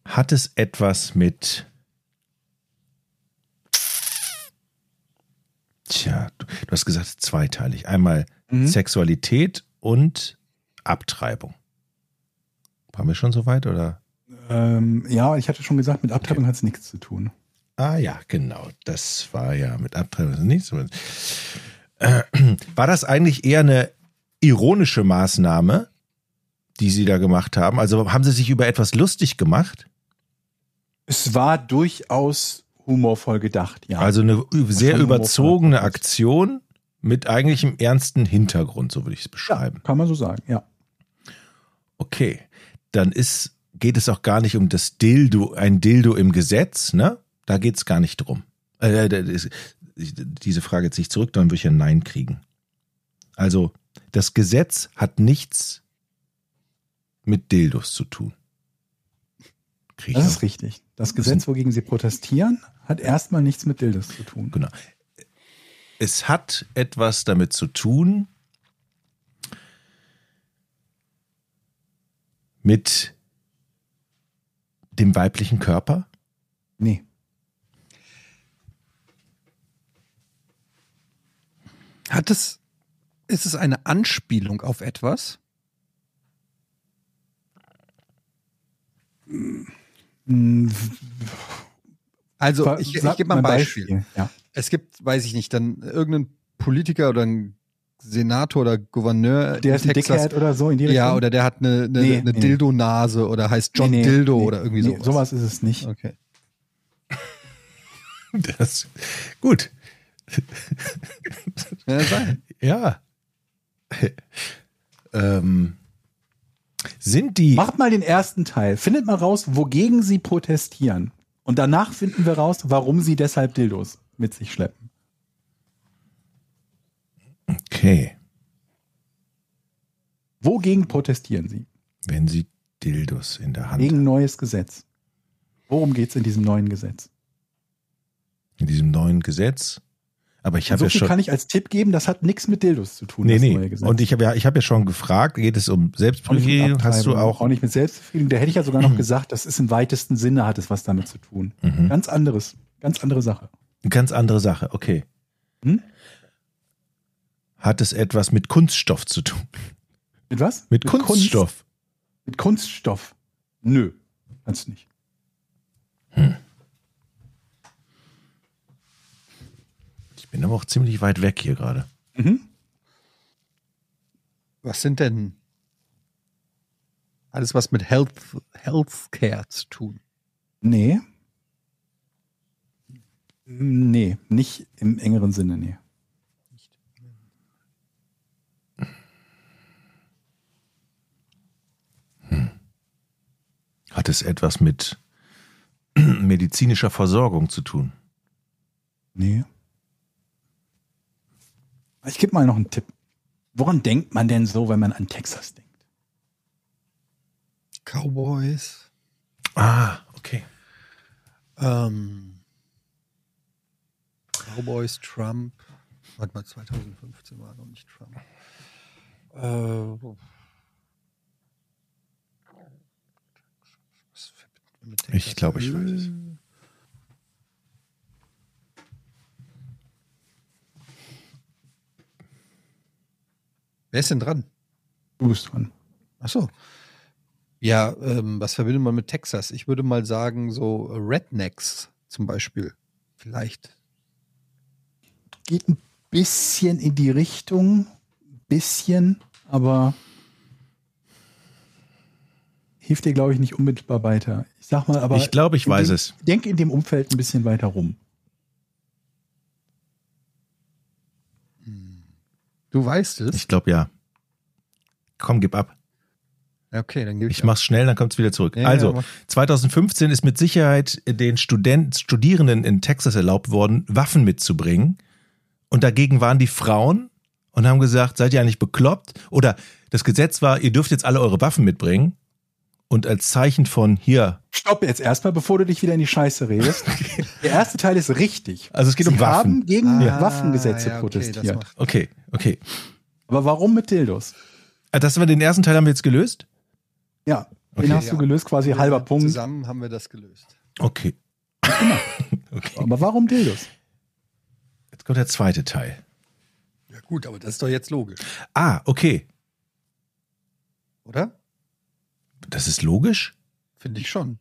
Speaker 7: hat es etwas mit. Tja, du, du hast gesagt zweiteilig. Einmal Sexualität und Abtreibung. Waren wir schon so weit oder?
Speaker 8: Ähm, ja, ich hatte schon gesagt, mit Abtreibung hat's hat es nichts zu tun.
Speaker 7: Ah ja, genau. Das war ja mit Abtreibung nicht so. Äh, War das eigentlich eher eine ironische Maßnahme, die sie da gemacht haben? Also haben sie sich über etwas lustig gemacht?
Speaker 8: Es war durchaus humorvoll gedacht, ja.
Speaker 7: Also eine ü- sehr
Speaker 8: schon
Speaker 7: überzogene
Speaker 8: hochwertig.
Speaker 7: Aktion mit eigentlich einem ernsten Hintergrund, so würde ich es beschreiben.
Speaker 8: kann man so sagen, ja.
Speaker 7: Okay, dann ist, geht es auch gar nicht um das Dildo, ein Dildo im Gesetz, ne? Da geht es gar nicht drum. Äh, äh, das ist- ich- diese Frage jetzt nicht zurück, dann würde ich ein Nein kriegen. Also, das Gesetz hat nichts mit Dildos zu tun. Krieg ich
Speaker 8: Das
Speaker 7: noch-
Speaker 8: ist richtig.
Speaker 6: Also
Speaker 8: Das Gesetz, wogegen sie protestieren, hat erstmal nichts mit Dildes zu tun.
Speaker 7: Genau. Es hat etwas damit zu tun, mit dem weiblichen Körper.
Speaker 8: Nee.
Speaker 6: Hat es, ist es eine Anspielung auf etwas?
Speaker 8: Hm,
Speaker 6: Also, ich, ich gebe mal ein Beispiel.
Speaker 8: Ja.
Speaker 6: Es gibt, weiß ich nicht, dann irgendeinen Politiker oder einen Senator oder Gouverneur
Speaker 8: Der
Speaker 6: in
Speaker 8: ist ein Dickhead oder so in die Richtung.
Speaker 6: Ja, oder der hat eine, eine,
Speaker 8: Nee,
Speaker 6: eine
Speaker 8: nee.
Speaker 6: Dildo-Nase oder heißt John
Speaker 8: Nee, nee,
Speaker 6: Dildo
Speaker 8: nee,
Speaker 6: oder irgendwie
Speaker 8: nee,
Speaker 6: sowas.
Speaker 8: Sowas ist es nicht.
Speaker 6: Okay.
Speaker 7: Das, gut,
Speaker 6: Ja, sein.
Speaker 7: ja. ähm, sind die.
Speaker 8: Macht mal den ersten Teil. Findet mal raus, wogegen sie protestieren. Und danach finden wir raus, warum sie deshalb Dildos mit sich schleppen.
Speaker 7: Okay,
Speaker 8: Wogegen protestieren sie?
Speaker 7: wenn sie Dildos in der Hand
Speaker 8: Gegen neues Gesetz. Worum geht's in diesem neuen Gesetz?
Speaker 7: in diesem neuen Gesetz. Aber ich habe
Speaker 8: so
Speaker 7: ja
Speaker 8: viel
Speaker 7: schon.
Speaker 8: kann ich als Tipp geben, das hat nichts mit Dildos zu tun.
Speaker 7: Nee,
Speaker 8: das
Speaker 7: nee.
Speaker 8: neue Gesetz.
Speaker 7: Und ich habe ja, ich habe ja schon gefragt, geht es um
Speaker 8: Auch nicht mit
Speaker 7: Selbstbefriedigung? Hast du
Speaker 8: Abtreibung,
Speaker 7: auch.
Speaker 8: Auch nicht mit Selbstbefriedigung. Da hätte ich ja sogar noch gesagt, das ist im weitesten Sinne, hat es was damit zu tun.
Speaker 7: Mhm.
Speaker 8: Ganz anderes, ganz andere Sache.
Speaker 7: Eine Mhm. ganz andere Sache, okay.
Speaker 8: Hm?
Speaker 7: Hat es etwas mit Kunststoff zu tun?
Speaker 8: Mit was?
Speaker 7: Mit,
Speaker 8: Kunst-
Speaker 7: Kunststoff.
Speaker 8: mit Kunststoff. Nö, kannst nicht.
Speaker 7: Ich bin aber auch ziemlich weit weg hier gerade.
Speaker 8: Mhm.
Speaker 6: Was sind denn alles, was mit Health, Healthcare zu tun?
Speaker 8: Nee. Nee, nicht im engeren Sinne, nee.
Speaker 7: Hat es etwas mit medizinischer Versorgung zu tun?
Speaker 8: Nee. Ich gebe mal noch einen Tipp. Woran denkt man denn so, wenn man an Texas denkt?
Speaker 6: Cowboys.
Speaker 7: Ah, okay.
Speaker 6: Ähm, Cowboys, Trump. Warte mal, 2015 war noch nicht Trump. Äh, was verbindet man mit Texas?
Speaker 7: Ich glaube, ich weiß es.
Speaker 6: Wer ist denn dran?
Speaker 8: Du bist dran.
Speaker 6: Ach so. Ja, ähm, was verbindet man mit Texas? Ich würde mal sagen, so Rednecks zum Beispiel. Vielleicht.
Speaker 8: Geht ein bisschen in die Richtung, bisschen, aber hilft dir, glaube ich, nicht unmittelbar weiter. Ich sag mal, aber
Speaker 7: ich glaube, ich
Speaker 8: in
Speaker 7: weiß
Speaker 8: dem,
Speaker 7: es.
Speaker 8: Denk in dem Umfeld ein bisschen weiter rum.
Speaker 6: Du weißt es.
Speaker 7: Ich glaube ja. Komm, gib ab.
Speaker 6: Ja, okay, dann gebe ich.
Speaker 7: Ich mach's schnell, dann kommt's wieder zurück.
Speaker 6: Ja, ja,
Speaker 7: also,
Speaker 6: mach.
Speaker 7: 2015 ist mit Sicherheit den Student, Studierenden in Texas erlaubt worden, Waffen mitzubringen. Und dagegen waren die Frauen und haben gesagt, seid ihr eigentlich bekloppt? Oder das Gesetz war, ihr dürft jetzt alle eure Waffen mitbringen. Und als Zeichen von hier,
Speaker 8: Stopp jetzt erstmal, bevor du dich wieder in die Scheiße redest. Der erste Teil ist richtig.
Speaker 7: also es geht
Speaker 8: Sie
Speaker 7: um Waffen.
Speaker 8: haben gegen
Speaker 6: Ah,
Speaker 8: Waffengesetze
Speaker 6: ja, okay, das
Speaker 8: protestiert.
Speaker 6: macht-
Speaker 7: Okay, okay.
Speaker 8: Aber warum mit Dildos?
Speaker 7: Ah, Das war den ersten Teil haben wir jetzt gelöst?
Speaker 8: Ja,
Speaker 7: Okay,
Speaker 8: den hast
Speaker 6: ja.
Speaker 8: du gelöst, quasi halber Punkt.
Speaker 6: Zusammen haben wir das gelöst.
Speaker 7: Okay. okay.
Speaker 8: Aber warum Dildos?
Speaker 7: Jetzt kommt der zweite Teil.
Speaker 6: Ja, gut, aber das ist doch jetzt logisch,
Speaker 7: Ah, okay.
Speaker 6: oder?
Speaker 7: Das ist logisch?
Speaker 6: Finde ich schon.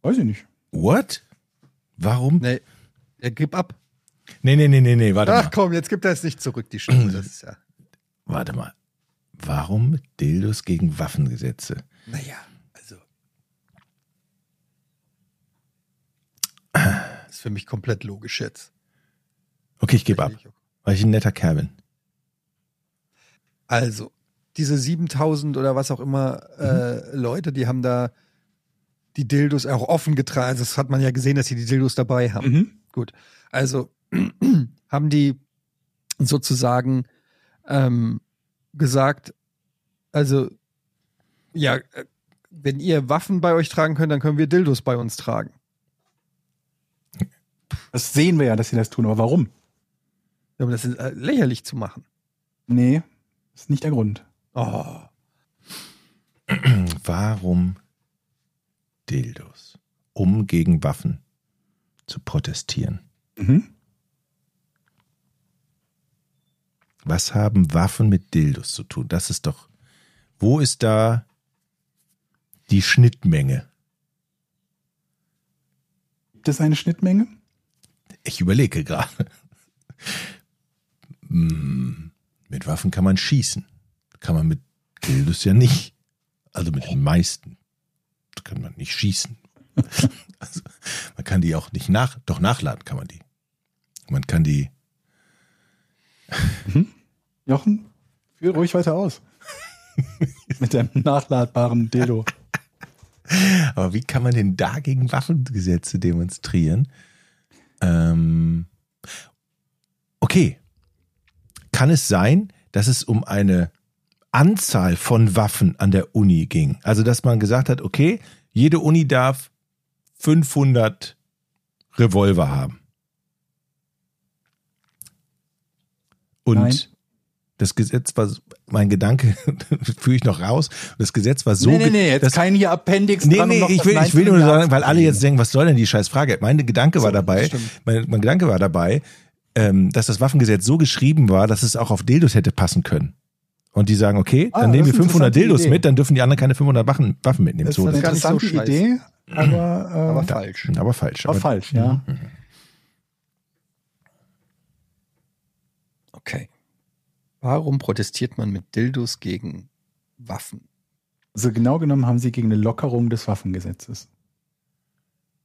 Speaker 8: Weiß ich nicht.
Speaker 7: What? Warum?
Speaker 6: Nee, Ah. ja, gib ab.
Speaker 7: Nee, nee, nee, nee, nee, warte
Speaker 6: Ach
Speaker 7: mal.
Speaker 6: komm, jetzt gibt er es nicht zurück, die Stimme. Das ist ja.
Speaker 7: Warte mal. Warum Dildos gegen Waffengesetze?
Speaker 6: Naja, also. Ist für mich komplett logisch jetzt.
Speaker 7: Okay, ich gebe ab, weil ich ein netter Kerl bin.
Speaker 6: Also, diese 7000 oder was auch immer äh, Leute, die haben da die Dildos auch offen getragen. Also Das hat man ja gesehen, dass sie die Dildos dabei haben.
Speaker 8: Mhm.
Speaker 7: Mhm.
Speaker 6: Gut. Also haben die sozusagen ähm, gesagt, also ja, äh, wenn ihr Waffen bei euch tragen könnt, dann können wir Dildos bei uns tragen.
Speaker 8: Das sehen wir ja, dass sie das tun. Aber warum?
Speaker 6: Um das äh, lächerlich zu machen.
Speaker 8: Nee, ist nicht der Grund.
Speaker 6: Oh.
Speaker 7: Warum Dildos? Um gegen Waffen zu protestieren.
Speaker 8: Mhm.
Speaker 7: Was haben Waffen mit Dildos zu tun? Das ist doch. Wo ist da die Schnittmenge?
Speaker 8: Gibt es eine Schnittmenge?
Speaker 7: Ich überlege gerade. Hm, mit Waffen kann man schießen. Kann man mit Dildos ja nicht. Also mit den meisten. Da kann man nicht schießen. Also, man kann die auch nicht nach, doch nachladen kann man die. Man kann die,
Speaker 8: Jochen, führ ruhig weiter aus. Mit dem nachladbaren Dildo.
Speaker 7: aber wie kann man denn da gegen Waffengesetze demonstrieren? Ähm, okay. Kann es sein, dass es um eine Anzahl von Waffen an der Uni ging? Also, dass man gesagt hat, okay, jede Uni darf 500 Revolver haben. Und
Speaker 8: Nein.
Speaker 7: Das Gesetz war, mein Gedanke führe ich noch raus. Das Gesetz war so.
Speaker 8: nee, nee, nee,
Speaker 7: ge-
Speaker 8: jetzt
Speaker 7: das,
Speaker 8: kein hier Appendix
Speaker 7: Nee,
Speaker 8: dran.
Speaker 7: nee,
Speaker 8: noch
Speaker 7: ich
Speaker 8: das
Speaker 7: will, ich will nur
Speaker 8: 19.
Speaker 7: sagen, weil alle jetzt denken, was soll denn die scheiß Frage? Mein Gedanke war dabei,
Speaker 8: stimmt.
Speaker 7: mein, mein Gedanke war dabei, ähm, dass das Waffengesetz so geschrieben war, dass es auch auf Dildos hätte passen können. Und die sagen, okay,
Speaker 8: Ah,
Speaker 7: dann
Speaker 8: das
Speaker 7: nehmen wir
Speaker 8: ist eine
Speaker 7: 500
Speaker 8: interessante
Speaker 7: Dildos
Speaker 8: Idee.
Speaker 7: mit, dann dürfen die anderen keine 500 Waffen, Waffen mitnehmen.
Speaker 8: Das ist
Speaker 7: So,
Speaker 8: eine
Speaker 7: das
Speaker 6: gar nicht so
Speaker 8: interessante
Speaker 6: scheiße.
Speaker 8: Idee, aber, äh,
Speaker 6: Aber
Speaker 8: aber, Mhm.
Speaker 6: falsch.
Speaker 7: aber falsch. Aber
Speaker 8: falsch, ja.
Speaker 6: Okay. Warum protestiert man mit Dildos gegen Waffen?
Speaker 8: Also genau genommen haben sie gegen eine Lockerung des Waffengesetzes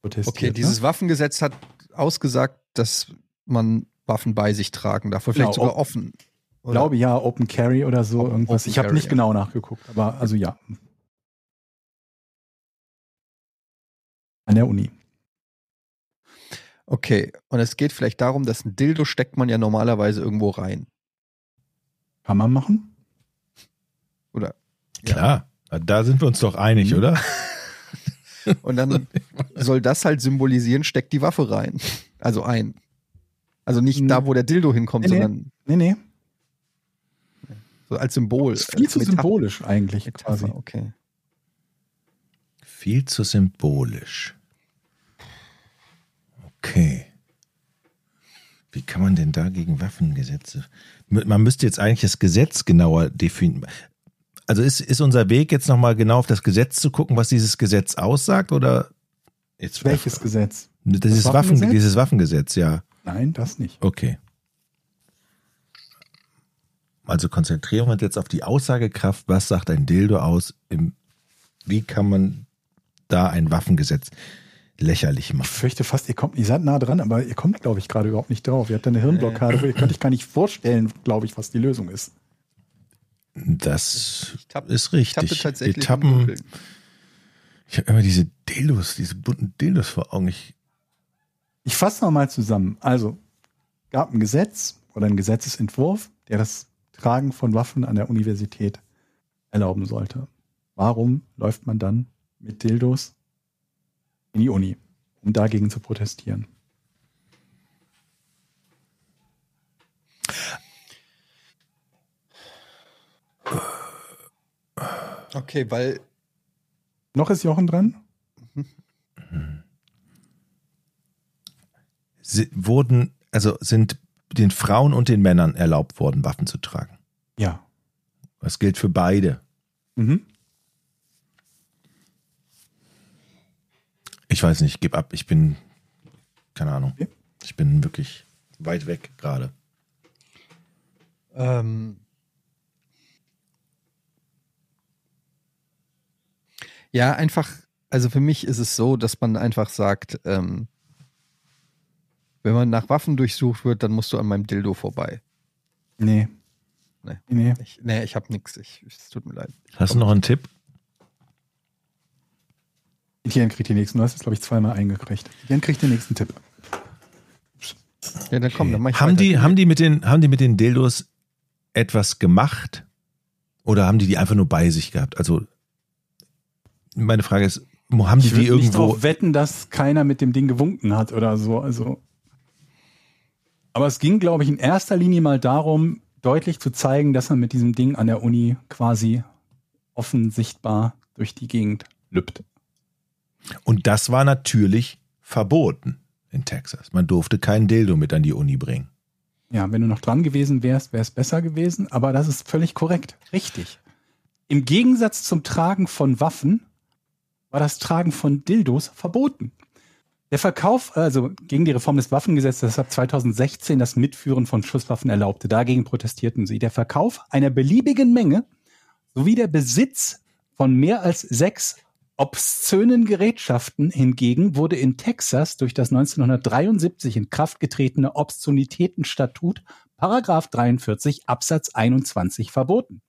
Speaker 8: protestiert. ne?
Speaker 6: Okay, dieses Waffengesetz hat ausgesagt, dass man Waffen bei sich tragen darf, oder vielleicht
Speaker 8: Genau,
Speaker 6: sogar offen.
Speaker 8: ne?
Speaker 6: oder?
Speaker 8: glaube ja, Open Carry oder so
Speaker 6: Open-
Speaker 8: irgendwas.
Speaker 6: Open
Speaker 8: ich habe
Speaker 6: Carry,
Speaker 8: nicht
Speaker 6: ja.
Speaker 8: genau nachgeguckt, aber also ja. An der Uni.
Speaker 6: Okay, und es geht vielleicht darum, dass ein Dildo steckt man ja normalerweise irgendwo rein.
Speaker 8: Kann man machen?
Speaker 7: Klar, da sind wir uns doch einig,
Speaker 8: Mhm.
Speaker 7: oder?
Speaker 6: Und dann soll das halt symbolisieren, steckt die Waffe rein. Also ein. Also nicht
Speaker 8: Mhm.
Speaker 6: da, wo der Dildo hinkommt,
Speaker 8: Nee, nee.
Speaker 6: sondern
Speaker 8: Nee, nee.
Speaker 6: so als Symbol.
Speaker 8: Das ist viel
Speaker 6: als
Speaker 8: zu
Speaker 6: Äh, Metapher.
Speaker 8: symbolisch eigentlich quasi.
Speaker 6: Metapher, okay.
Speaker 7: Viel zu symbolisch. Okay. Wie kann man denn da gegen Waffengesetze? M- Man müsste jetzt eigentlich das Gesetz genauer definieren. Also ist, ist unser Weg jetzt nochmal genau auf das Gesetz zu gucken, was dieses Gesetz aussagt oder? Jetzt,
Speaker 8: Welches Gesetz?
Speaker 7: Das,
Speaker 8: das
Speaker 7: ist Waffen,
Speaker 8: Waffengesetz?
Speaker 7: dieses Waffengesetz, ja.
Speaker 8: Nein, das nicht.
Speaker 7: Okay. Also konzentrieren wir uns jetzt auf die Aussagekraft, was sagt ein Dildo aus, im, wie kann man da ein Waffengesetz lächerlich
Speaker 8: Ich
Speaker 7: machen.
Speaker 8: fürchte fast, ihr kommt, ihr seid nah dran, aber ihr kommt, glaube ich, gerade überhaupt nicht drauf. Ihr habt eine
Speaker 6: Äh.
Speaker 8: Hirnblockade, ihr könnt euch gar nicht vorstellen, glaube ich, was die Lösung ist.
Speaker 7: Das
Speaker 6: Ich tapp-
Speaker 7: ist
Speaker 6: Ich tappe
Speaker 7: richtig.
Speaker 6: tatsächlich.
Speaker 7: Wir
Speaker 6: im
Speaker 7: tappen,
Speaker 6: Dunkeln.
Speaker 7: ich habe immer diese Dildos, diese bunten Dildos vor Augen. Ich,
Speaker 8: Ich fasse nochmal zusammen. Also, gab ein Gesetz oder einen Gesetzesentwurf, der das Tragen von Waffen an der Universität erlauben sollte. Warum läuft man dann mit Dildos in die Uni, um dagegen zu protestieren?
Speaker 6: Okay, weil
Speaker 8: Noch ist Jochen dran?
Speaker 7: si- wurden, also sind den Frauen und den Männern erlaubt worden, Waffen zu tragen.
Speaker 8: Ja.
Speaker 7: Das gilt für beide.
Speaker 8: Mhm.
Speaker 7: Ich weiß nicht, ich gebe ab. Ich bin, keine Ahnung.
Speaker 8: Okay.
Speaker 7: Ich bin wirklich weit weg gerade.
Speaker 6: Ähm, ja, einfach, also für mich ist es so, dass man einfach sagt, ähm, wenn man nach Waffen durchsucht wird, dann musst du an meinem Dildo vorbei.
Speaker 8: Nee.
Speaker 6: Nee.
Speaker 8: nee.
Speaker 6: Ich, nee, ich habe nichts. Ich, es tut mir leid.
Speaker 7: Hast du noch einen Tipp?
Speaker 8: Etienne kriegt die nächsten. Du hast jetzt, glaube ich, zweimal eingekriegt. Etienne kriegt den nächsten Tipp.
Speaker 6: Ja, dann komm, dann mach ich
Speaker 7: haben,
Speaker 6: weiter.
Speaker 7: die, haben, die mit den, haben die mit den Dildos etwas gemacht oder haben die die einfach nur bei sich gehabt? Also, meine Frage ist, haben die
Speaker 8: würd
Speaker 7: die irgendwo.
Speaker 8: drauf wetten, dass keiner mit dem Ding gewunken hat oder so. Also. Aber es ging, glaube ich, in erster Linie mal darum, deutlich zu zeigen, dass man mit diesem Ding an der Uni quasi offen sichtbar durch die Gegend lübt.
Speaker 7: Und das war natürlich verboten in Texas. Man durfte keinen Dildo mit an die Uni bringen.
Speaker 8: Ja, wenn du noch dran gewesen wärst, wäre es besser gewesen, aber das ist völlig korrekt. Richtig. Im Gegensatz zum Tragen von Waffen war das Tragen von Dildos verboten. Der Verkauf, also gegen die Reform des Waffengesetzes, das ab 2016 das Mitführen von Schusswaffen erlaubte, dagegen protestierten sie. Der Verkauf einer beliebigen Menge sowie der Besitz von mehr als sechs obszönen Gerätschaften hingegen wurde in Texas durch das 1973 in Kraft getretene Obszönitätenstatut Paragraph 43 Absatz 21 verboten.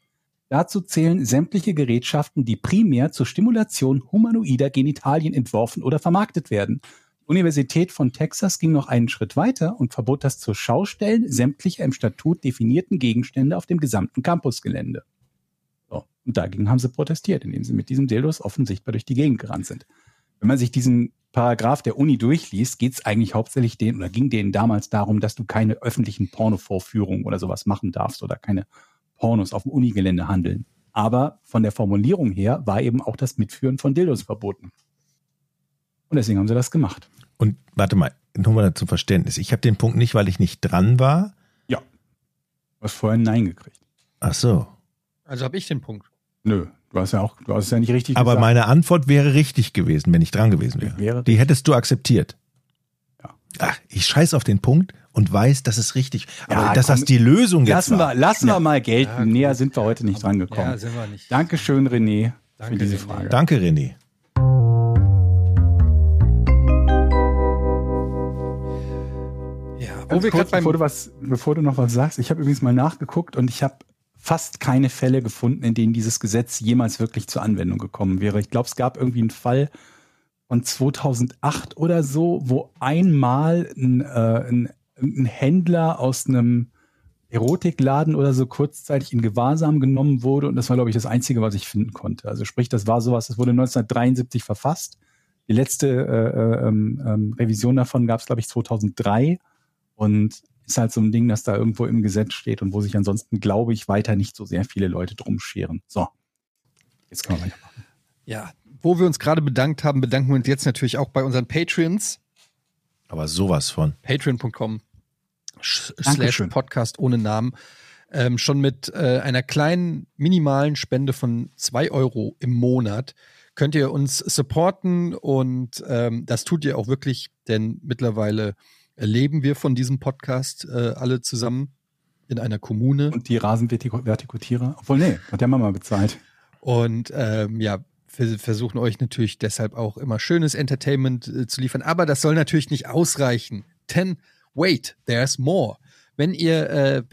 Speaker 8: Dazu zählen sämtliche Gerätschaften, die primär zur Stimulation humanoider Genitalien entworfen oder vermarktet werden. Die Universität von Texas ging noch einen Schritt weiter und verbot das zur Schaustellen sämtlicher im Statut definierten Gegenstände auf dem gesamten Campusgelände. So. Und dagegen haben sie protestiert, indem sie mit diesem Dildos offensichtbar durch die Gegend gerannt sind. Wenn man sich diesen Paragraph der Uni durchliest, geht es eigentlich hauptsächlich denen oder ging denen damals darum, dass du keine öffentlichen Pornovorführungen oder sowas machen darfst oder keine Pornos auf dem Unigelände handeln. Aber von der Formulierung her war eben auch das Mitführen von Dildos verboten. Und deswegen haben sie das gemacht.
Speaker 7: Und warte mal, nochmal zum Verständnis. Ich habe den Punkt nicht, weil ich nicht dran war.
Speaker 8: Du hast vorher ein Nein gekriegt.
Speaker 7: Ach so.
Speaker 6: Also habe ich den Punkt.
Speaker 8: Nö, du hast ja auch, du hast es ja nicht richtig
Speaker 7: Aber
Speaker 8: gesagt.
Speaker 7: meine Antwort wäre richtig gewesen, wenn ich dran gewesen wäre.
Speaker 8: Wäre
Speaker 7: Die hättest du akzeptiert.
Speaker 8: Ja.
Speaker 7: Ach, ich scheiß auf den Punkt und weiß, das ist richtig. Aber
Speaker 8: Ja,
Speaker 7: dass
Speaker 8: komm,
Speaker 7: das die Lösung jetzt
Speaker 8: Lassen
Speaker 7: war.
Speaker 8: wir, lassen wir mal gelten.
Speaker 6: Ja, gut.
Speaker 8: Näher sind wir heute nicht dran gekommen.
Speaker 6: Ja, sind wir nicht.
Speaker 8: Dankeschön, René,
Speaker 6: Danke,
Speaker 8: für diese
Speaker 6: René.
Speaker 8: Frage.
Speaker 7: Danke, René.
Speaker 6: Ja, wo
Speaker 8: Ganz
Speaker 6: wir
Speaker 8: Also kurz,
Speaker 6: gerade
Speaker 8: bevor, du
Speaker 6: beim
Speaker 8: was, bevor du noch was sagst, ich habe übrigens mal nachgeguckt und ich habe fast keine Fälle gefunden, in denen dieses Gesetz jemals wirklich zur Anwendung gekommen wäre. Ich glaube, es gab irgendwie einen Fall von 2008 oder so, wo einmal ein, äh, ein, ein Händler aus einem Erotikladen oder so kurzzeitig in Gewahrsam genommen wurde und das war, glaube ich, das Einzige, was ich finden konnte. Also sprich, das war sowas, das wurde 1973 verfasst. Die letzte äh, äh, ähm, ähm, Revision davon gab es, glaube ich, 2003. Und ist halt so ein Ding, das da irgendwo im Gesetz steht und wo sich ansonsten, glaube ich, weiter nicht so sehr viele Leute drum scheren. So. Jetzt können wir weitermachen.
Speaker 6: ja, wo wir uns gerade bedankt haben, bedanken wir uns jetzt natürlich auch bei unseren Patreons.
Speaker 7: Aber sowas von.
Speaker 6: Patreon.com sch- slash
Speaker 8: Dankeschön.
Speaker 6: Podcast ohne Namen. Ähm, schon mit äh, einer kleinen, minimalen Spende von 2 Euro im Monat könnt ihr uns supporten und ähm, das tut ihr auch wirklich, denn mittlerweile leben wir von diesem Podcast äh, alle zusammen in einer Kommune.
Speaker 8: Und die Rasenvertikutierer, obwohl, nee, hat der Mama bezahlt.
Speaker 6: Und ähm, ja, wir versuchen euch natürlich deshalb auch immer schönes Entertainment äh, zu liefern. Aber das soll natürlich nicht ausreichen. Denn, wait, there's more. Wenn ihr äh,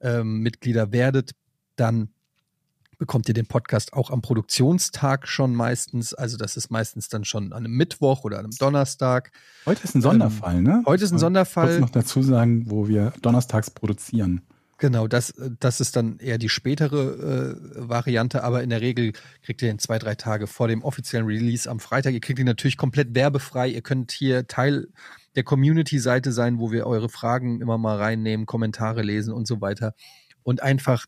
Speaker 6: Patreon-Mitglieder werdet, dann bekommt ihr den Podcast auch am Produktionstag schon meistens. Also das ist meistens dann schon an einem Mittwoch oder an einem Donnerstag.
Speaker 8: Heute ist ein Sonderfall, ne?
Speaker 6: Ähm, Heute ist ein
Speaker 8: Kurz
Speaker 6: Sonderfall.
Speaker 8: noch dazu sagen, wo wir donnerstags produzieren.
Speaker 6: Genau, das, äh, das ist dann eher die spätere äh, Variante, aber in der Regel kriegt ihr den zwei, drei Tage vor dem offiziellen Release am Freitag. Ihr kriegt ihn natürlich komplett werbefrei. Ihr könnt hier Teil der Community-Seite sein, wo wir eure Fragen immer mal reinnehmen, Kommentare lesen und so weiter. Und einfach,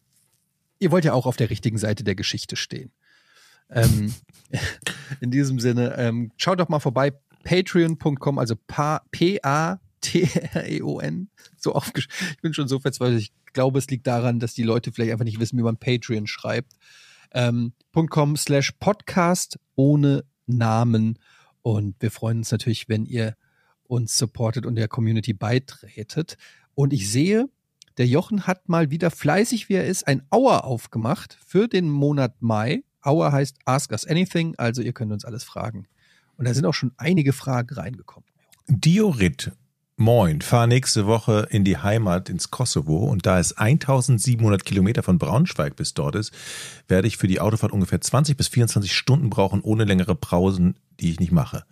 Speaker 6: ihr wollt ja auch auf der richtigen Seite der Geschichte stehen. Ähm, in diesem Sinne, ähm, schaut doch mal vorbei, patreon.com, also pa- P-A-T-R-E-O-N, E so aufgeschrieben. Ich bin schon so verzweifelt. Ich glaube, es liegt daran, dass die Leute vielleicht einfach nicht wissen, wie man Patreon schreibt. Ähm, .com slash Podcast ohne Namen. Und wir freuen uns natürlich, wenn ihr uns supportet und der Community beitretet. Und ich sehe, der Jochen hat mal wieder fleißig, wie er ist, ein Hour aufgemacht für den Monat Mai. Hour heißt Ask Us Anything, also ihr könnt uns alles fragen. Und da sind auch schon einige Fragen reingekommen.
Speaker 7: Diorit. Moin, fahr nächste Woche in die Heimat ins Kosovo und da es 1700 Kilometer von Braunschweig bis dort ist, werde ich für die Autofahrt ungefähr 20 bis 24 Stunden brauchen, ohne längere Pausen, die ich nicht mache.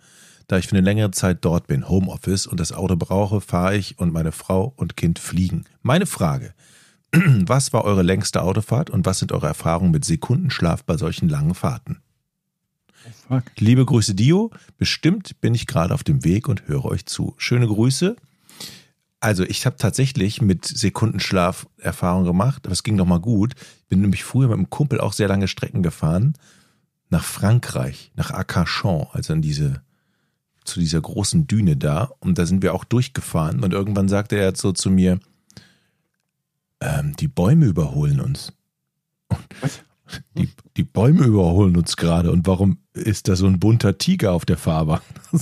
Speaker 7: Da ich für eine längere Zeit dort bin, Homeoffice und das Auto brauche, fahre ich und meine Frau und Kind fliegen. Meine Frage, was war eure längste Autofahrt und was sind eure Erfahrungen mit Sekundenschlaf bei solchen langen Fahrten?
Speaker 8: Oh, Fuck.
Speaker 7: Liebe Grüße, Dio. Bestimmt bin ich gerade auf dem Weg und höre euch zu. Schöne Grüße. Also, ich habe tatsächlich mit Sekundenschlaf Erfahrung gemacht. Das ging doch mal gut. Ich bin nämlich früher mit einem Kumpel auch sehr lange Strecken gefahren. Nach Frankreich, nach Arcachon, also an diese, zu dieser großen Düne da. Und da sind wir auch durchgefahren. Und irgendwann sagte er so zu mir, ähm, die Bäume überholen uns. Die, die Bäume überholen uns gerade und warum ist da so ein bunter Tiger auf der Fahrbahn?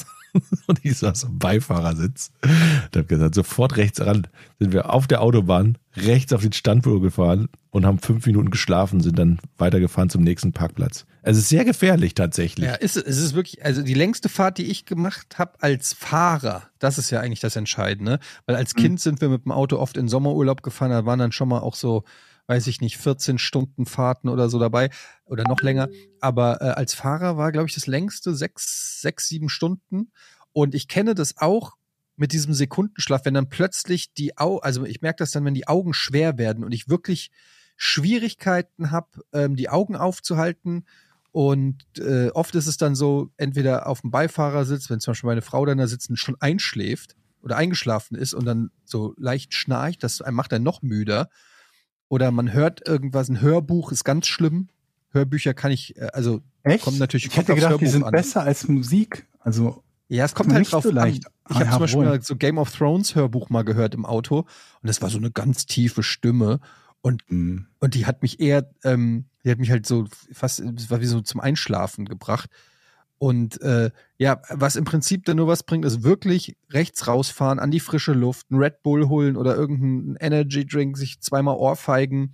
Speaker 7: Und ich saß am Beifahrersitz und habe gesagt, sofort rechts ran. Sind wir auf der Autobahn rechts auf den Standpol gefahren und haben fünf Minuten geschlafen, sind dann weitergefahren zum nächsten Parkplatz. Es ist sehr gefährlich tatsächlich.
Speaker 6: Ja, ist, es ist wirklich, also die längste Fahrt, die ich gemacht habe als Fahrer, das ist ja eigentlich das Entscheidende. Weil als Kind sind wir mit dem Auto oft in Sommerurlaub gefahren, da waren dann schon mal auch so, weiß ich nicht, 14 Stunden Fahrten oder so dabei oder noch länger. Aber äh, als Fahrer war, glaube ich, das längste sechs, sechs, sieben Stunden. Und ich kenne das auch mit diesem Sekundenschlaf, wenn dann plötzlich die Au also ich merke das dann, wenn die Augen schwer werden und ich wirklich Schwierigkeiten habe, ähm, die Augen aufzuhalten. Und äh, oft ist es dann so, entweder auf dem Beifahrersitz, wenn zum Beispiel meine Frau dann da sitzt und schon einschläft oder eingeschlafen ist und dann so leicht schnarcht, das macht dann noch müder. Oder man hört irgendwas, ein Hörbuch ist ganz schlimm. Hörbücher kann ich, äh, also
Speaker 8: Echt?
Speaker 6: Kommt natürlich-
Speaker 8: ich
Speaker 6: kommt
Speaker 8: hätte
Speaker 6: aufs
Speaker 8: gedacht, die
Speaker 6: Hörbuch
Speaker 8: sind
Speaker 6: an.
Speaker 8: besser als Musik. Also,
Speaker 6: Ja, es kommt
Speaker 8: Nicht
Speaker 6: halt drauf
Speaker 8: so leicht.
Speaker 6: an. Ich habe
Speaker 8: Ah,
Speaker 6: zum Beispiel
Speaker 8: jawohl.
Speaker 6: mal so Game of Thrones Hörbuch mal gehört im Auto und das war so eine ganz tiefe Stimme und,
Speaker 8: mh,
Speaker 6: und die hat mich eher, ähm, die hat mich halt so fast, es war wie so zum Einschlafen gebracht. Und äh, ja, was im Prinzip dann nur was bringt, ist wirklich rechts rausfahren, an die frische Luft, einen Red Bull holen oder irgendeinen Energy Drink, sich zweimal Ohrfeigen,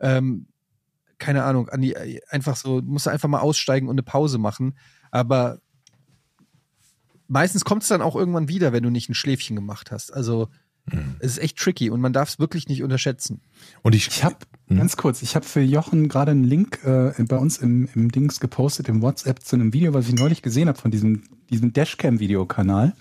Speaker 6: ähm, keine Ahnung, an die einfach so, musst du einfach mal aussteigen und eine Pause machen. Aber meistens kommt es dann auch irgendwann wieder, wenn du nicht ein Schläfchen gemacht hast. Also es ist echt tricky und man darf es wirklich nicht unterschätzen.
Speaker 7: Und ich,
Speaker 8: ich habe
Speaker 7: Hm.
Speaker 8: ganz kurz, ich habe für Jochen gerade einen Link äh, bei uns im, im Dings gepostet, im WhatsApp zu einem Video, was ich neulich gesehen habe von diesem, diesem Dashcam-Videokanal.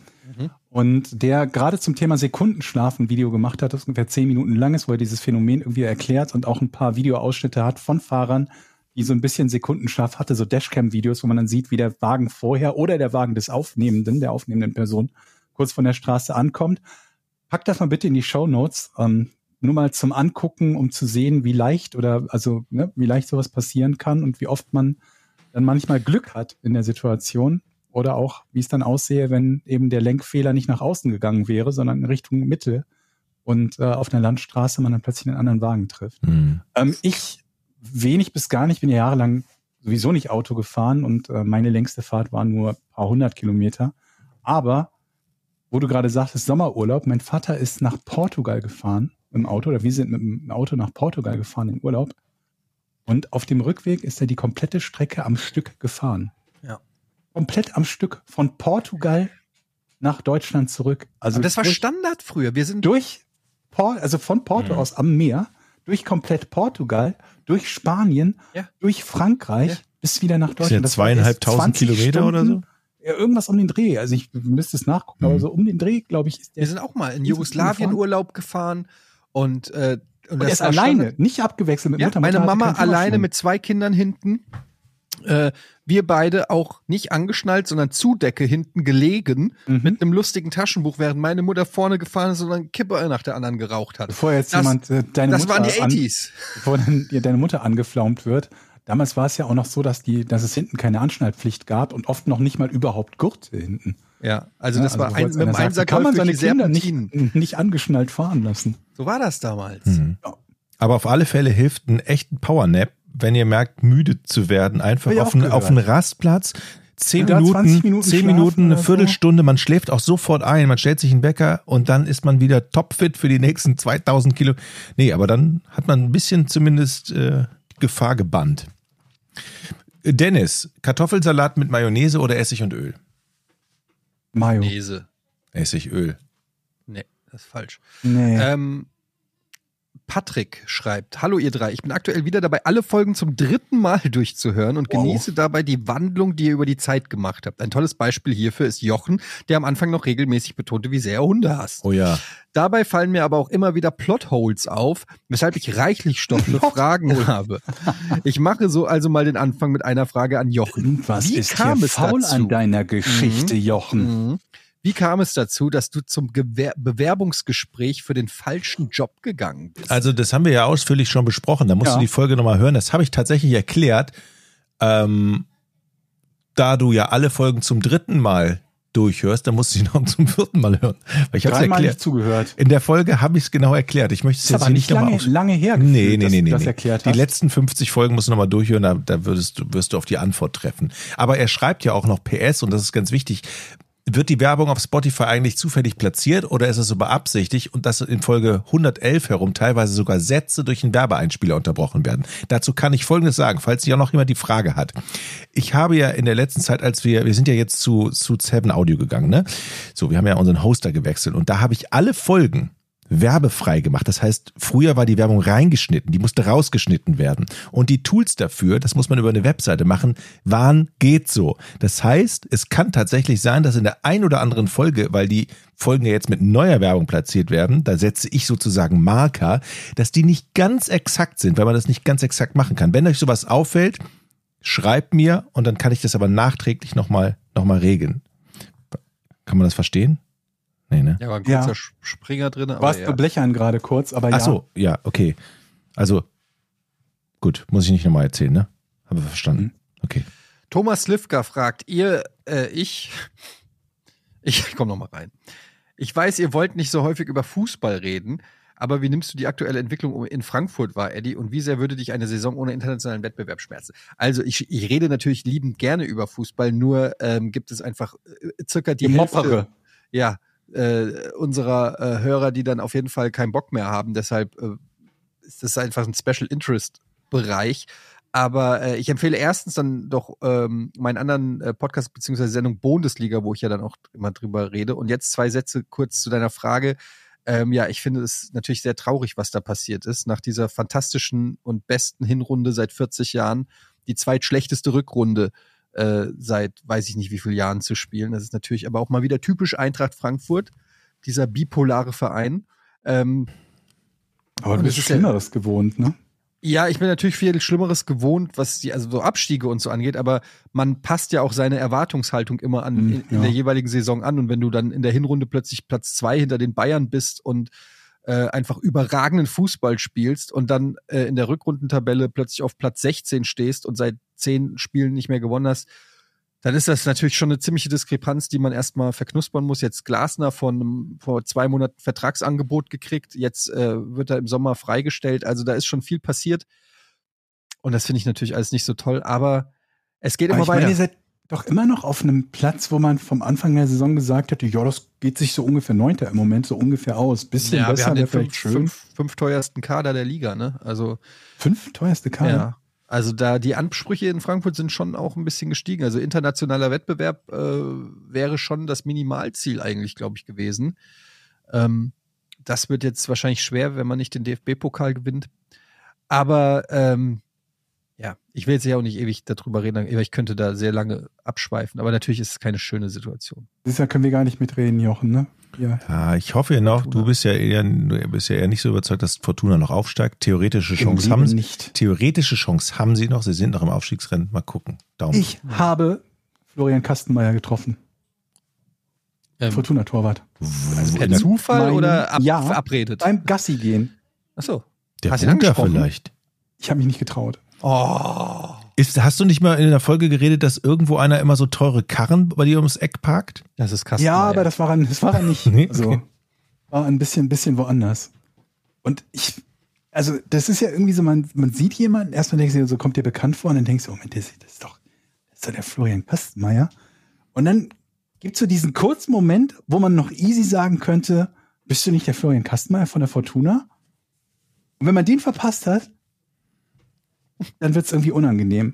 Speaker 8: Und der gerade zum Thema Sekundenschlaf ein Video gemacht hat, das ungefähr zehn Minuten lang ist, wo er dieses Phänomen irgendwie erklärt und auch ein paar Videoausschnitte hat von Fahrern, die so ein bisschen Sekundenschlaf hatte, so Dashcam-Videos, wo man dann sieht, wie der Wagen vorher oder der Wagen des Aufnehmenden, der aufnehmenden Person, kurz von der Straße ankommt. Pack das mal bitte in die Show Notes. Ähm, nur mal zum Angucken, um zu sehen, wie leicht oder also ne, wie leicht sowas passieren kann und wie oft man dann manchmal Glück hat in der Situation oder auch wie es dann aussehe, wenn eben der Lenkfehler nicht nach außen gegangen wäre, sondern in Richtung Mitte und äh, auf einer Landstraße man dann plötzlich einen anderen Wagen trifft.
Speaker 7: Hm.
Speaker 8: Ähm, ich wenig bis gar nicht, bin ja jahrelang sowieso nicht Auto gefahren und äh, meine längste Fahrt war nur ein paar hundert Kilometer. Aber, wo du gerade sagtest, Sommerurlaub, mein Vater ist nach Portugal gefahren im Auto oder wir sind mit dem Auto nach Portugal gefahren in Urlaub. Und auf dem Rückweg ist er die komplette Strecke am Stück gefahren.
Speaker 6: Ja.
Speaker 8: Komplett am Stück. Von Portugal nach Deutschland zurück. Also
Speaker 6: Aber das war
Speaker 8: durch-
Speaker 6: Standard früher. Wir sind
Speaker 8: durch Por also von
Speaker 6: Mhm.
Speaker 8: Porto aus am Meer, durch komplett Portugal, durch Spanien,
Speaker 6: Ja.
Speaker 8: durch Frankreich
Speaker 6: Ja.
Speaker 8: bis wieder nach
Speaker 7: ja
Speaker 8: Deutschland. Das war
Speaker 7: zweieinhalbtausend
Speaker 8: jetzt 20
Speaker 7: Kilometer oder
Speaker 8: Stunden. Ja, irgendwas um den Dreh. Also ich müsste es nachgucken,
Speaker 7: Mhm.
Speaker 8: aber so um den Dreh, glaube ich, ist der.
Speaker 6: Wir sind auch mal in
Speaker 8: Sind
Speaker 6: Jugoslawien
Speaker 8: Sie
Speaker 6: Urlaub gefahren und, äh,
Speaker 8: und er ist
Speaker 6: war
Speaker 8: alleine,
Speaker 6: Standard-
Speaker 8: nicht abgewechselt mit
Speaker 6: Ja,
Speaker 8: Mutter.
Speaker 6: meine
Speaker 8: Mutter hatte
Speaker 6: Mama
Speaker 8: keinen Führerschein.
Speaker 6: alleine mit zwei Kindern hinten. Äh, wir beide auch nicht angeschnallt, sondern Zudecke hinten gelegen
Speaker 8: Mhm.
Speaker 6: mit einem lustigen Taschenbuch, während meine Mutter vorne gefahren ist und dann Kippe nach der anderen geraucht hat.
Speaker 8: Bevor jetzt
Speaker 6: Das-
Speaker 8: jemand äh, deine
Speaker 6: das
Speaker 8: Mutter
Speaker 6: waren die
Speaker 8: an-
Speaker 6: 80s.
Speaker 8: bevor dann dir deine Mutter angeflaumt wird. Damals war es ja auch noch so, dass die, dass es hinten keine Anschnallpflicht gab und oft noch nicht mal überhaupt Gurte hinten.
Speaker 6: Ja, also
Speaker 8: Ja,
Speaker 6: das war
Speaker 8: bevor
Speaker 6: ein,
Speaker 8: jetzt
Speaker 6: mit einem
Speaker 8: einer sagt,
Speaker 6: Einser
Speaker 8: kann man seine Kinder
Speaker 6: Serpentinen.
Speaker 8: nicht, nicht angeschnallt fahren lassen.
Speaker 6: So war das damals. Hm.
Speaker 7: Mhm.
Speaker 8: Ja.
Speaker 7: Aber auf alle Fälle hilft ein echten Powernap, wenn ihr merkt, müde zu werden, einfach
Speaker 8: Hab ich
Speaker 7: auf
Speaker 8: auch
Speaker 7: einen,
Speaker 8: gehört.
Speaker 7: auf einen Rastplatz. Zehn
Speaker 8: Ja,
Speaker 7: Minuten,
Speaker 8: 20 Minuten
Speaker 7: zehn
Speaker 8: schlafen
Speaker 7: Minuten, eine
Speaker 8: oder so.
Speaker 7: Viertelstunde, man schläft auch sofort ein, man stellt sich einen Wecker und dann ist man wieder topfit für die nächsten 2000 Kilo. Nee, aber dann hat man ein bisschen zumindest äh, Gefahr gebannt. Dennis, Kartoffelsalat mit Mayonnaise oder Essig und Öl?
Speaker 8: Mayo. Nee.
Speaker 6: Lese.
Speaker 7: Essig, Öl.
Speaker 6: Nee, das ist falsch. Ähm, Patrick schreibt, hallo ihr drei, ich bin aktuell wieder dabei, alle Folgen zum dritten Mal durchzuhören und
Speaker 8: Wow.
Speaker 6: genieße dabei die Wandlung, die ihr über die Zeit gemacht habt. Ein tolles Beispiel hierfür ist Jochen, der am Anfang noch regelmäßig betonte, wie sehr er Hunde hasst.
Speaker 7: Oh ja.
Speaker 6: Dabei fallen mir aber auch immer wieder Plotholes auf, weshalb ich reichlich Stoff für Fragen habe. Ich mache so also mal den Anfang mit einer Frage an Jochen.
Speaker 8: Was
Speaker 6: Wie
Speaker 8: ist
Speaker 6: kam
Speaker 8: hier
Speaker 6: es
Speaker 8: faul
Speaker 6: dazu?
Speaker 8: an deiner Geschichte, Jochen?
Speaker 6: Mhm. Wie kam es dazu, dass du zum Gewer Bewerbungsgespräch für den falschen Job gegangen bist?
Speaker 7: Also das haben wir ja ausführlich schon besprochen. Da musst
Speaker 8: Ja.
Speaker 7: du die Folge nochmal hören. Das habe ich tatsächlich erklärt. Ähm, da du ja alle Folgen zum dritten Mal durchhörst, dann musst du sie noch zum vierten Mal hören. Weil ich habe
Speaker 8: Dreimal
Speaker 7: es
Speaker 8: nicht
Speaker 7: erklärt.
Speaker 8: zugehört.
Speaker 7: In der Folge habe ich es genau erklärt. Ich möchte es
Speaker 8: Ist
Speaker 7: jetzt
Speaker 8: aber
Speaker 7: hier
Speaker 8: nicht
Speaker 7: nicht nochmal
Speaker 8: lange,
Speaker 7: aus.
Speaker 8: lange her, gefühlt,
Speaker 7: Nee, nee,
Speaker 8: dass
Speaker 7: nee,
Speaker 8: du
Speaker 7: nee.
Speaker 8: das
Speaker 7: nee.
Speaker 8: erklärt
Speaker 7: die
Speaker 8: hast.
Speaker 7: letzten 50 Folgen musst du nochmal durchhören, da, da würdest, du- wirst du auf die Antwort treffen. Aber er schreibt ja auch noch PS und das ist ganz wichtig. Wird die Werbung auf Spotify eigentlich zufällig platziert oder ist es so beabsichtigt und dass in Folge 111 herum teilweise sogar Sätze durch einen Werbeeinspieler unterbrochen werden? Dazu kann ich Folgendes sagen, falls sich auch noch jemand die Frage hat. Ich habe ja in der letzten Zeit, als wir, wir sind ja jetzt zu, zu Seven Audio gegangen, ne? So, wir haben ja unseren Hoster gewechselt und da habe ich alle Folgen werbefrei gemacht. Das heißt, früher war die Werbung reingeschnitten, die musste rausgeschnitten werden. Und die Tools dafür, das muss man über eine Webseite machen, waren geht so. Das heißt, es kann tatsächlich sein, dass in der ein oder anderen Folge, weil die Folgen ja jetzt mit neuer Werbung platziert werden, da setze ich sozusagen Marker, dass die nicht ganz exakt sind, weil man das nicht ganz exakt machen kann. Wenn euch sowas auffällt, schreibt mir und dann kann ich das aber nachträglich nochmal noch mal regeln. Kann man das verstehen? Nee, ne?
Speaker 6: Ja, war ein
Speaker 8: Ja.
Speaker 6: kurzer Sch- Springer drin, aber
Speaker 8: Warst
Speaker 6: Oh, ja.
Speaker 8: du blechern gerade kurz, aber
Speaker 7: Ach
Speaker 8: ja.
Speaker 7: so, ja, okay. Also, gut, muss ich nicht nochmal erzählen, ne? Habe verstanden. Okay.
Speaker 6: Thomas Slivka fragt, ihr, äh, ich, ich komm noch mal rein. Ich weiß, ihr wollt nicht so häufig über Fußball reden, aber wie nimmst du die aktuelle Entwicklung um in Frankfurt wahr, Eddie? Und wie sehr würde dich eine Saison ohne internationalen Wettbewerb schmerzen? Also ich, ich rede natürlich liebend gerne über Fußball, nur ähm, gibt es einfach äh, circa die Hälfte,
Speaker 8: Moppere.
Speaker 6: ja, äh, unserer äh, Hörer, die dann auf jeden Fall keinen Bock mehr haben. Deshalb äh, ist das einfach ein Special Interest Bereich. Aber äh, ich empfehle erstens dann doch ähm, meinen anderen äh, Podcast beziehungsweise Sendung Bundesliga, wo ich ja dann auch immer drüber rede. Und jetzt zwei Sätze kurz zu deiner Frage. Ähm, ja, ich finde es natürlich sehr traurig, was da passiert ist. Nach dieser fantastischen und besten Hinrunde seit 40 Jahren, die zweitschlechteste Rückrunde äh, seit weiß ich nicht wie vielen Jahren zu spielen. Das ist natürlich aber auch mal wieder typisch Eintracht Frankfurt, dieser bipolare Verein. Ähm,
Speaker 8: Aber du
Speaker 6: Und
Speaker 8: bist
Speaker 6: es ist ja-
Speaker 8: Schlimmeres gewohnt, ne?
Speaker 6: ja, ich bin natürlich viel Schlimmeres gewohnt, was die, also so Abstiege und so angeht, aber man passt ja auch seine Erwartungshaltung immer an
Speaker 8: Mhm,
Speaker 6: in, in
Speaker 8: ja.
Speaker 6: der jeweiligen Saison an. Und wenn du dann in der Hinrunde plötzlich Platz zwei hinter den Bayern bist und äh, einfach überragenden Fußball spielst und dann äh, in der Rückrundentabelle plötzlich auf Platz 16 stehst und seit zehn Spielen nicht mehr gewonnen hast, dann ist das natürlich schon eine ziemliche Diskrepanz, die man erstmal verknuspern muss. Jetzt Glasner von einem, vor zwei Monaten Vertragsangebot gekriegt, jetzt äh, wird er im Sommer freigestellt. Also da ist schon viel passiert. Und das finde ich natürlich alles nicht so toll, aber es geht
Speaker 8: Aber
Speaker 6: immer
Speaker 8: ich meine,
Speaker 6: weiter.
Speaker 8: ihr seid doch immer noch auf einem Platz, wo man vom Anfang der Saison gesagt hätte, ja, das geht sich so ungefähr neunter im Moment so ungefähr aus. Bisschen
Speaker 6: ja, wir
Speaker 8: besser
Speaker 6: haben den
Speaker 8: wäre
Speaker 6: fünf,
Speaker 8: vielleicht schön.
Speaker 6: fünf, fünf teuersten Kader der Liga, ne? Also
Speaker 8: Fünf teuerste Karte.
Speaker 6: Ja. Also da die Ansprüche in Frankfurt sind schon auch ein bisschen gestiegen. Also internationaler Wettbewerb äh, wäre schon das Minimalziel eigentlich, glaube ich, gewesen. Ähm, das wird jetzt wahrscheinlich schwer, wenn man nicht den DFB-Pokal gewinnt. Aber ähm, ja, ich will jetzt ja auch nicht ewig darüber reden, aber ich könnte da sehr lange abschweifen. Aber natürlich ist es keine schöne Situation.
Speaker 8: Dieses Jahr können wir gar nicht mitreden, Jochen, ne? Ja.
Speaker 7: Ah, ich hoffe ja noch, du bist ja, eher, du bist ja eher nicht so überzeugt, dass Fortuna noch aufsteigt. Theoretische Chance
Speaker 8: Im
Speaker 7: haben
Speaker 8: Leben
Speaker 7: sie.
Speaker 8: nicht.
Speaker 7: Theoretische Chance haben sie noch. Sie sind noch im Aufstiegsrennen. Mal gucken. Daumen.
Speaker 8: Ich habe Florian Kastenmeier getroffen.
Speaker 6: Ähm,
Speaker 8: Fortuna-Torwart.
Speaker 7: also
Speaker 6: Per
Speaker 7: der,
Speaker 6: Zufall
Speaker 8: mein-
Speaker 6: oder ab,
Speaker 8: Ja.
Speaker 6: verabredet?
Speaker 8: Beim Gassi gehen.
Speaker 6: Ach so.
Speaker 7: der
Speaker 6: Hast du ihn
Speaker 7: Bunker
Speaker 6: angesprochen?
Speaker 7: vielleicht.
Speaker 8: Ich habe mich nicht getraut.
Speaker 7: Ist, hast du nicht mal in der Folge geredet, dass irgendwo einer immer so teure Karren bei dir ums Eck parkt?
Speaker 6: Das ist Kasten.
Speaker 8: Ja, aber das war er, das war er nicht.
Speaker 7: Nee, okay.
Speaker 8: Also war ein bisschen, bisschen woanders. Und ich, also das ist ja irgendwie so, man, man sieht jemanden, erstmal denkst du, dir, so kommt dir bekannt vor und dann denkst du, oh Moment, das, das ist doch, das ist doch der Florian Kastenmeier. Und dann gibt's so diesen kurzen Moment, wo man noch easy sagen könnte, bist du nicht der Florian Kastenmeier von der Fortuna? Und wenn man den verpasst hat, dann wird's irgendwie unangenehm.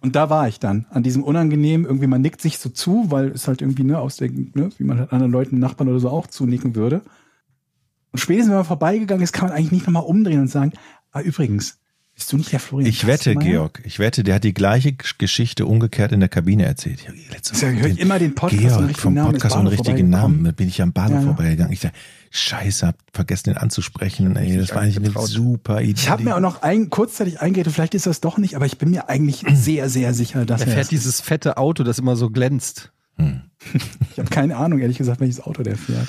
Speaker 8: Und da war ich dann, an diesem unangenehm, irgendwie man nickt sich so zu, weil es halt irgendwie, ne, aus der, ne, wie man halt anderen Leuten, Nachbarn oder so auch zunicken würde. Und spätestens, wenn man vorbeigegangen ist, kann man eigentlich nicht nochmal umdrehen und sagen, ah, übrigens, bist du nicht der Florian
Speaker 7: Ich wette,
Speaker 8: Kastenmeier?
Speaker 7: Georg, ich wette, der hat die gleiche Geschichte umgekehrt in der Kabine erzählt. Ich hab letztens
Speaker 8: Ja, hört
Speaker 7: den
Speaker 8: immer den Podcast und
Speaker 7: Georg
Speaker 8: richtigen
Speaker 7: vom
Speaker 8: Namen, ist
Speaker 7: Podcast und
Speaker 8: Bahnhof
Speaker 7: richtigen Namen.
Speaker 8: vorbeigekommen.
Speaker 7: Da bin ich am Bahnhof
Speaker 8: Ja, ja.
Speaker 7: vorbeigegangen. Ich dachte, scheiße, hab vergessen, den anzusprechen. Ey, das war eigentlich eine super Idee.
Speaker 8: Ich habe mir auch noch ein, kurzzeitig eingeredet, vielleicht ist das doch nicht, aber ich bin mir eigentlich sehr, sehr sicher, dass
Speaker 6: Er
Speaker 8: er
Speaker 6: fährt
Speaker 8: das ist.
Speaker 6: dieses fette Auto, das immer so glänzt.
Speaker 8: Ich habe keine Ahnung, ehrlich gesagt, welches Auto der fährt.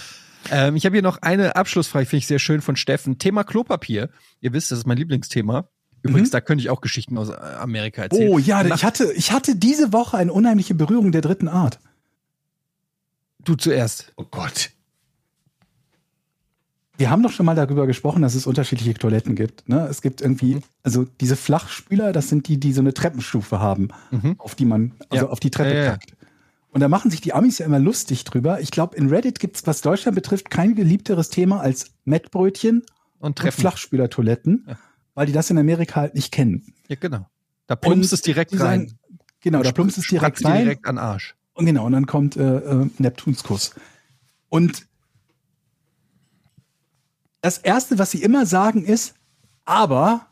Speaker 6: Ähm, ich habe hier noch eine Abschlussfrage, finde ich sehr schön von Steffen. Thema Klopapier. Ihr wisst, das ist mein Lieblingsthema. Übrigens, da könnte ich auch Geschichten aus äh, Amerika erzählen.
Speaker 8: Mhm. Oh ja,
Speaker 6: Mach
Speaker 8: ich hatte, ich hatte diese Woche eine unheimliche Berührung der dritten Art.
Speaker 6: du zuerst.
Speaker 7: Oh Gott.
Speaker 8: Wir haben doch schon mal darüber gesprochen, dass es unterschiedliche Toiletten gibt. Ne? Es gibt
Speaker 6: Mhm.
Speaker 8: irgendwie, also diese Flachspüler, das sind die, die so eine Treppenstufe haben,
Speaker 6: Mhm.
Speaker 8: auf die man, also
Speaker 6: Ja.
Speaker 8: auf die Treppe
Speaker 6: Ja, ja, ja.
Speaker 8: kackt. Und da machen sich die Amis ja immer lustig drüber. Ich glaube, in Reddit gibt es, was Deutschland betrifft, kein geliebteres Thema als Mettbrötchen
Speaker 6: Und
Speaker 8: und
Speaker 6: treffen.
Speaker 8: Flachspülertoiletten,
Speaker 6: Ja.
Speaker 8: weil die das in Amerika halt nicht kennen.
Speaker 6: Ja, genau. Da plumpst
Speaker 8: Und
Speaker 6: es direkt
Speaker 8: die
Speaker 6: rein.
Speaker 8: sagen- Genau, da plumpst es direkt
Speaker 6: Spratzt dir
Speaker 8: rein.
Speaker 6: direkt an den Arsch.
Speaker 8: Und genau, und dann kommt äh, äh, Neptunskuss. Und das Erste, was sie immer sagen, ist, aber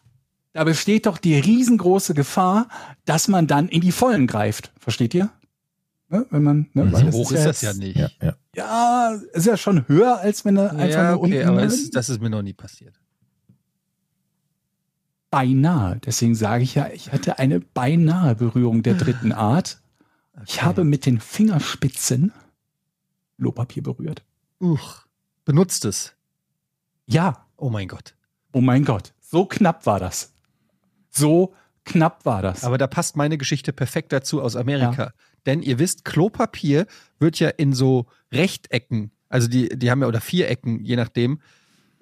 Speaker 8: da besteht doch die riesengroße Gefahr, dass man dann in die Vollen greift. Versteht ihr? Ne? Wenn man, ne? weil
Speaker 6: Mhm. So
Speaker 8: das
Speaker 6: hoch ist das
Speaker 8: jetzt-
Speaker 6: ja nicht.
Speaker 7: Ja, ja.
Speaker 8: Ja, ist ja schon höher, als wenn er einfach
Speaker 6: Ja,
Speaker 8: nur unten
Speaker 6: okay, aber
Speaker 8: ne?
Speaker 6: es, das ist mir noch nie passiert.
Speaker 8: beinahe. Deswegen sage ich ja, ich hatte eine beinahe Berührung der dritten Art. Ich habe mit den Fingerspitzen Klopapier berührt.
Speaker 6: Uch. Benutzt es.
Speaker 8: Ja,
Speaker 6: Oh mein Gott.
Speaker 8: Oh mein Gott, So knapp war das. So knapp war das.
Speaker 6: Aber da passt meine Geschichte perfekt dazu aus Amerika. Denn ihr wisst, Klopapier wird ja in so Rechtecken, also die, die haben ja, oder Vierecken, je nachdem,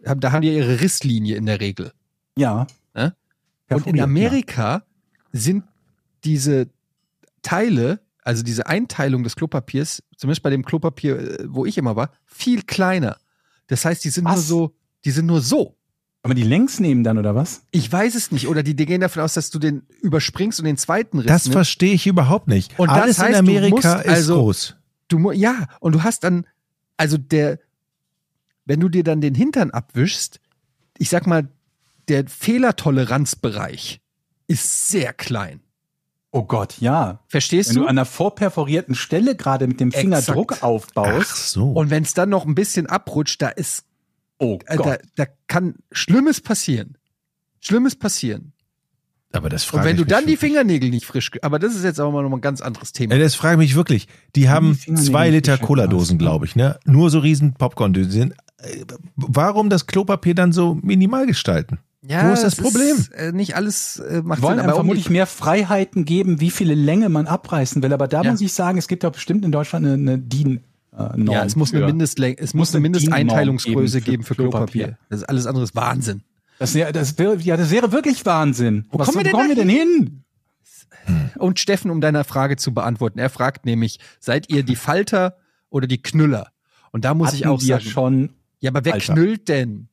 Speaker 6: haben, da haben die ja ihre Risslinie in der Regel.
Speaker 8: ja.
Speaker 6: Ne? Und
Speaker 8: Perforiert,
Speaker 6: in
Speaker 8: ja.
Speaker 6: Amerika sind diese Teile, also diese Einteilung des Klopapiers, zumindest bei dem Klopapier, äh, wo ich immer war, viel kleiner. Das heißt, die sind nur
Speaker 8: Was?
Speaker 6: so, die sind nur so.
Speaker 8: Aber die längs nehmen dann, oder was?
Speaker 6: Ich weiß es nicht. Oder die, die gehen davon aus, dass du den überspringst und den zweiten Riss
Speaker 7: Das
Speaker 6: nimmst.
Speaker 7: verstehe ich überhaupt nicht.
Speaker 6: Und das
Speaker 7: Alles in
Speaker 6: heißt, du
Speaker 7: Amerika
Speaker 6: musst
Speaker 7: ist
Speaker 6: also-
Speaker 7: groß.
Speaker 6: Du, mu- ja, und du hast dann, also der, wenn du dir dann den Hintern abwischst, ich sag mal, der Fehlertoleranzbereich ist sehr klein.
Speaker 8: Oh Gott, ja.
Speaker 6: Verstehst
Speaker 8: Wenn du
Speaker 6: du?
Speaker 8: an einer vorperforierten Stelle gerade mit dem Finger
Speaker 6: Exakt.
Speaker 8: Druck aufbaust,
Speaker 7: so.
Speaker 6: Und wenn es dann noch ein bisschen abrutscht, da ist,
Speaker 8: oh
Speaker 6: äh, da,
Speaker 8: Gott.
Speaker 6: da kann Schlimmes passieren. Schlimmes passieren.
Speaker 7: aber das frage
Speaker 6: Und wenn
Speaker 7: ich
Speaker 6: du
Speaker 7: mich
Speaker 6: dann die
Speaker 7: wirklich.
Speaker 6: Fingernägel nicht frisch, ge- aber das ist jetzt aber mal noch mal ein ganz anderes Thema.
Speaker 7: Ja,
Speaker 8: Äh,
Speaker 7: das frage ich mich wirklich. Die haben
Speaker 8: Fingernägel
Speaker 7: zwei
Speaker 8: nicht
Speaker 7: Liter
Speaker 8: geschnitten
Speaker 7: Cola-Dosen,
Speaker 8: hast, ne?
Speaker 7: glaube ich, ne? Nur so riesen Popcorn-Dosen. Äh, Warum das Klopapier dann so minimal gestalten?
Speaker 6: Ja,
Speaker 7: wo ist das
Speaker 6: es
Speaker 7: Problem?
Speaker 6: Ist, äh, nicht alles äh, macht
Speaker 8: Wir wollen einem
Speaker 6: Sinn, aber um die-
Speaker 8: vermutlich mehr Freiheiten geben, wie viele Länge man abreißen will. Aber da
Speaker 6: Ja.
Speaker 8: muss ich sagen, es gibt doch bestimmt in Deutschland eine, äh, eine DIN-Norm.
Speaker 6: Ja, es muss eine, Mindestlänge, es
Speaker 8: Muss
Speaker 6: muss eine
Speaker 8: eine
Speaker 6: Mindesteinteilungsgröße
Speaker 8: DIN-Norm
Speaker 6: geben für Klopapier. Das ist alles andere ist Wahnsinn.
Speaker 8: Das, wär- das, wär, ja, das wäre wirklich Wahnsinn.
Speaker 6: Wo
Speaker 8: Was,
Speaker 6: kommen wir denn
Speaker 8: kommen wir
Speaker 6: da
Speaker 8: denn hin?
Speaker 6: Und Steffen, um deiner Frage zu beantworten, er fragt nämlich, seid ihr die Falter oder die Knüller? Und da muss ich
Speaker 8: Hatten
Speaker 6: auch
Speaker 8: wir
Speaker 6: sagen,
Speaker 8: schon.
Speaker 6: ja, aber wer
Speaker 8: Falter.
Speaker 6: knüllt denn?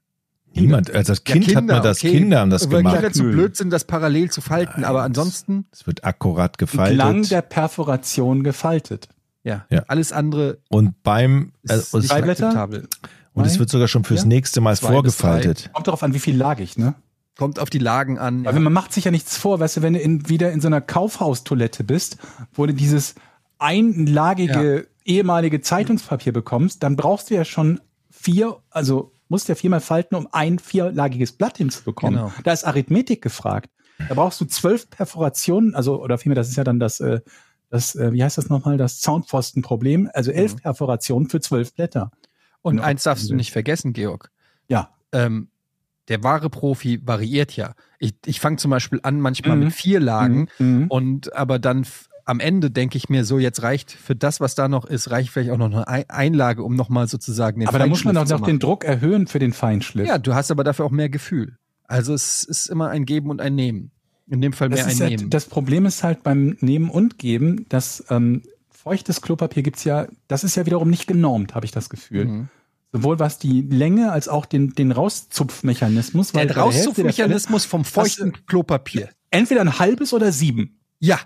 Speaker 7: Niemand, als das Kind hat man das,
Speaker 6: okay.
Speaker 7: Kinder haben das
Speaker 6: Weil
Speaker 7: gemacht.
Speaker 6: Kinder zu
Speaker 8: Knüllen.
Speaker 6: blöd sind, das parallel zu falten, aber ansonsten,
Speaker 7: Es wird akkurat
Speaker 8: Entlang
Speaker 7: gefaltet.
Speaker 8: der Perforation gefaltet.
Speaker 6: ja,
Speaker 7: Ja.
Speaker 6: alles andere
Speaker 7: Und beim,
Speaker 6: ist
Speaker 7: also,
Speaker 6: nicht
Speaker 8: Drei Blätter?
Speaker 6: akzeptabel.
Speaker 7: und es
Speaker 8: Nein.
Speaker 7: wird sogar schon fürs
Speaker 8: Ja.
Speaker 7: nächste Mal
Speaker 6: Zwei bis drei.
Speaker 7: vorgefaltet.
Speaker 8: Kommt darauf an, wie viel lag ich, ne?
Speaker 6: Kommt auf die Lagen an.
Speaker 8: Weil wenn man macht sich ja nichts vor, weißt du, wenn du in, wieder in so einer Kaufhaustoilette bist, wo du dieses einlagige ehemalige Zeitungspapier bekommst, dann brauchst du ja schon vier, also musst ja viermal falten, um ein vierlagiges Blatt hinzubekommen.
Speaker 6: Genau.
Speaker 8: Da ist Arithmetik gefragt. Da brauchst du zwölf Perforationen, also oder vielmehr, das ist ja dann das, äh, das äh, wie heißt das nochmal, das Soundpfostenproblem, also elf Perforationen für zwölf Blätter.
Speaker 6: Genau.
Speaker 8: Genau.
Speaker 6: Und eins darfst du nicht vergessen, Georg.
Speaker 8: Ja,
Speaker 6: ähm, der wahre Profi variiert ja. Ich, ich fange zum Beispiel an, manchmal
Speaker 8: Mhm.
Speaker 6: mit vier Lagen
Speaker 8: Mhm.
Speaker 6: und aber dann f- am Ende denke ich mir, so jetzt reicht für das, was da noch ist, reicht vielleicht auch noch eine Ei- Einlage, um nochmal sozusagen den
Speaker 8: aber da muss man
Speaker 6: Feinschliff
Speaker 8: doch
Speaker 6: zu
Speaker 8: noch den
Speaker 6: machen.
Speaker 8: Druck erhöhen für den Feinschliff.
Speaker 6: Ja, du hast aber dafür auch mehr Gefühl. Also es ist immer ein Geben und ein Nehmen. In dem Fall mehr
Speaker 8: Das,
Speaker 6: ein
Speaker 8: ist halt,
Speaker 6: Nehmen.
Speaker 8: das Problem ist halt beim Nehmen und Geben, dass ähm, feuchtes Klopapier gibt's ja, das ist ja wiederum nicht genormt, habe ich das Gefühl.
Speaker 6: Mhm.
Speaker 8: Sowohl was die Länge als auch den, den Rauszupfmechanismus. weil bei
Speaker 6: der
Speaker 8: der Hälfte der Fälle
Speaker 6: Rauszugmechanismus vom feuchten Klopapier.
Speaker 8: Entweder ein halbes oder sieben.
Speaker 6: Ja.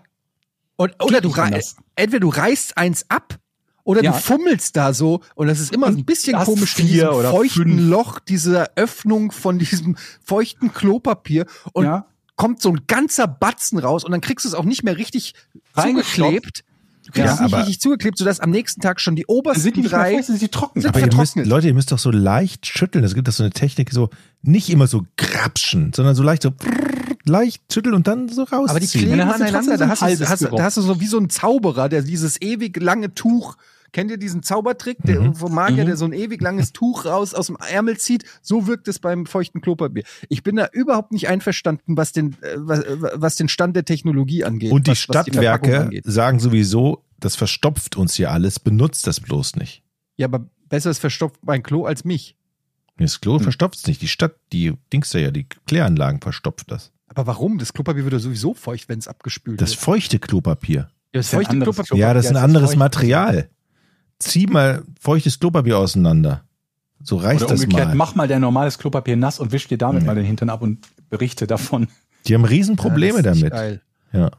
Speaker 6: Und, oder du
Speaker 8: nicht
Speaker 6: rei-
Speaker 8: anders.
Speaker 6: entweder du reißt eins ab oder
Speaker 8: Ja.
Speaker 6: du fummelst da so und das ist immer ein bisschen
Speaker 8: hast
Speaker 6: komisch in
Speaker 8: vier
Speaker 6: diesem
Speaker 8: oder
Speaker 6: feuchten
Speaker 8: fünf.
Speaker 6: Loch, dieser Öffnung von diesem feuchten Klopapier und
Speaker 8: Ja.
Speaker 6: kommt so ein ganzer Batzen raus und dann kriegst du es auch nicht mehr richtig
Speaker 8: Reingestopft.
Speaker 6: zugeklebt. Du kriegst
Speaker 8: Ja,
Speaker 6: es nicht
Speaker 7: aber-
Speaker 6: richtig zugeklebt, sodass am nächsten Tag schon die
Speaker 8: Dann sind die
Speaker 6: obersten
Speaker 8: nicht mehr
Speaker 6: drei
Speaker 8: feucht, dann sind die trocken.
Speaker 6: sind
Speaker 7: Aber ihr müsst,
Speaker 6: vertrocknet.
Speaker 7: Leute, ihr müsst doch so leicht schütteln. Es gibt doch so eine Technik, so nicht immer so grapschen, sondern so leicht so prrr, leicht schütteln und dann so rausziehen.
Speaker 6: Aber die
Speaker 8: Ja,
Speaker 6: kleben
Speaker 8: dann hast du
Speaker 6: aneinander.
Speaker 8: trotzdem so
Speaker 6: Da
Speaker 8: ein
Speaker 6: hast, du,
Speaker 8: halbes
Speaker 6: hast,
Speaker 8: Geruch.
Speaker 6: da hast du so wie so ein Zauberer, der dieses ewig lange Tuch. Kennt ihr diesen Zaubertrick der,
Speaker 8: Mhm.
Speaker 6: vom Magier, der so ein ewig langes Tuch raus aus dem Ärmel zieht? So wirkt es beim feuchten Klopapier. Ich bin da überhaupt nicht einverstanden, was den, äh, was, äh, was den Stand der Technologie angeht.
Speaker 7: und die
Speaker 6: was, was
Speaker 7: Stadtwerke
Speaker 6: Verpackung angeht.
Speaker 7: sagen sowieso, das verstopft uns hier alles, benutzt das bloß nicht.
Speaker 6: ja, aber besser ist verstopft mein Klo als mich.
Speaker 7: Das Klo
Speaker 6: Hm.
Speaker 7: verstopft es nicht. Die Stadt, die Dings da ja, die Kläranlagen verstopft das.
Speaker 6: Aber warum? Das Klopapier wird ja sowieso feucht, wenn es abgespült
Speaker 7: Das
Speaker 6: wird.
Speaker 7: feuchte Klopapier.
Speaker 6: Das
Speaker 8: ist ja ein anderes
Speaker 7: ja, das ist ein anderes
Speaker 8: feucht.
Speaker 7: Material. Zieh mal feuchtes Klopapier auseinander. So reicht
Speaker 8: Oder
Speaker 7: das
Speaker 8: umgekehrt,
Speaker 7: mal.
Speaker 8: mach mal dein normales Klopapier nass und wisch dir damit
Speaker 6: Mhm.
Speaker 7: Nee.
Speaker 8: mal den Hintern ab und berichte davon.
Speaker 7: Die haben
Speaker 6: Ja,
Speaker 7: Riesenprobleme
Speaker 6: das ist nicht
Speaker 7: damit.
Speaker 6: Geil.
Speaker 7: Ja.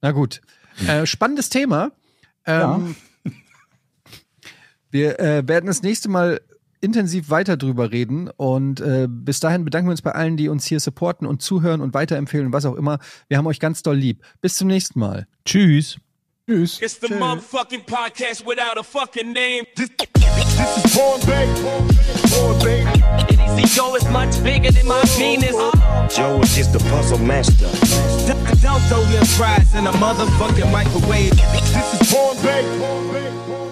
Speaker 6: Na gut. Äh, spannendes Thema. Ähm, Wir äh, werden das nächste Mal intensiv weiter drüber reden und äh, bis dahin bedanken wir uns bei allen, die uns hier supporten und zuhören und weiterempfehlen und was auch immer. Wir haben euch ganz doll lieb. Bis zum nächsten Mal.
Speaker 7: Tschüss.
Speaker 8: Tschüss.
Speaker 1: It's the motherfucking podcast without a fucking name.
Speaker 2: This is Porn Bay. Porn Bay.
Speaker 3: Easy Joe is much bigger than my penis.
Speaker 4: Joe is just the puzzle master.
Speaker 5: Don't throw your fries in a motherfucking microwave.
Speaker 2: This is Porn Bay.